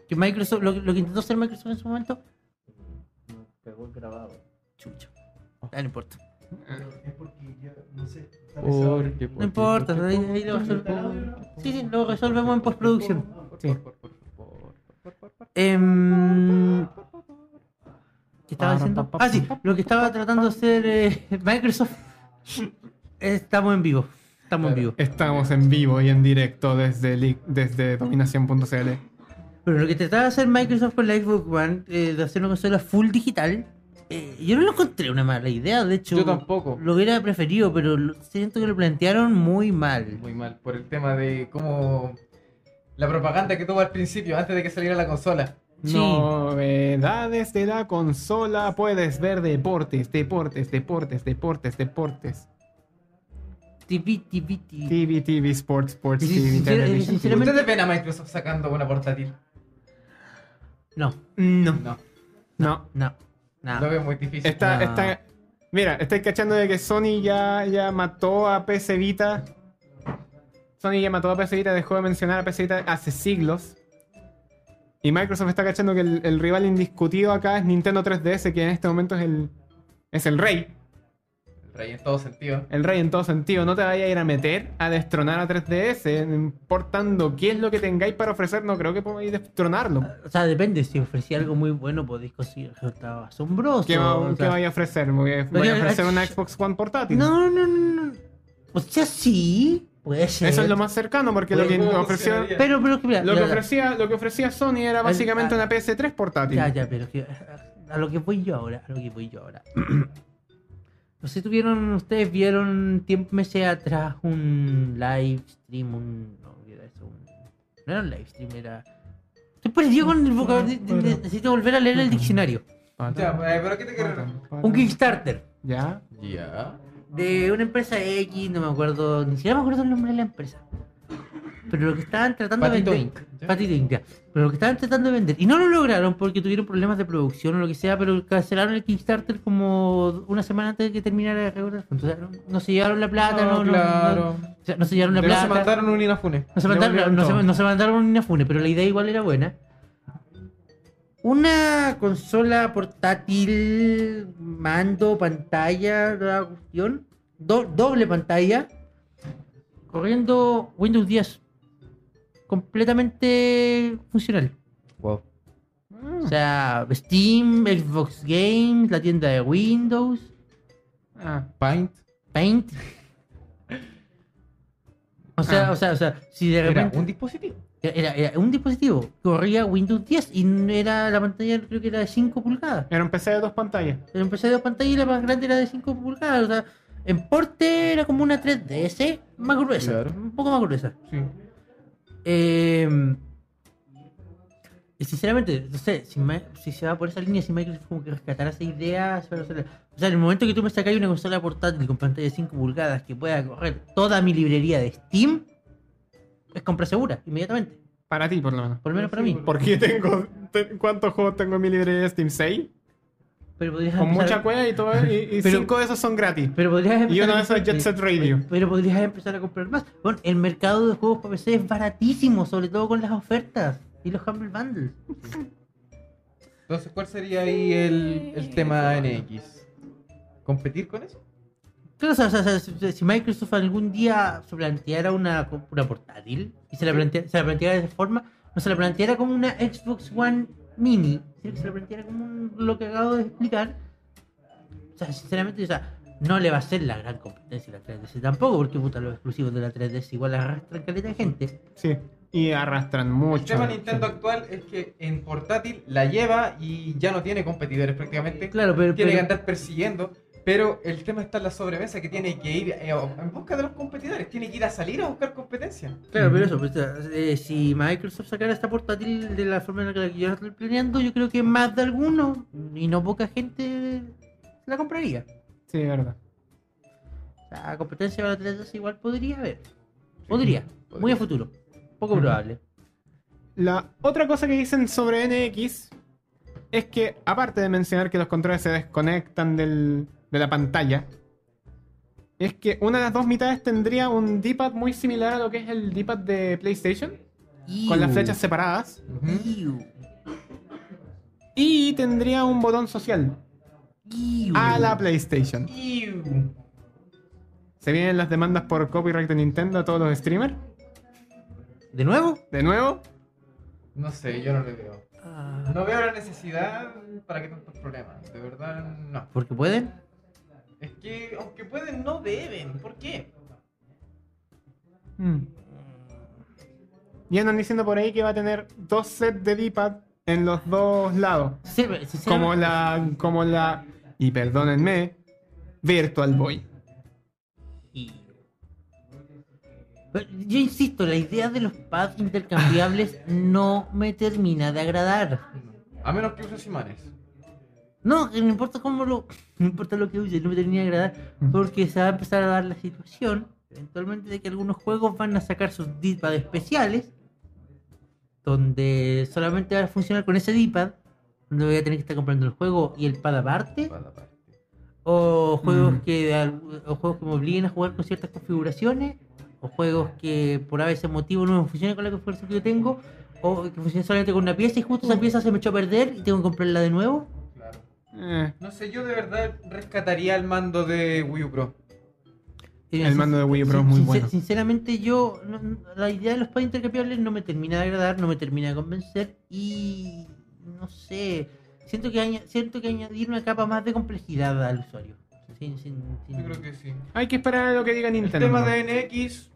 Speaker 1: que Microsoft, lo, lo que intentó hacer Microsoft en su momento.
Speaker 5: Pegó el grabado.
Speaker 1: Chucha. Ah, no importa.
Speaker 5: Pero es porque ya, no sé. está
Speaker 3: Porque,
Speaker 5: pesado.
Speaker 1: No importa, ahí, ahí lo
Speaker 5: ¿Instalado
Speaker 1: resolvemos.
Speaker 5: ya no?
Speaker 1: Sí, sí, lo resolvemos en postproducción.
Speaker 5: Ah, por-
Speaker 2: Sí.
Speaker 1: Em, ¿Qué estaba diciendo? Ah, sí, lo que estaba tratando de hacer eh, Microsoft. Estamos en vivo. Estamos en vivo.
Speaker 2: Estamos en vivo y en directo desde, li- desde dominación.cl.
Speaker 1: Pero lo que trataba de hacer Microsoft con la Xbox One, eh, de hacer una consola full digital, eh, yo no lo encontré una mala idea, de hecho.
Speaker 3: Yo tampoco.
Speaker 1: Lo hubiera preferido, pero lo- siento que lo plantearon muy mal.
Speaker 3: Muy mal, por el tema de cómo. La propaganda que tuvo al principio, antes de que saliera la consola.
Speaker 1: Sí.
Speaker 2: Novedades de la consola. Puedes ver deportes, deportes, deportes, deportes, deportes.
Speaker 1: Tipi, tipi, tipi.
Speaker 2: TV, TV, Sports, Sports,
Speaker 1: Sí,
Speaker 2: TV,
Speaker 1: sí, sí,
Speaker 2: Television.
Speaker 1: sí, sí. Sinceramente-
Speaker 3: ¿Ustedes ven a Microsoft sacando una portátil?
Speaker 1: No,
Speaker 2: No,
Speaker 3: No,
Speaker 2: no.
Speaker 1: no, no.
Speaker 3: lo veo muy difícil.
Speaker 2: Está,
Speaker 1: No.
Speaker 2: está. Mira, estoy cachando de que Sony ya, ya mató a PC Vita. Sony ya mató a PC Vita, dejó de mencionar a PC Vita hace siglos. Y Microsoft está cachando que el, el rival indiscutido acá es Nintendo 3DS, que en este momento es el, es el rey.
Speaker 3: El rey en todo sentido.
Speaker 2: El rey en todo sentido. No te vayas a ir a meter a destronar a 3DS, no importando qué es lo que tengáis para ofrecer. No creo que podáis destronarlo.
Speaker 1: O sea, depende, si ofrecía algo muy bueno podéis conseguir resultados asombrosos.
Speaker 2: ¿Qué, va-
Speaker 1: o
Speaker 2: qué
Speaker 1: sea,
Speaker 2: vais a ofrecer? Voy a, voy a
Speaker 1: Oye,
Speaker 2: ofrecer
Speaker 1: ach-
Speaker 2: una Xbox One portátil.
Speaker 1: no, no, no, no. O sea, sí, Puede ser.
Speaker 2: Eso es lo más cercano, porque lo que
Speaker 3: Oye, ¿cómo
Speaker 2: ofreció.
Speaker 3: funcionaría?
Speaker 1: Pero, pero, que mira,
Speaker 2: Lo que
Speaker 1: mira,
Speaker 2: ofrecía, lo que ofrecía Sony era
Speaker 1: ah.
Speaker 2: básicamente una PS3 portátil.
Speaker 1: Ya, ya, pero que- a lo que voy yo ahora, a lo que voy yo ahora. No sé, tuvieron, ustedes vieron tiempo meses atrás un live stream, un. No, ¿qué era eso? Un- no era un live stream, era. Estoy perdido con el vocabulario.
Speaker 2: Bueno, bueno.
Speaker 1: Necesito volver a leer el diccionario.
Speaker 3: Ya, eh, pero ¿qué te querrás?
Speaker 2: Ah.
Speaker 1: Un Kickstarter
Speaker 2: Ya.
Speaker 3: Ya.
Speaker 1: de una empresa X, no me acuerdo, ni siquiera me acuerdo el nombre de la empresa. Pero lo que estaban tratando
Speaker 3: Patito
Speaker 1: de
Speaker 3: Inc.
Speaker 1: vender. Patito Inc, ya. Pero lo que estaban tratando de vender. Y no lo lograron porque tuvieron problemas de producción o lo que sea, pero cancelaron el Kickstarter como una semana antes de que terminara la regular. Entonces no, no se llevaron la plata, no, no- no-
Speaker 3: claro.
Speaker 1: o sea, no se llevaron la
Speaker 3: Pero se
Speaker 1: plata.
Speaker 3: mandaron un Inafune.
Speaker 1: No se mandaron,
Speaker 2: Devolvieron
Speaker 1: no, se,
Speaker 2: todo.
Speaker 1: no se mandaron una fune, pero la idea igual era buena. Una consola portátil, mando, pantalla, la cuestión, do- doble pantalla, corriendo Windows 10. Completamente funcional.
Speaker 3: Wow.
Speaker 1: O sea, Steam, Xbox Games, la tienda de Windows,
Speaker 2: Ah.
Speaker 3: Paint.
Speaker 1: Paint. O sea,
Speaker 2: Ah.
Speaker 1: o sea, o sea, si de repente...
Speaker 3: Era un dispositivo.
Speaker 1: Era, era un dispositivo, corría Windows 10 y no era la pantalla creo que era de 5 pulgadas.
Speaker 2: Era un PC de dos pantallas.
Speaker 1: Pero empecé de dos pantallas y la más grande era de 5 pulgadas. O sea, en porte era como una 3DS más gruesa,
Speaker 3: Claro.
Speaker 1: un poco más gruesa.
Speaker 3: Sí.
Speaker 1: Eh, y sinceramente, no sé, si, Ma- si se va por esa línea, si Microsoft como que rescatara esa idea, se va a hacer- o sea, en el momento que tú me sacas una consola portátil con pantalla de 5 pulgadas que pueda correr toda mi librería de Steam, es compra segura, inmediatamente.
Speaker 2: Para ti, por lo menos.
Speaker 1: Por lo menos para
Speaker 3: Sí,
Speaker 1: mí.
Speaker 3: porque-
Speaker 2: Porque yo tengo. te- ¿Cuántos juegos tengo en mi librería de Steam? 6.
Speaker 1: Pero podrías
Speaker 2: Con
Speaker 1: empezar-
Speaker 2: mucha cueva y todo. Y, y
Speaker 1: Ah, Pero-
Speaker 2: cinco de esos son gratis.
Speaker 1: Pero podrías empezar
Speaker 2: Y uno
Speaker 1: a
Speaker 2: de esos es
Speaker 1: comprar-
Speaker 2: Jet Set Radio.
Speaker 1: Pero podrías empezar a comprar más. Bueno, el mercado de juegos para PC es baratísimo, sobre todo con las ofertas y los Humble Bundles.
Speaker 3: Entonces, ¿cuál sería ahí el, el tema NX? ¿Competir con eso?
Speaker 1: Claro, Pues, o sea, o sea, o sea, si Microsoft algún día se planteara una, una portátil y se la, plantea- se la planteara de esa forma, no se la planteara como una Xbox One Mini, sino que se la planteara como un- lo que acabo de explicar. O sea, sinceramente, o sea, no le va a ser la gran competencia a la 3DS tampoco, porque puta, los exclusivos de la 3DS igual arrastran caleta de gente.
Speaker 2: Sí. Y arrastran mucho.
Speaker 3: El tema Nintendo actual es que en portátil la lleva y ya no tiene competidores prácticamente.
Speaker 1: Claro, pero,
Speaker 3: Tiene que
Speaker 1: pero-
Speaker 3: andar persiguiendo. Pero el tema está en la sobremesa que tiene que ir eh, en busca de los competidores. Tiene que ir a salir a buscar competencia.
Speaker 1: claro, pero eso, pues, eh, si Microsoft sacara esta portátil de la forma en la que yo la estoy planeando, yo creo que más de alguno y no poca gente la compraría.
Speaker 2: Sí, es verdad.
Speaker 1: La competencia para la 3DS igual podría haber. Podría,
Speaker 3: podría.
Speaker 1: muy a futuro. Poco
Speaker 2: Ujú.
Speaker 1: probable.
Speaker 2: La otra cosa que dicen sobre NX es que, aparte de mencionar que los controles se desconectan del- de la pantalla, es que una de las dos mitades tendría un D-pad muy similar a lo que es el D-pad de PlayStation, con las
Speaker 1: Iu,
Speaker 2: flechas separadas,
Speaker 1: iu,
Speaker 2: y tendría un botón social
Speaker 1: iu.
Speaker 2: a la PlayStation.
Speaker 3: Iu.
Speaker 2: Se vienen las demandas por copyright de Nintendo a todos los streamers.
Speaker 1: ¿De nuevo?
Speaker 2: De nuevo,
Speaker 3: No sé, yo no le veo.
Speaker 1: Ah,
Speaker 3: No veo la necesidad para que tantos problemas. De verdad, no.
Speaker 1: ¿Porque pueden?
Speaker 3: Es que, aunque pueden, no deben. ¿Por qué?
Speaker 1: Hmm.
Speaker 2: ya andan diciendo por ahí que va a tener dos sets de D-pad en los dos lados.
Speaker 1: Sincer- sinceramente-
Speaker 2: como la como la y perdónenme Virtual Boy
Speaker 1: Y- Pero Yo insisto, la idea de los pads intercambiables no me termina de agradar.
Speaker 3: A menos que uses imanes.
Speaker 1: No, no importa cómo lo. No importa lo que use, no me termina de agradar. Porque se va a empezar a dar la situación, eventualmente, de que algunos juegos van a sacar sus D-pad especiales. Donde solamente va a funcionar con ese D-pad. Donde voy a tener que estar comprando el juego y el pad aparte.
Speaker 3: Para la parte.
Speaker 1: O juegos,
Speaker 2: Mm.
Speaker 1: que, al- o juegos que me obliguen a jugar con ciertas configuraciones, o juegos que por a veces motivo no me funcionan con la configuración que yo tengo, o que funcionan solamente con una pieza y justo esa pieza se me echó a perder y tengo que comprarla de nuevo.
Speaker 3: Claro.
Speaker 2: Eh,
Speaker 3: No sé, yo de verdad rescataría el mando de Wii U Pro.
Speaker 1: Eh,
Speaker 2: El
Speaker 1: sin-
Speaker 2: mando de Wii U Pro es
Speaker 1: sin-
Speaker 2: muy
Speaker 1: sin-
Speaker 2: bueno.
Speaker 1: Sinceramente yo, no- no- la idea de los pads intercambiables no me termina de agradar, no me termina de convencer y no sé, siento que, aña- siento que añadir una capa más de complejidad al usuario. Sin- sin- sin-
Speaker 3: Yo creo que sí.
Speaker 2: hay que esperar a lo que diga
Speaker 3: El
Speaker 2: Nintendo
Speaker 3: tema de NX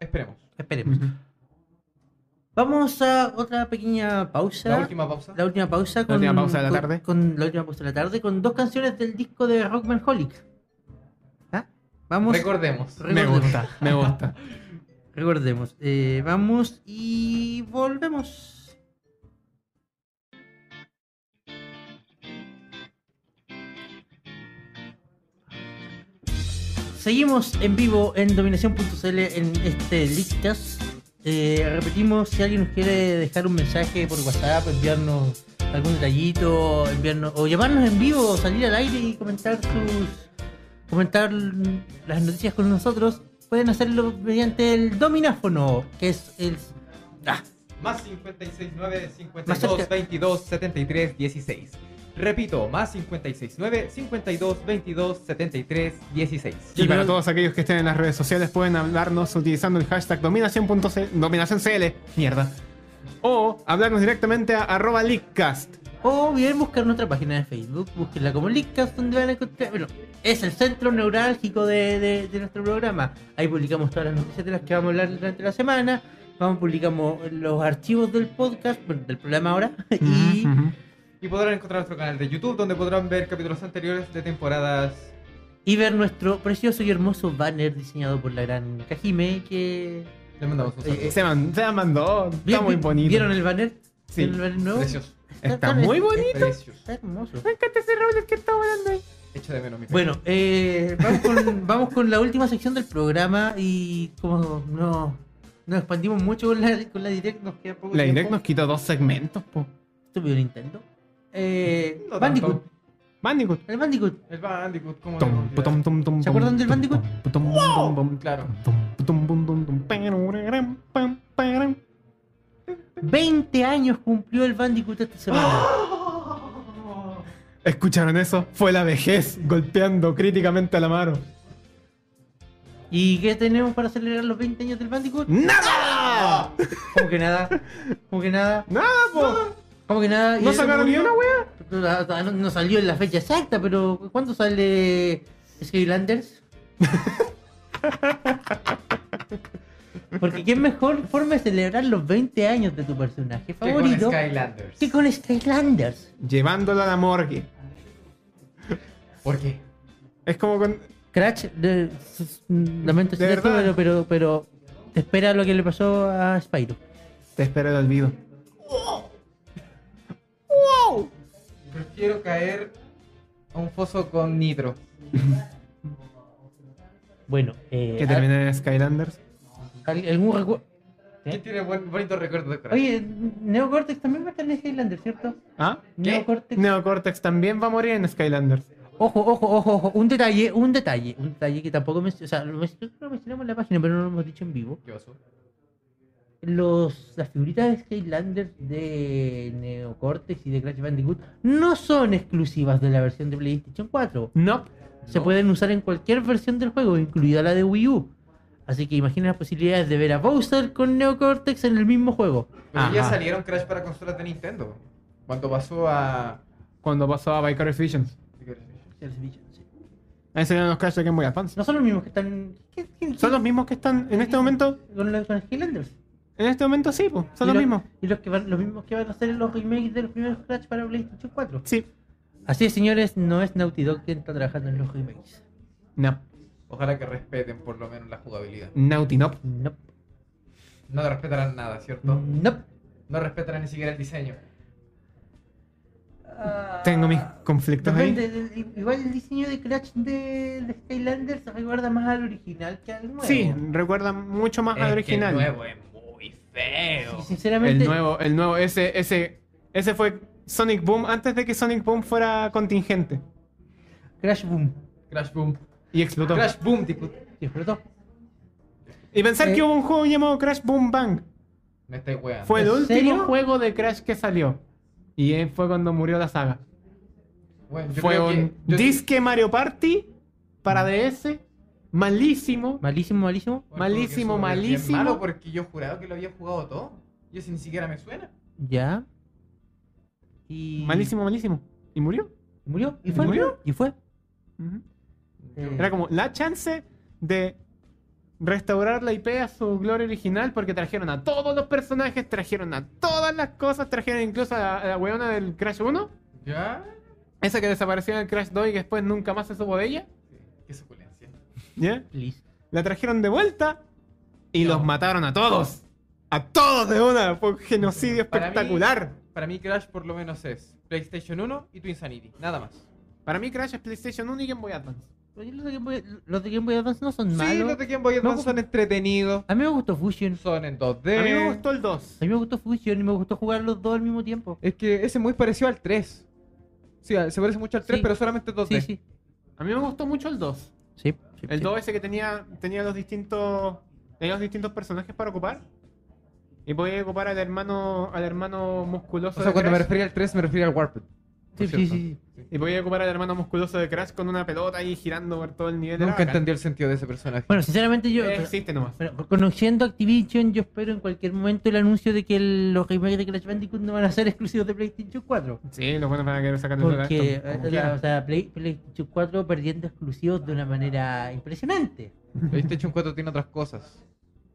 Speaker 3: Esperemos.
Speaker 1: Esperemos. Vamos a otra pequeña pausa.
Speaker 3: La última pausa.
Speaker 1: La última pausa con,
Speaker 2: última pausa de la
Speaker 1: con-
Speaker 2: tarde.
Speaker 1: Con, la última pausa de la tarde con dos canciones del disco de Rockman Holic. ¿Ah? Vamos.
Speaker 3: Recordemos.
Speaker 2: Me
Speaker 1: Recordemos.
Speaker 2: gusta, me gusta.
Speaker 1: Recordemos. Eh, vamos y volvemos. Seguimos en vivo en dominación.cl en este Leakcast. Eh, repetimos, si alguien nos quiere dejar un mensaje por WhatsApp, enviarnos algún detallito, enviarnos, o llamarnos en vivo, salir al aire y comentar sus, comentar las noticias con nosotros, pueden hacerlo mediante el domináfono, que es el... Ah,
Speaker 3: Más 569
Speaker 1: Más
Speaker 3: 52
Speaker 1: cerca.
Speaker 3: 22 73 16. Repito, más 569 52 22 73 16.
Speaker 2: Y para todos aquellos que estén en las redes sociales pueden hablarnos utilizando el hashtag dominación.cl dominacioncl, mierda. O hablarnos directamente a arroba leakcast.
Speaker 1: o bien buscar nuestra página de Facebook, búsquenla como Lickcast, donde van a encontrar... Bueno, es el centro neurálgico de, de- de nuestro programa. Ahí publicamos todas las noticias de las que vamos a hablar durante la semana. Vamos, publicamos los archivos del podcast, bueno, del programa ahora, y...
Speaker 2: Ujú.
Speaker 3: Y podrán encontrar nuestro canal de YouTube donde podrán ver capítulos anteriores de temporadas.
Speaker 1: y ver nuestro precioso y hermoso banner diseñado por la gran Kajime que...
Speaker 3: Les mandamos un saludo.
Speaker 1: Eh,
Speaker 2: Se, man- se la mandó, está
Speaker 1: ¿Bien-
Speaker 2: muy bonito.
Speaker 1: ¿Vieron el banner?
Speaker 2: Sí.
Speaker 1: ¿Vieron el banner nuevo?
Speaker 3: Precioso.
Speaker 2: Está muy bonito.
Speaker 3: Precioso.
Speaker 1: Está hermoso.
Speaker 3: Echa de menos mi
Speaker 1: Bueno, eh, vamos, con, vamos con la última sección del programa y como no nos expandimos mucho con la, con la direct, nos queda poco
Speaker 2: La
Speaker 1: tiempo.
Speaker 2: direct nos quitó dos segmentos, po.
Speaker 1: Estúpido Nintendo. Eh,
Speaker 3: No tanto.
Speaker 1: Bandicoot.
Speaker 2: Bandicoot.
Speaker 1: El Bandicoot.
Speaker 3: El Bandicoot, ¿cómo lo
Speaker 2: Tom,
Speaker 3: olvidar?
Speaker 2: putom, tom, tom,
Speaker 1: ¿Se acuerdan
Speaker 2: tom,
Speaker 1: del
Speaker 2: tom,
Speaker 1: Bandicoot?
Speaker 2: tom, tom, tom, tom,
Speaker 3: Claro.
Speaker 2: tom, putom, pum, tum, tum, perurem, pam, perem.
Speaker 1: 20 años cumplió el Bandicoot esta semana.
Speaker 2: ¿Escucharon eso? Fue la vejez golpeando críticamente a la mano.
Speaker 1: ¿Y qué tenemos para celebrar los 20 años del Bandicoot?
Speaker 2: ¿Mm? ¡Nada!
Speaker 1: Como que nada. Como que nada.
Speaker 2: ¡Nada, po!
Speaker 1: Como que nada. ¿Y
Speaker 2: ¿No
Speaker 1: eso
Speaker 2: sacaron
Speaker 1: cómo-
Speaker 2: ni una, wea?
Speaker 1: No, no salió en la fecha exacta, pero ¿cuándo sale Skylanders? Porque qué mejor forma de celebrar los 20 años de tu personaje
Speaker 3: Que con
Speaker 1: favorito
Speaker 3: Skylanders.
Speaker 1: que con Skylanders.
Speaker 2: Llevándola a la morgue.
Speaker 3: ¿Por qué?
Speaker 2: Es como con.
Speaker 1: Crash, de- s- lamento
Speaker 2: De
Speaker 1: decir esto,
Speaker 2: verdad.
Speaker 1: pero, pero, pero te espera lo que le pasó a Spyro.
Speaker 2: Te espero el olvido. ¡Wow!
Speaker 3: Prefiero caer a un foso con nitro.
Speaker 1: Bueno, eh,
Speaker 2: Que termina en Skylanders.
Speaker 1: ¿al- ¿algún recuerdo? ¿Eh?
Speaker 3: ¿Quién tiene buen, bonito recuerdo de corazón?
Speaker 1: Oye, Neocortex también va a estar en Skylanders, ¿cierto?
Speaker 2: ¿Ah?
Speaker 1: Neocortex.
Speaker 2: Neocortex también va a morir en Skylanders.
Speaker 1: Ojo, ojo, ojo, ojo, un detalle, un detalle, un detalle que tampoco men- o sea, lo men- creo que lo mencionamos en la página, pero no lo hemos dicho en vivo.
Speaker 3: ¿Qué pasó?
Speaker 1: Los, las figuritas de Skylanders de Neocortex y de Crash Bandicoot no son exclusivas de la versión de PlayStation 4.
Speaker 2: No.
Speaker 1: Se pueden usar en cualquier versión del juego, incluida la de Wii U. Así que imagina las posibilidades de ver a Bowser con Neocortex en el mismo juego.
Speaker 3: Pero ya
Speaker 2: Ajá.
Speaker 3: salieron Crash para consolas de Nintendo. Cuando pasó a.
Speaker 2: Cuando pasó a Vicarious Visions. Ahí salieron los Crash de Game Boy Advance.
Speaker 1: No son los mismos que están ¿qué- qué-
Speaker 2: Son los mismos que están en este momento.
Speaker 1: con, los- con Skylanders.
Speaker 2: En este momento sí, po. Son
Speaker 1: Y
Speaker 2: los
Speaker 1: lo-
Speaker 2: mismos.
Speaker 1: Y los, que van, los mismos que van a hacer los remakes de los primeros Crash para PlayStation 4.
Speaker 2: Sí.
Speaker 1: Así es, señores, no es Naughty Dog quien está trabajando en los remakes.
Speaker 2: No.
Speaker 3: Ojalá que respeten por lo menos la jugabilidad.
Speaker 2: Naughty Nop.
Speaker 1: No,
Speaker 3: No respetarán nada, ¿cierto?
Speaker 2: Mm.
Speaker 1: no.
Speaker 3: No respetarán ni siquiera el diseño.
Speaker 2: Tengo mis conflictos ahí.
Speaker 1: Depende del- igual el diseño de Crash de, de Skylanders se recuerda más al original que al nuevo.
Speaker 2: Sí, recuerda mucho más al
Speaker 3: Es que
Speaker 2: original.
Speaker 3: el nuevo es muy feo.
Speaker 1: Y sinceramente,
Speaker 2: El nuevo, el nuevo, ese, ese, ese fue Sonic Boom antes de que Sonic Boom fuera contingente.
Speaker 1: Crash Boom.
Speaker 3: Crash Boom.
Speaker 2: Y explotó.
Speaker 3: Crash Boom, tipo.
Speaker 1: Disfrutó.
Speaker 2: Y pensar
Speaker 1: Eh.
Speaker 2: que hubo un juego llamado Crash Boom Bang.
Speaker 3: Me estáis weando.
Speaker 2: Fue el
Speaker 1: ¿En
Speaker 2: último
Speaker 1: serio?
Speaker 2: juego de Crash que salió. Y eh, fue cuando murió la saga.
Speaker 3: Bueno, yo
Speaker 2: fue
Speaker 3: creo que-
Speaker 2: un
Speaker 3: yo- Mm.
Speaker 2: disque Mario Party para DS. Malísimo.
Speaker 1: Malísimo, malísimo.
Speaker 3: Bueno, como que eso
Speaker 2: malísimo,
Speaker 3: es bien
Speaker 2: malísimo.
Speaker 3: malo porque yo juraba que lo había jugado todo. Y ese ni siquiera me suena.
Speaker 1: Ya. Y.
Speaker 2: Malísimo, malísimo. Y murió.
Speaker 1: Murió. Y fue.
Speaker 2: ¿Murió?
Speaker 1: Y fue.
Speaker 2: Ujú.
Speaker 3: Yo-
Speaker 2: Era como la chance de restaurar la IP a su gloria original porque trajeron a todos los personajes, trajeron a todas las cosas, trajeron incluso a la, a la weona del Crash 1,
Speaker 3: ¿Ya?
Speaker 2: esa que desapareció en el Crash 2 y que después nunca más se supo de ella.
Speaker 3: Qué suculencia.
Speaker 2: ¿Ya?
Speaker 1: Please.
Speaker 2: La trajeron de vuelta y
Speaker 3: No.
Speaker 2: los mataron a todos. A todos de una. Fue un genocidio
Speaker 3: Para mí-
Speaker 2: espectacular.
Speaker 3: Para mí Crash por lo menos es PlayStation 1 y tu Insanity, nada más.
Speaker 2: Para mí Crash es PlayStation 1 y Game Boy Advance.
Speaker 1: Oye, Los de Game Boy- los de Game Boy Advance no son
Speaker 3: Sí,
Speaker 1: malos.
Speaker 3: los de Game Boy Advance
Speaker 1: No,
Speaker 3: son entretenidos,
Speaker 1: A mí me gustó Fusion.
Speaker 3: son en
Speaker 2: A mí me
Speaker 3: 2D.
Speaker 2: gustó el 2.
Speaker 1: A mí me gustó Fusion y me gustó jugar los dos al mismo tiempo.
Speaker 3: Es que ese es muy parecido al 3. Sí, al- se parece mucho al 3,
Speaker 1: Sí.
Speaker 3: pero solamente en
Speaker 1: Sí,
Speaker 3: 2D.
Speaker 1: sí.
Speaker 2: A mí me gustó mucho el 2.
Speaker 1: Sí, sí,
Speaker 2: El
Speaker 1: sí.
Speaker 2: 2 ese que tenía, tenía los distintos. Tenía los distintos personajes para ocupar. Y podía ocupar al hermano. al hermano musculoso
Speaker 3: O sea,
Speaker 2: de
Speaker 3: cuando me
Speaker 2: Crash.
Speaker 3: refería al 3, me refería al Warped.
Speaker 1: Sí,
Speaker 3: por
Speaker 1: sí,
Speaker 3: cierto.
Speaker 1: sí,
Speaker 2: Y podía ocupar al hermano musculoso de Crash con una pelota ahí girando por todo el nivel.
Speaker 3: Nunca
Speaker 2: Era bacán.
Speaker 3: entendí el sentido de ese personaje.
Speaker 1: Bueno, sinceramente yo.
Speaker 2: Eh, existe nomás.
Speaker 1: Bueno, conociendo Activision, yo espero en cualquier momento el anuncio de que el- los remakes de Crash Bandicoot no van a ser exclusivos de PlayStation 4.
Speaker 2: Sí, los buenos van a querer sacar
Speaker 1: Porque eh, la- o sea, Play- PlayStation 4 perdiendo exclusivos de una manera impresionante.
Speaker 3: PlayStation 4 tiene otras cosas.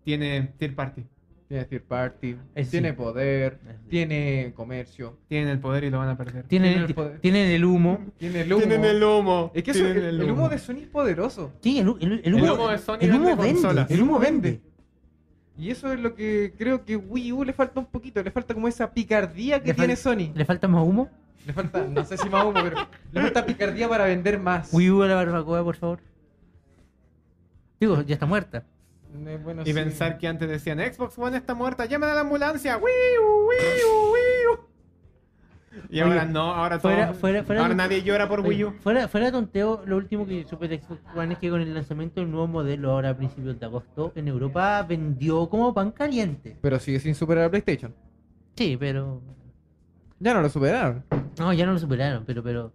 Speaker 2: Tiene Tier Party.
Speaker 3: Tiene third party,
Speaker 1: Es
Speaker 3: tiene
Speaker 1: sí.
Speaker 3: poder,
Speaker 1: Es sí.
Speaker 3: tiene comercio,
Speaker 2: Tienen el poder y lo van a perder.
Speaker 1: Tienen,
Speaker 3: Tienen el
Speaker 1: ti-
Speaker 3: poder.
Speaker 1: tienen el humo.
Speaker 3: tiene el humo.
Speaker 2: humo.
Speaker 3: Es que eso-
Speaker 2: tienen
Speaker 3: el, el humo de Sony es poderoso.
Speaker 1: Sí, el, hu- el- el
Speaker 2: El
Speaker 1: humo,
Speaker 2: humo de Sony
Speaker 1: el humo
Speaker 2: vende
Speaker 1: vende.
Speaker 2: consolas.
Speaker 1: El humo vende.
Speaker 3: Y eso es lo que creo que Wii U le falta un poquito, le falta como esa picardía que
Speaker 1: Le
Speaker 3: tiene
Speaker 1: fal-
Speaker 3: Sony.
Speaker 1: ¿Le falta más humo?
Speaker 3: Le falta, no sé si más humo, pero le falta picardía para vender más.
Speaker 1: Wii U a la barbacoa, por favor. Digo, ya está muerta.
Speaker 3: Eh, bueno,
Speaker 2: Y
Speaker 3: sí.
Speaker 2: pensar que antes decían Xbox One está muerta, llamen a la ambulancia. ¡Wiu, wiu, wiu! Y ahora no, ahora todo.
Speaker 1: fuera- fuera- fuera
Speaker 2: ahora
Speaker 1: de-
Speaker 2: nadie llora por Wii U.
Speaker 1: Oye, Fuera, fuera de tonteo, lo último que supe de Xbox One es que con el lanzamiento del nuevo modelo ahora a principios de agosto en Europa vendió como pan caliente.
Speaker 3: Pero sigue sin superar a PlayStation.
Speaker 1: Sí, pero
Speaker 3: Ya no lo superaron.
Speaker 1: no, ya no lo superaron, pero pero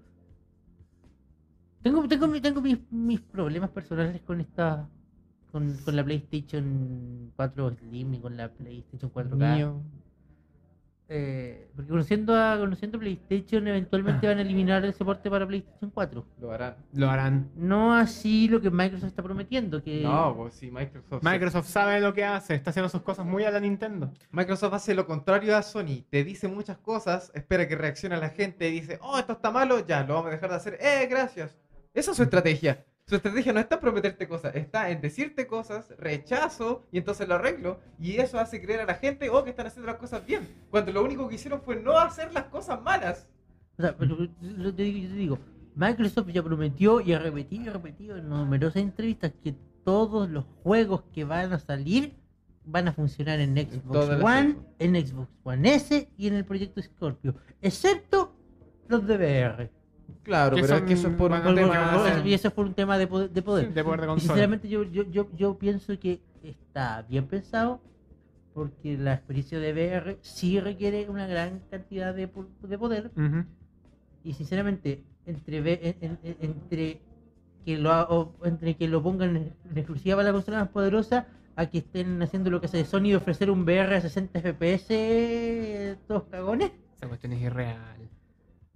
Speaker 1: tengo tengo mi- tengo mis, mis problemas personales con esta con, con la PlayStation 4 Slim y con la PlayStation 4K.
Speaker 3: Mío.
Speaker 1: Eh, porque conociendo a conociendo PlayStation eventualmente van a eliminar el soporte para PlayStation 4.
Speaker 3: Lo harán.
Speaker 2: Lo harán.
Speaker 1: No así lo que Microsoft está prometiendo que
Speaker 3: No, pues sí, Microsoft.
Speaker 2: Microsoft sabe lo que hace, está haciendo sus cosas muy a la Nintendo.
Speaker 3: Microsoft hace lo contrario a Sony. Te dice muchas cosas, espera que reaccione la gente y dice, oh, esto está malo, ya, lo vamos a dejar de hacer. Eh, gracias. Esa es su estrategia. Su estrategia no está en prometerte cosas, está en decirte cosas, rechazo y entonces lo arreglo. Y eso hace creer a la gente, oh, que están haciendo las cosas bien. Cuando lo único que hicieron fue no hacer las cosas malas.
Speaker 1: O sea, pero- pero yo te digo, yo te digo, Microsoft ya prometió y ha repetido y ha repetido en numerosas entrevistas que todos los juegos que van a salir van a funcionar en Xbox
Speaker 3: todas las
Speaker 1: One,
Speaker 3: Xbox.
Speaker 1: en Xbox One S y en el proyecto Scorpio, excepto los de VR.
Speaker 3: Claro,
Speaker 2: Que son- van a
Speaker 1: Por-
Speaker 2: tema
Speaker 1: por-
Speaker 2: va a
Speaker 1: por-
Speaker 2: ser-
Speaker 1: y eso fue un tema de poder. De poder.
Speaker 2: De poder de
Speaker 1: Y
Speaker 2: consola.
Speaker 1: sinceramente yo, yo, yo, yo pienso que está bien pensado porque la experiencia de VR sí requiere una gran cantidad de, po- de poder,
Speaker 2: Ujú.
Speaker 1: y sinceramente entre ve- en- en- entre que lo ha- o- entre que lo pongan en, en exclusiva para la consola más poderosa a que estén haciendo lo que hace Sony de ofrecer un VR a 60 FPS eh, todos cagones
Speaker 2: Esa cuestión es irreal.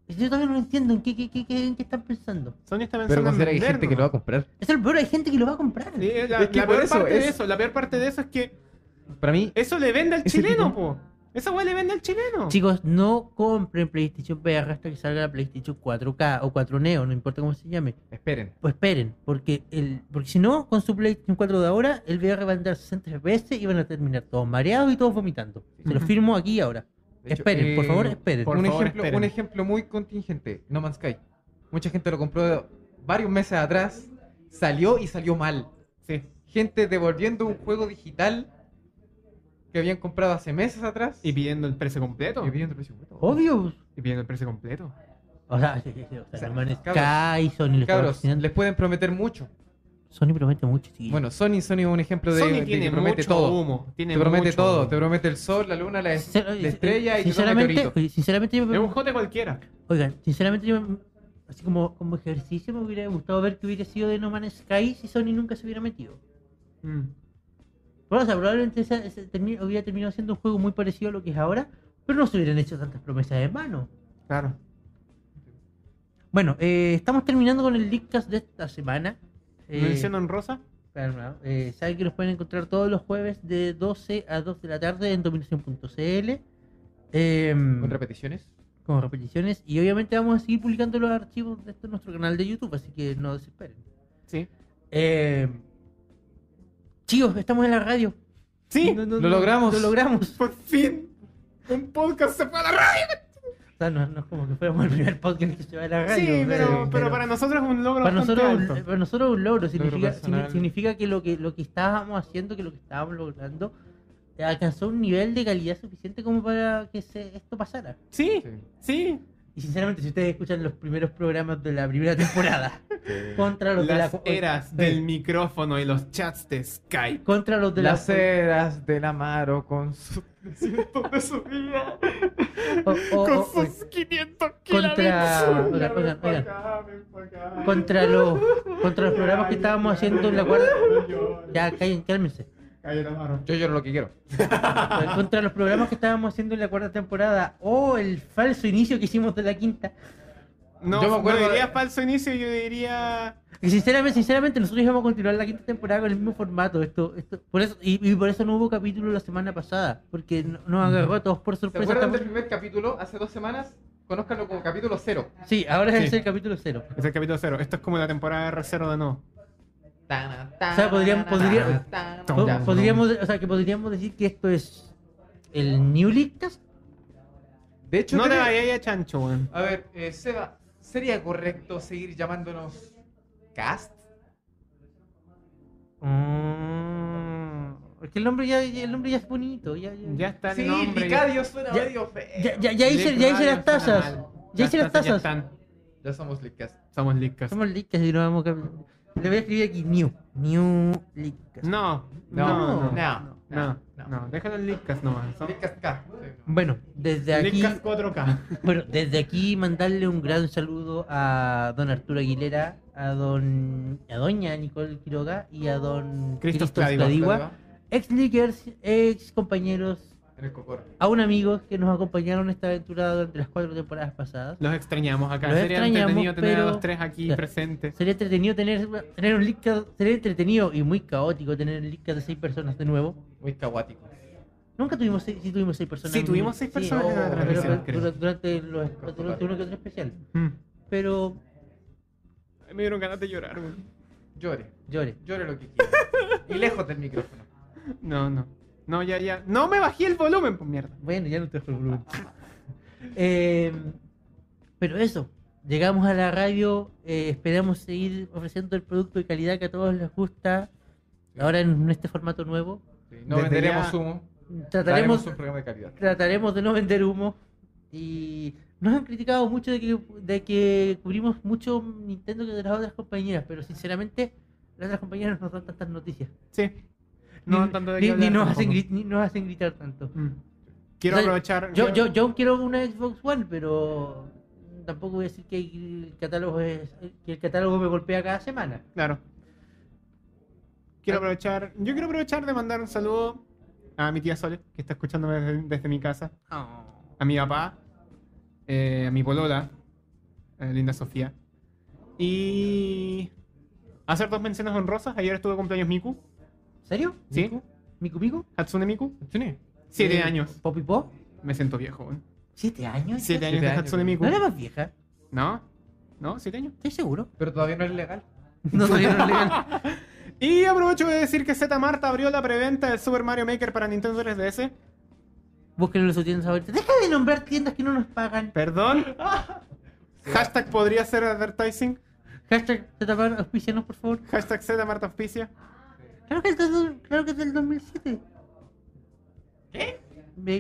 Speaker 1: yo todavía no entiendo en qué, qué, qué, qué- en qué están pensando
Speaker 2: Sony está pensando en vender nomás.
Speaker 3: comprar.
Speaker 1: es el peor hay gente que lo va a comprar
Speaker 2: Sí, la,
Speaker 3: Es que
Speaker 2: la
Speaker 3: por
Speaker 2: peor
Speaker 3: eso
Speaker 2: parte de
Speaker 3: es-
Speaker 2: eso, la peor parte de eso es que
Speaker 3: Para mí,
Speaker 2: eso le vende al
Speaker 3: Ese
Speaker 2: chileno,
Speaker 3: tipo-
Speaker 2: po. Esa weá le vende al chileno.
Speaker 1: chicos no compren PlayStation VR hasta que salga la PlayStation 4K o 4 Neo no importa cómo se llame
Speaker 3: esperen.
Speaker 1: Pues esperen, porque el porque si no, con su PlayStation 4 de ahora, el VR va a andar 60 FPS y van a terminar todos mareados y todos vomitando. Se lo
Speaker 2: Ujú.
Speaker 1: firmo aquí y ahora.
Speaker 3: De hecho,
Speaker 1: esperen, por
Speaker 3: eh,
Speaker 1: favor, esperen.
Speaker 2: por-
Speaker 3: un,
Speaker 2: favor,
Speaker 3: ejemplo,
Speaker 2: esperen.
Speaker 3: un ejemplo muy contingente, No Man's Sky. Mucha gente lo compró varios meses atrás, salió y salió mal.
Speaker 2: Sí.
Speaker 3: Gente devolviendo un juego digital que habían comprado hace meses atrás
Speaker 2: Y pidiendo el precio completo.
Speaker 3: y pidiendo el precio.
Speaker 1: Obvio.
Speaker 2: Y pidiendo el precio completo.
Speaker 1: O sea, sí, sí, sí, o sea,
Speaker 3: O sea,
Speaker 1: no manes-
Speaker 3: cabros,
Speaker 1: Kai, Sony lo está
Speaker 3: Cabros,
Speaker 1: patrocinando.
Speaker 3: les pueden prometer mucho.
Speaker 1: Sony promete mucho, sí.
Speaker 3: Bueno, Sony, Sony es un ejemplo de, de
Speaker 2: Sony
Speaker 3: que
Speaker 2: tiene
Speaker 3: promete
Speaker 2: mucho
Speaker 3: todo.
Speaker 2: humo. Tiene
Speaker 3: Te promete
Speaker 2: mucho eh,
Speaker 3: todo,
Speaker 2: humo.
Speaker 3: te promete el sol, la luna, la, es-
Speaker 1: Sincer-
Speaker 3: la estrella y te da un
Speaker 1: sinceramente,
Speaker 3: meteorito.
Speaker 1: oye, sinceramente yo me-
Speaker 2: Es un jote cualquiera.
Speaker 1: oigan, sinceramente yo me- así como, como ejercicio me hubiera gustado ver que hubiera sido de No Man's Sky si Sony nunca se hubiera metido.
Speaker 2: Mm.
Speaker 1: Bueno, o sea, probablemente esa- ese termi- hubiera terminado siendo un juego muy parecido a lo que es ahora, pero no se hubieran hecho tantas promesas de mano.
Speaker 2: Claro.
Speaker 1: Bueno, eh, estamos terminando con el Leakcast de esta semana. Eh,
Speaker 2: ¿Mención en rosa?
Speaker 1: Calma, eh, saben que los pueden encontrar todos los jueves de 12 a 2 de la tarde en dominación.cl. em,
Speaker 3: ¿Con repeticiones?
Speaker 1: con repeticiones. Y obviamente vamos a seguir publicando los archivos de esto en nuestro canal de YouTube, así que no desesperen.
Speaker 2: Sí.
Speaker 1: Eh, chicos, estamos en la radio.
Speaker 2: Sí,
Speaker 1: No, no,
Speaker 3: lo
Speaker 1: no,
Speaker 3: logramos.
Speaker 1: Lo logramos.
Speaker 2: por fin. Un podcast se fue a la radio.
Speaker 1: O sea, no, no es como que fuéramos el primer podcast que se va a la radio.
Speaker 2: Sí,
Speaker 3: eh,
Speaker 2: pero, pero para nosotros es un logro
Speaker 1: para
Speaker 2: bastante
Speaker 1: nosotros, un-
Speaker 2: alto.
Speaker 1: para nosotros un logro. Significa, signi-
Speaker 3: personal.
Speaker 1: significa que, lo que lo que estábamos haciendo, que lo que estábamos logrando, eh, alcanzó un nivel de calidad suficiente como para que se, esto pasara.
Speaker 2: Sí,
Speaker 3: Sí.
Speaker 2: sí.
Speaker 1: Y sinceramente, si ustedes escuchan los primeros programas de la primera temporada, contra los
Speaker 2: Las
Speaker 1: de la eh,
Speaker 2: eras del micrófono y los chats de Skype.
Speaker 1: contra los de la
Speaker 3: Las eras del Amaro con su...
Speaker 2: Donde subía
Speaker 1: o- o-
Speaker 2: con
Speaker 1: o- o-
Speaker 2: sus 500
Speaker 1: contra-
Speaker 2: kilómetros.
Speaker 1: oigan,
Speaker 2: Ven
Speaker 1: oigan,
Speaker 2: pa'
Speaker 1: oigan.
Speaker 2: acá, ven pa' acá.
Speaker 1: contra los contra los programas que estábamos haciendo en la cuarta
Speaker 2: No llores.
Speaker 1: ya callen, cálmense
Speaker 2: Cállate, Amaro.
Speaker 3: Yo lloro lo que quiero.
Speaker 1: contra los programas que estábamos haciendo en la cuarta temporada o el falso inicio que hicimos de la quinta
Speaker 2: No,
Speaker 3: Yo me
Speaker 2: no
Speaker 3: acuerdo
Speaker 2: diría
Speaker 3: de-
Speaker 2: falso inicio, yo diría
Speaker 1: que sinceramente sinceramente nosotros íbamos a continuar la quinta temporada con el mismo formato esto, esto por eso y, y por eso no hubo capítulo la semana pasada porque no- nos agarró a todos por
Speaker 3: ¿Se
Speaker 1: sorpresa
Speaker 3: acuerdan del
Speaker 1: Pues Estamos-
Speaker 3: primer capítulo? Hace dos semanas. Conozcanlo como capítulo cero.
Speaker 1: sí ahora es
Speaker 2: Sí.
Speaker 1: el capítulo cero
Speaker 2: Es el capítulo cero. Esto es como la temporada R0 de no.
Speaker 3: O
Speaker 1: sea, podrían- podría- Po-
Speaker 2: Ya.
Speaker 1: podríamos o sea que podríamos decir que esto es el New League
Speaker 3: De hecho,
Speaker 2: No te
Speaker 3: creo-
Speaker 2: vayas a chancho, weón.
Speaker 3: a ver, eh, Seba, ¿sería correcto seguir llamándonos cast?
Speaker 1: es que el nombre ya el nombre ya es bonito ya, ya.
Speaker 2: Ya está el
Speaker 3: Sí,
Speaker 2: nombre.
Speaker 3: Licadio suena
Speaker 1: Ya-
Speaker 3: medio feo.
Speaker 1: Ya, ya, ya hice, ya hice las tazas. Ya hice las
Speaker 2: está, Ya
Speaker 1: tazas.
Speaker 2: están.
Speaker 3: Ya somos Leadcast.
Speaker 2: Somos licas.
Speaker 1: Somos licas y no vamos a cambiar. Le voy a escribir aquí New. New licas.
Speaker 2: No, no, no.
Speaker 3: No,
Speaker 2: No,
Speaker 3: no,
Speaker 2: no.
Speaker 3: no.
Speaker 2: Déjalo en licas nomás. Son...
Speaker 3: Leadcast K.
Speaker 1: Bueno, desde aquí,
Speaker 2: Licas 4K.
Speaker 1: bueno, desde aquí mandarle un gran saludo a don Arturo Aguilera, a don a doña Nicole Quiroga y a don
Speaker 2: Christoph
Speaker 1: Christoph
Speaker 2: Cladiva.
Speaker 1: Cladiva, ex lickers, ex compañeros,
Speaker 3: En el cocor.
Speaker 1: a un amigo que nos acompañaron en esta aventura durante las cuatro temporadas pasadas.
Speaker 2: Los extrañamos acá.
Speaker 1: Los
Speaker 2: Sería
Speaker 1: extrañamos,
Speaker 2: entretenido tener a
Speaker 1: pero-
Speaker 2: los tres aquí
Speaker 1: Ya.
Speaker 2: presentes.
Speaker 1: Sería entretenido tener, tener un Leadcast- sería entretenido y muy caótico tener un Leadcast de seis personas de nuevo.
Speaker 3: Muy caguático.
Speaker 1: Nunca tuvimos seis, sí tuvimos seis personas.
Speaker 2: Sí,
Speaker 1: en-
Speaker 2: tuvimos seis personas
Speaker 3: en la
Speaker 1: pero-
Speaker 2: transmisión,
Speaker 1: pero
Speaker 2: creo.
Speaker 1: durante, los, durante uno que otro especial.
Speaker 2: Mm.
Speaker 1: Pero
Speaker 2: Ay, Me dieron ganas de llorar, weón.
Speaker 3: Llore.
Speaker 1: llore.
Speaker 3: Llore lo que quiera. y lejos del micrófono.
Speaker 2: No, no. No, ya, ya. No me bajé el volumen, pues mierda.
Speaker 1: Bueno, ya no te dejo el volumen. Eh, pero eso, llegamos a la radio, eh, esperamos seguir ofreciendo el producto de calidad que a todos les gusta. Ahora en este formato nuevo.
Speaker 3: Sí, no
Speaker 2: Desde
Speaker 3: venderemos
Speaker 2: ya-
Speaker 3: humo.
Speaker 1: Trataremos,
Speaker 3: Daremos un programa de calidad.
Speaker 1: trataremos de no vender humo. Y nos han criticado mucho de que, de que cubrimos mucho Nintendo que de las otras compañeras, pero sinceramente las otras compañeras no nos dan tantas noticias.
Speaker 2: Sí. No
Speaker 1: ni,
Speaker 2: tanto de
Speaker 1: ni-
Speaker 2: qué
Speaker 1: ni
Speaker 2: hablar
Speaker 1: nos hacen
Speaker 2: tampoco.
Speaker 1: gri- ni nos hacen gritar tanto.
Speaker 2: Mm. Quiero
Speaker 1: O sea,
Speaker 2: aprovechar.
Speaker 1: Yo, yo, yo quiero una Xbox One, pero tampoco voy a decir que el catálogo, es, que el catálogo me golpea cada semana.
Speaker 2: Claro. Quiero aprovechar. Yo quiero aprovechar de mandar un saludo a mi tía Sole, que está escuchándome desde, desde mi casa. A mi papá. eh, a mi polola. a la linda Sofía. Y. Hacer dos menciones honrosas. Ayer estuvo de cumpleaños Miku.
Speaker 1: ¿En serio?
Speaker 2: ¿Sí?
Speaker 1: ¿Miku? ¿Miku Miku?
Speaker 2: Hatsune Miku.
Speaker 3: Sí.
Speaker 2: Siete
Speaker 1: Eh,
Speaker 2: años.
Speaker 1: ¿Poppy Pop?
Speaker 2: Me siento viejo, weón.
Speaker 1: ¿Siete años?
Speaker 2: Siete
Speaker 1: hija?
Speaker 2: años de
Speaker 3: años,
Speaker 2: Hatsune
Speaker 3: weón.
Speaker 2: Miku.
Speaker 1: ¿No era más vieja?
Speaker 2: ¿No? ¿No? ¿Siete años?
Speaker 1: ¿Estás seguro?
Speaker 3: Pero todavía no es legal.
Speaker 1: No soy un legal.
Speaker 2: Y aprovecho de decir que Z Marta abrió la preventa del Super Mario Maker para Nintendo 3DS.
Speaker 1: Búsquenlo en sus tiendas favoritas. Deja de nombrar tiendas que no nos pagan.
Speaker 2: Perdón. Hashtag podría ser advertising.
Speaker 1: Hashtag Zetapan, auspicianos, por favor.
Speaker 2: Hashtag Z Marta Auspicia.
Speaker 1: Claro que es del, claro que es del 2007. ¿Qué?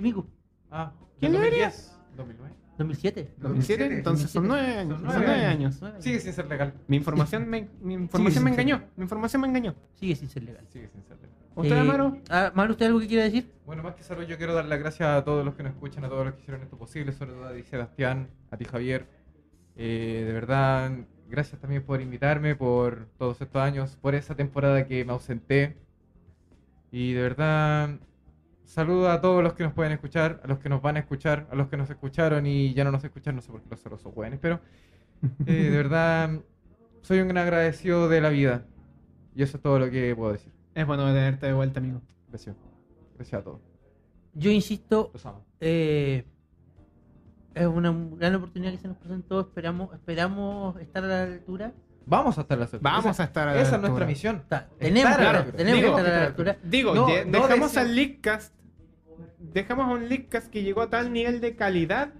Speaker 1: Miku.
Speaker 3: Ah,
Speaker 2: ¿Quién lo diría?
Speaker 3: 2010, 2009.
Speaker 1: 2007.
Speaker 2: 2007, entonces son nueve años.
Speaker 3: Son
Speaker 2: Son
Speaker 3: nueve
Speaker 2: nueve
Speaker 3: años.
Speaker 2: años.
Speaker 1: Nueve años.
Speaker 3: Sigue sin ser legal.
Speaker 2: Mi información me, mi información
Speaker 3: sí,
Speaker 2: me
Speaker 3: sí.
Speaker 2: engañó. Mi información me engañó.
Speaker 1: Sigue sin ser legal.
Speaker 3: Sigue sin ser legal.
Speaker 2: ¿Usted,
Speaker 1: Eh,
Speaker 2: Amaro?
Speaker 1: ah, Amaro, ¿usted algo que quiera decir?
Speaker 3: Bueno, más que salud, yo quiero dar las gracias a todos los que nos escuchan, a todos los que hicieron esto posible, sobre todo a ti, Sebastián, a ti, Javier. Eh, de verdad, gracias también por invitarme, por todos estos años, por esa temporada que me ausenté. Y de verdad, saludo a todos los que nos pueden escuchar, a los que nos van a escuchar, a los que nos escucharon y ya no nos escuchan, no sé por qué los celosos jóvenes, pero eh, de verdad, soy un gran agradecido de la vida. Y eso es todo lo que puedo decir.
Speaker 2: Es bueno tenerte de vuelta, amigo.
Speaker 3: Gracias. Gracias a todos.
Speaker 1: Yo insisto,
Speaker 3: Los amo.
Speaker 1: eh, es una gran oportunidad que se nos presentó. Esperamos, esperamos estar a la altura.
Speaker 3: Vamos a estar la sorpresa.
Speaker 2: Vamos
Speaker 3: Esa-
Speaker 2: a estar a la
Speaker 3: Esa es
Speaker 2: altura.
Speaker 3: nuestra misión.
Speaker 1: Ta- tenemos,
Speaker 3: Estar a la
Speaker 1: que-
Speaker 3: altura.
Speaker 1: tenemos que
Speaker 2: Digo,
Speaker 1: estar a la altura.
Speaker 2: Digo,
Speaker 3: No,
Speaker 2: ye-
Speaker 3: no
Speaker 2: dejamos
Speaker 3: deseo-
Speaker 2: al Leakcast. Dejamos a un Leakcast que llegó a tal nivel de calidad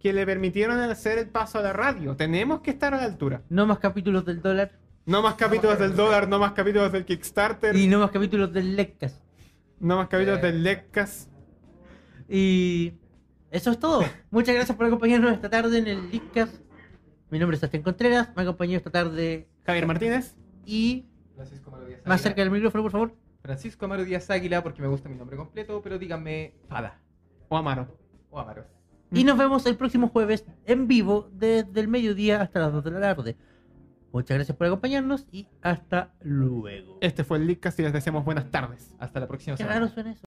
Speaker 2: que le permitieron hacer el paso a la radio. Tenemos que estar a la altura.
Speaker 1: No más capítulos del dólar
Speaker 2: No más capítulos del dólar, no más capítulos del Kickstarter,
Speaker 1: y no más capítulos del Lecas.
Speaker 2: no más capítulos
Speaker 9: Eh.
Speaker 2: del Leakcast.
Speaker 1: Y eso es todo. Muchas gracias por acompañarnos esta tarde en el Lecas. Mi nombre es Sebastián Contreras, me acompañó esta tarde
Speaker 2: Javier Martínez.
Speaker 1: y
Speaker 3: Francisco Amaro Díaz
Speaker 1: más
Speaker 3: Águila.
Speaker 1: cerca del micrófono, por favor.
Speaker 3: Francisco Amaro Díaz Águila, porque me gusta mi nombre completo, pero díganme Fada
Speaker 2: O Amaro.
Speaker 3: o Amaro.
Speaker 1: Y nos vemos el próximo jueves en vivo desde el mediodía hasta las 2 de la tarde. Muchas gracias por acompañarnos y hasta luego.
Speaker 2: Este fue el Leakcast y les deseamos buenas tardes.
Speaker 3: Hasta la próxima
Speaker 1: Qué
Speaker 3: semana.
Speaker 1: raro suena eso.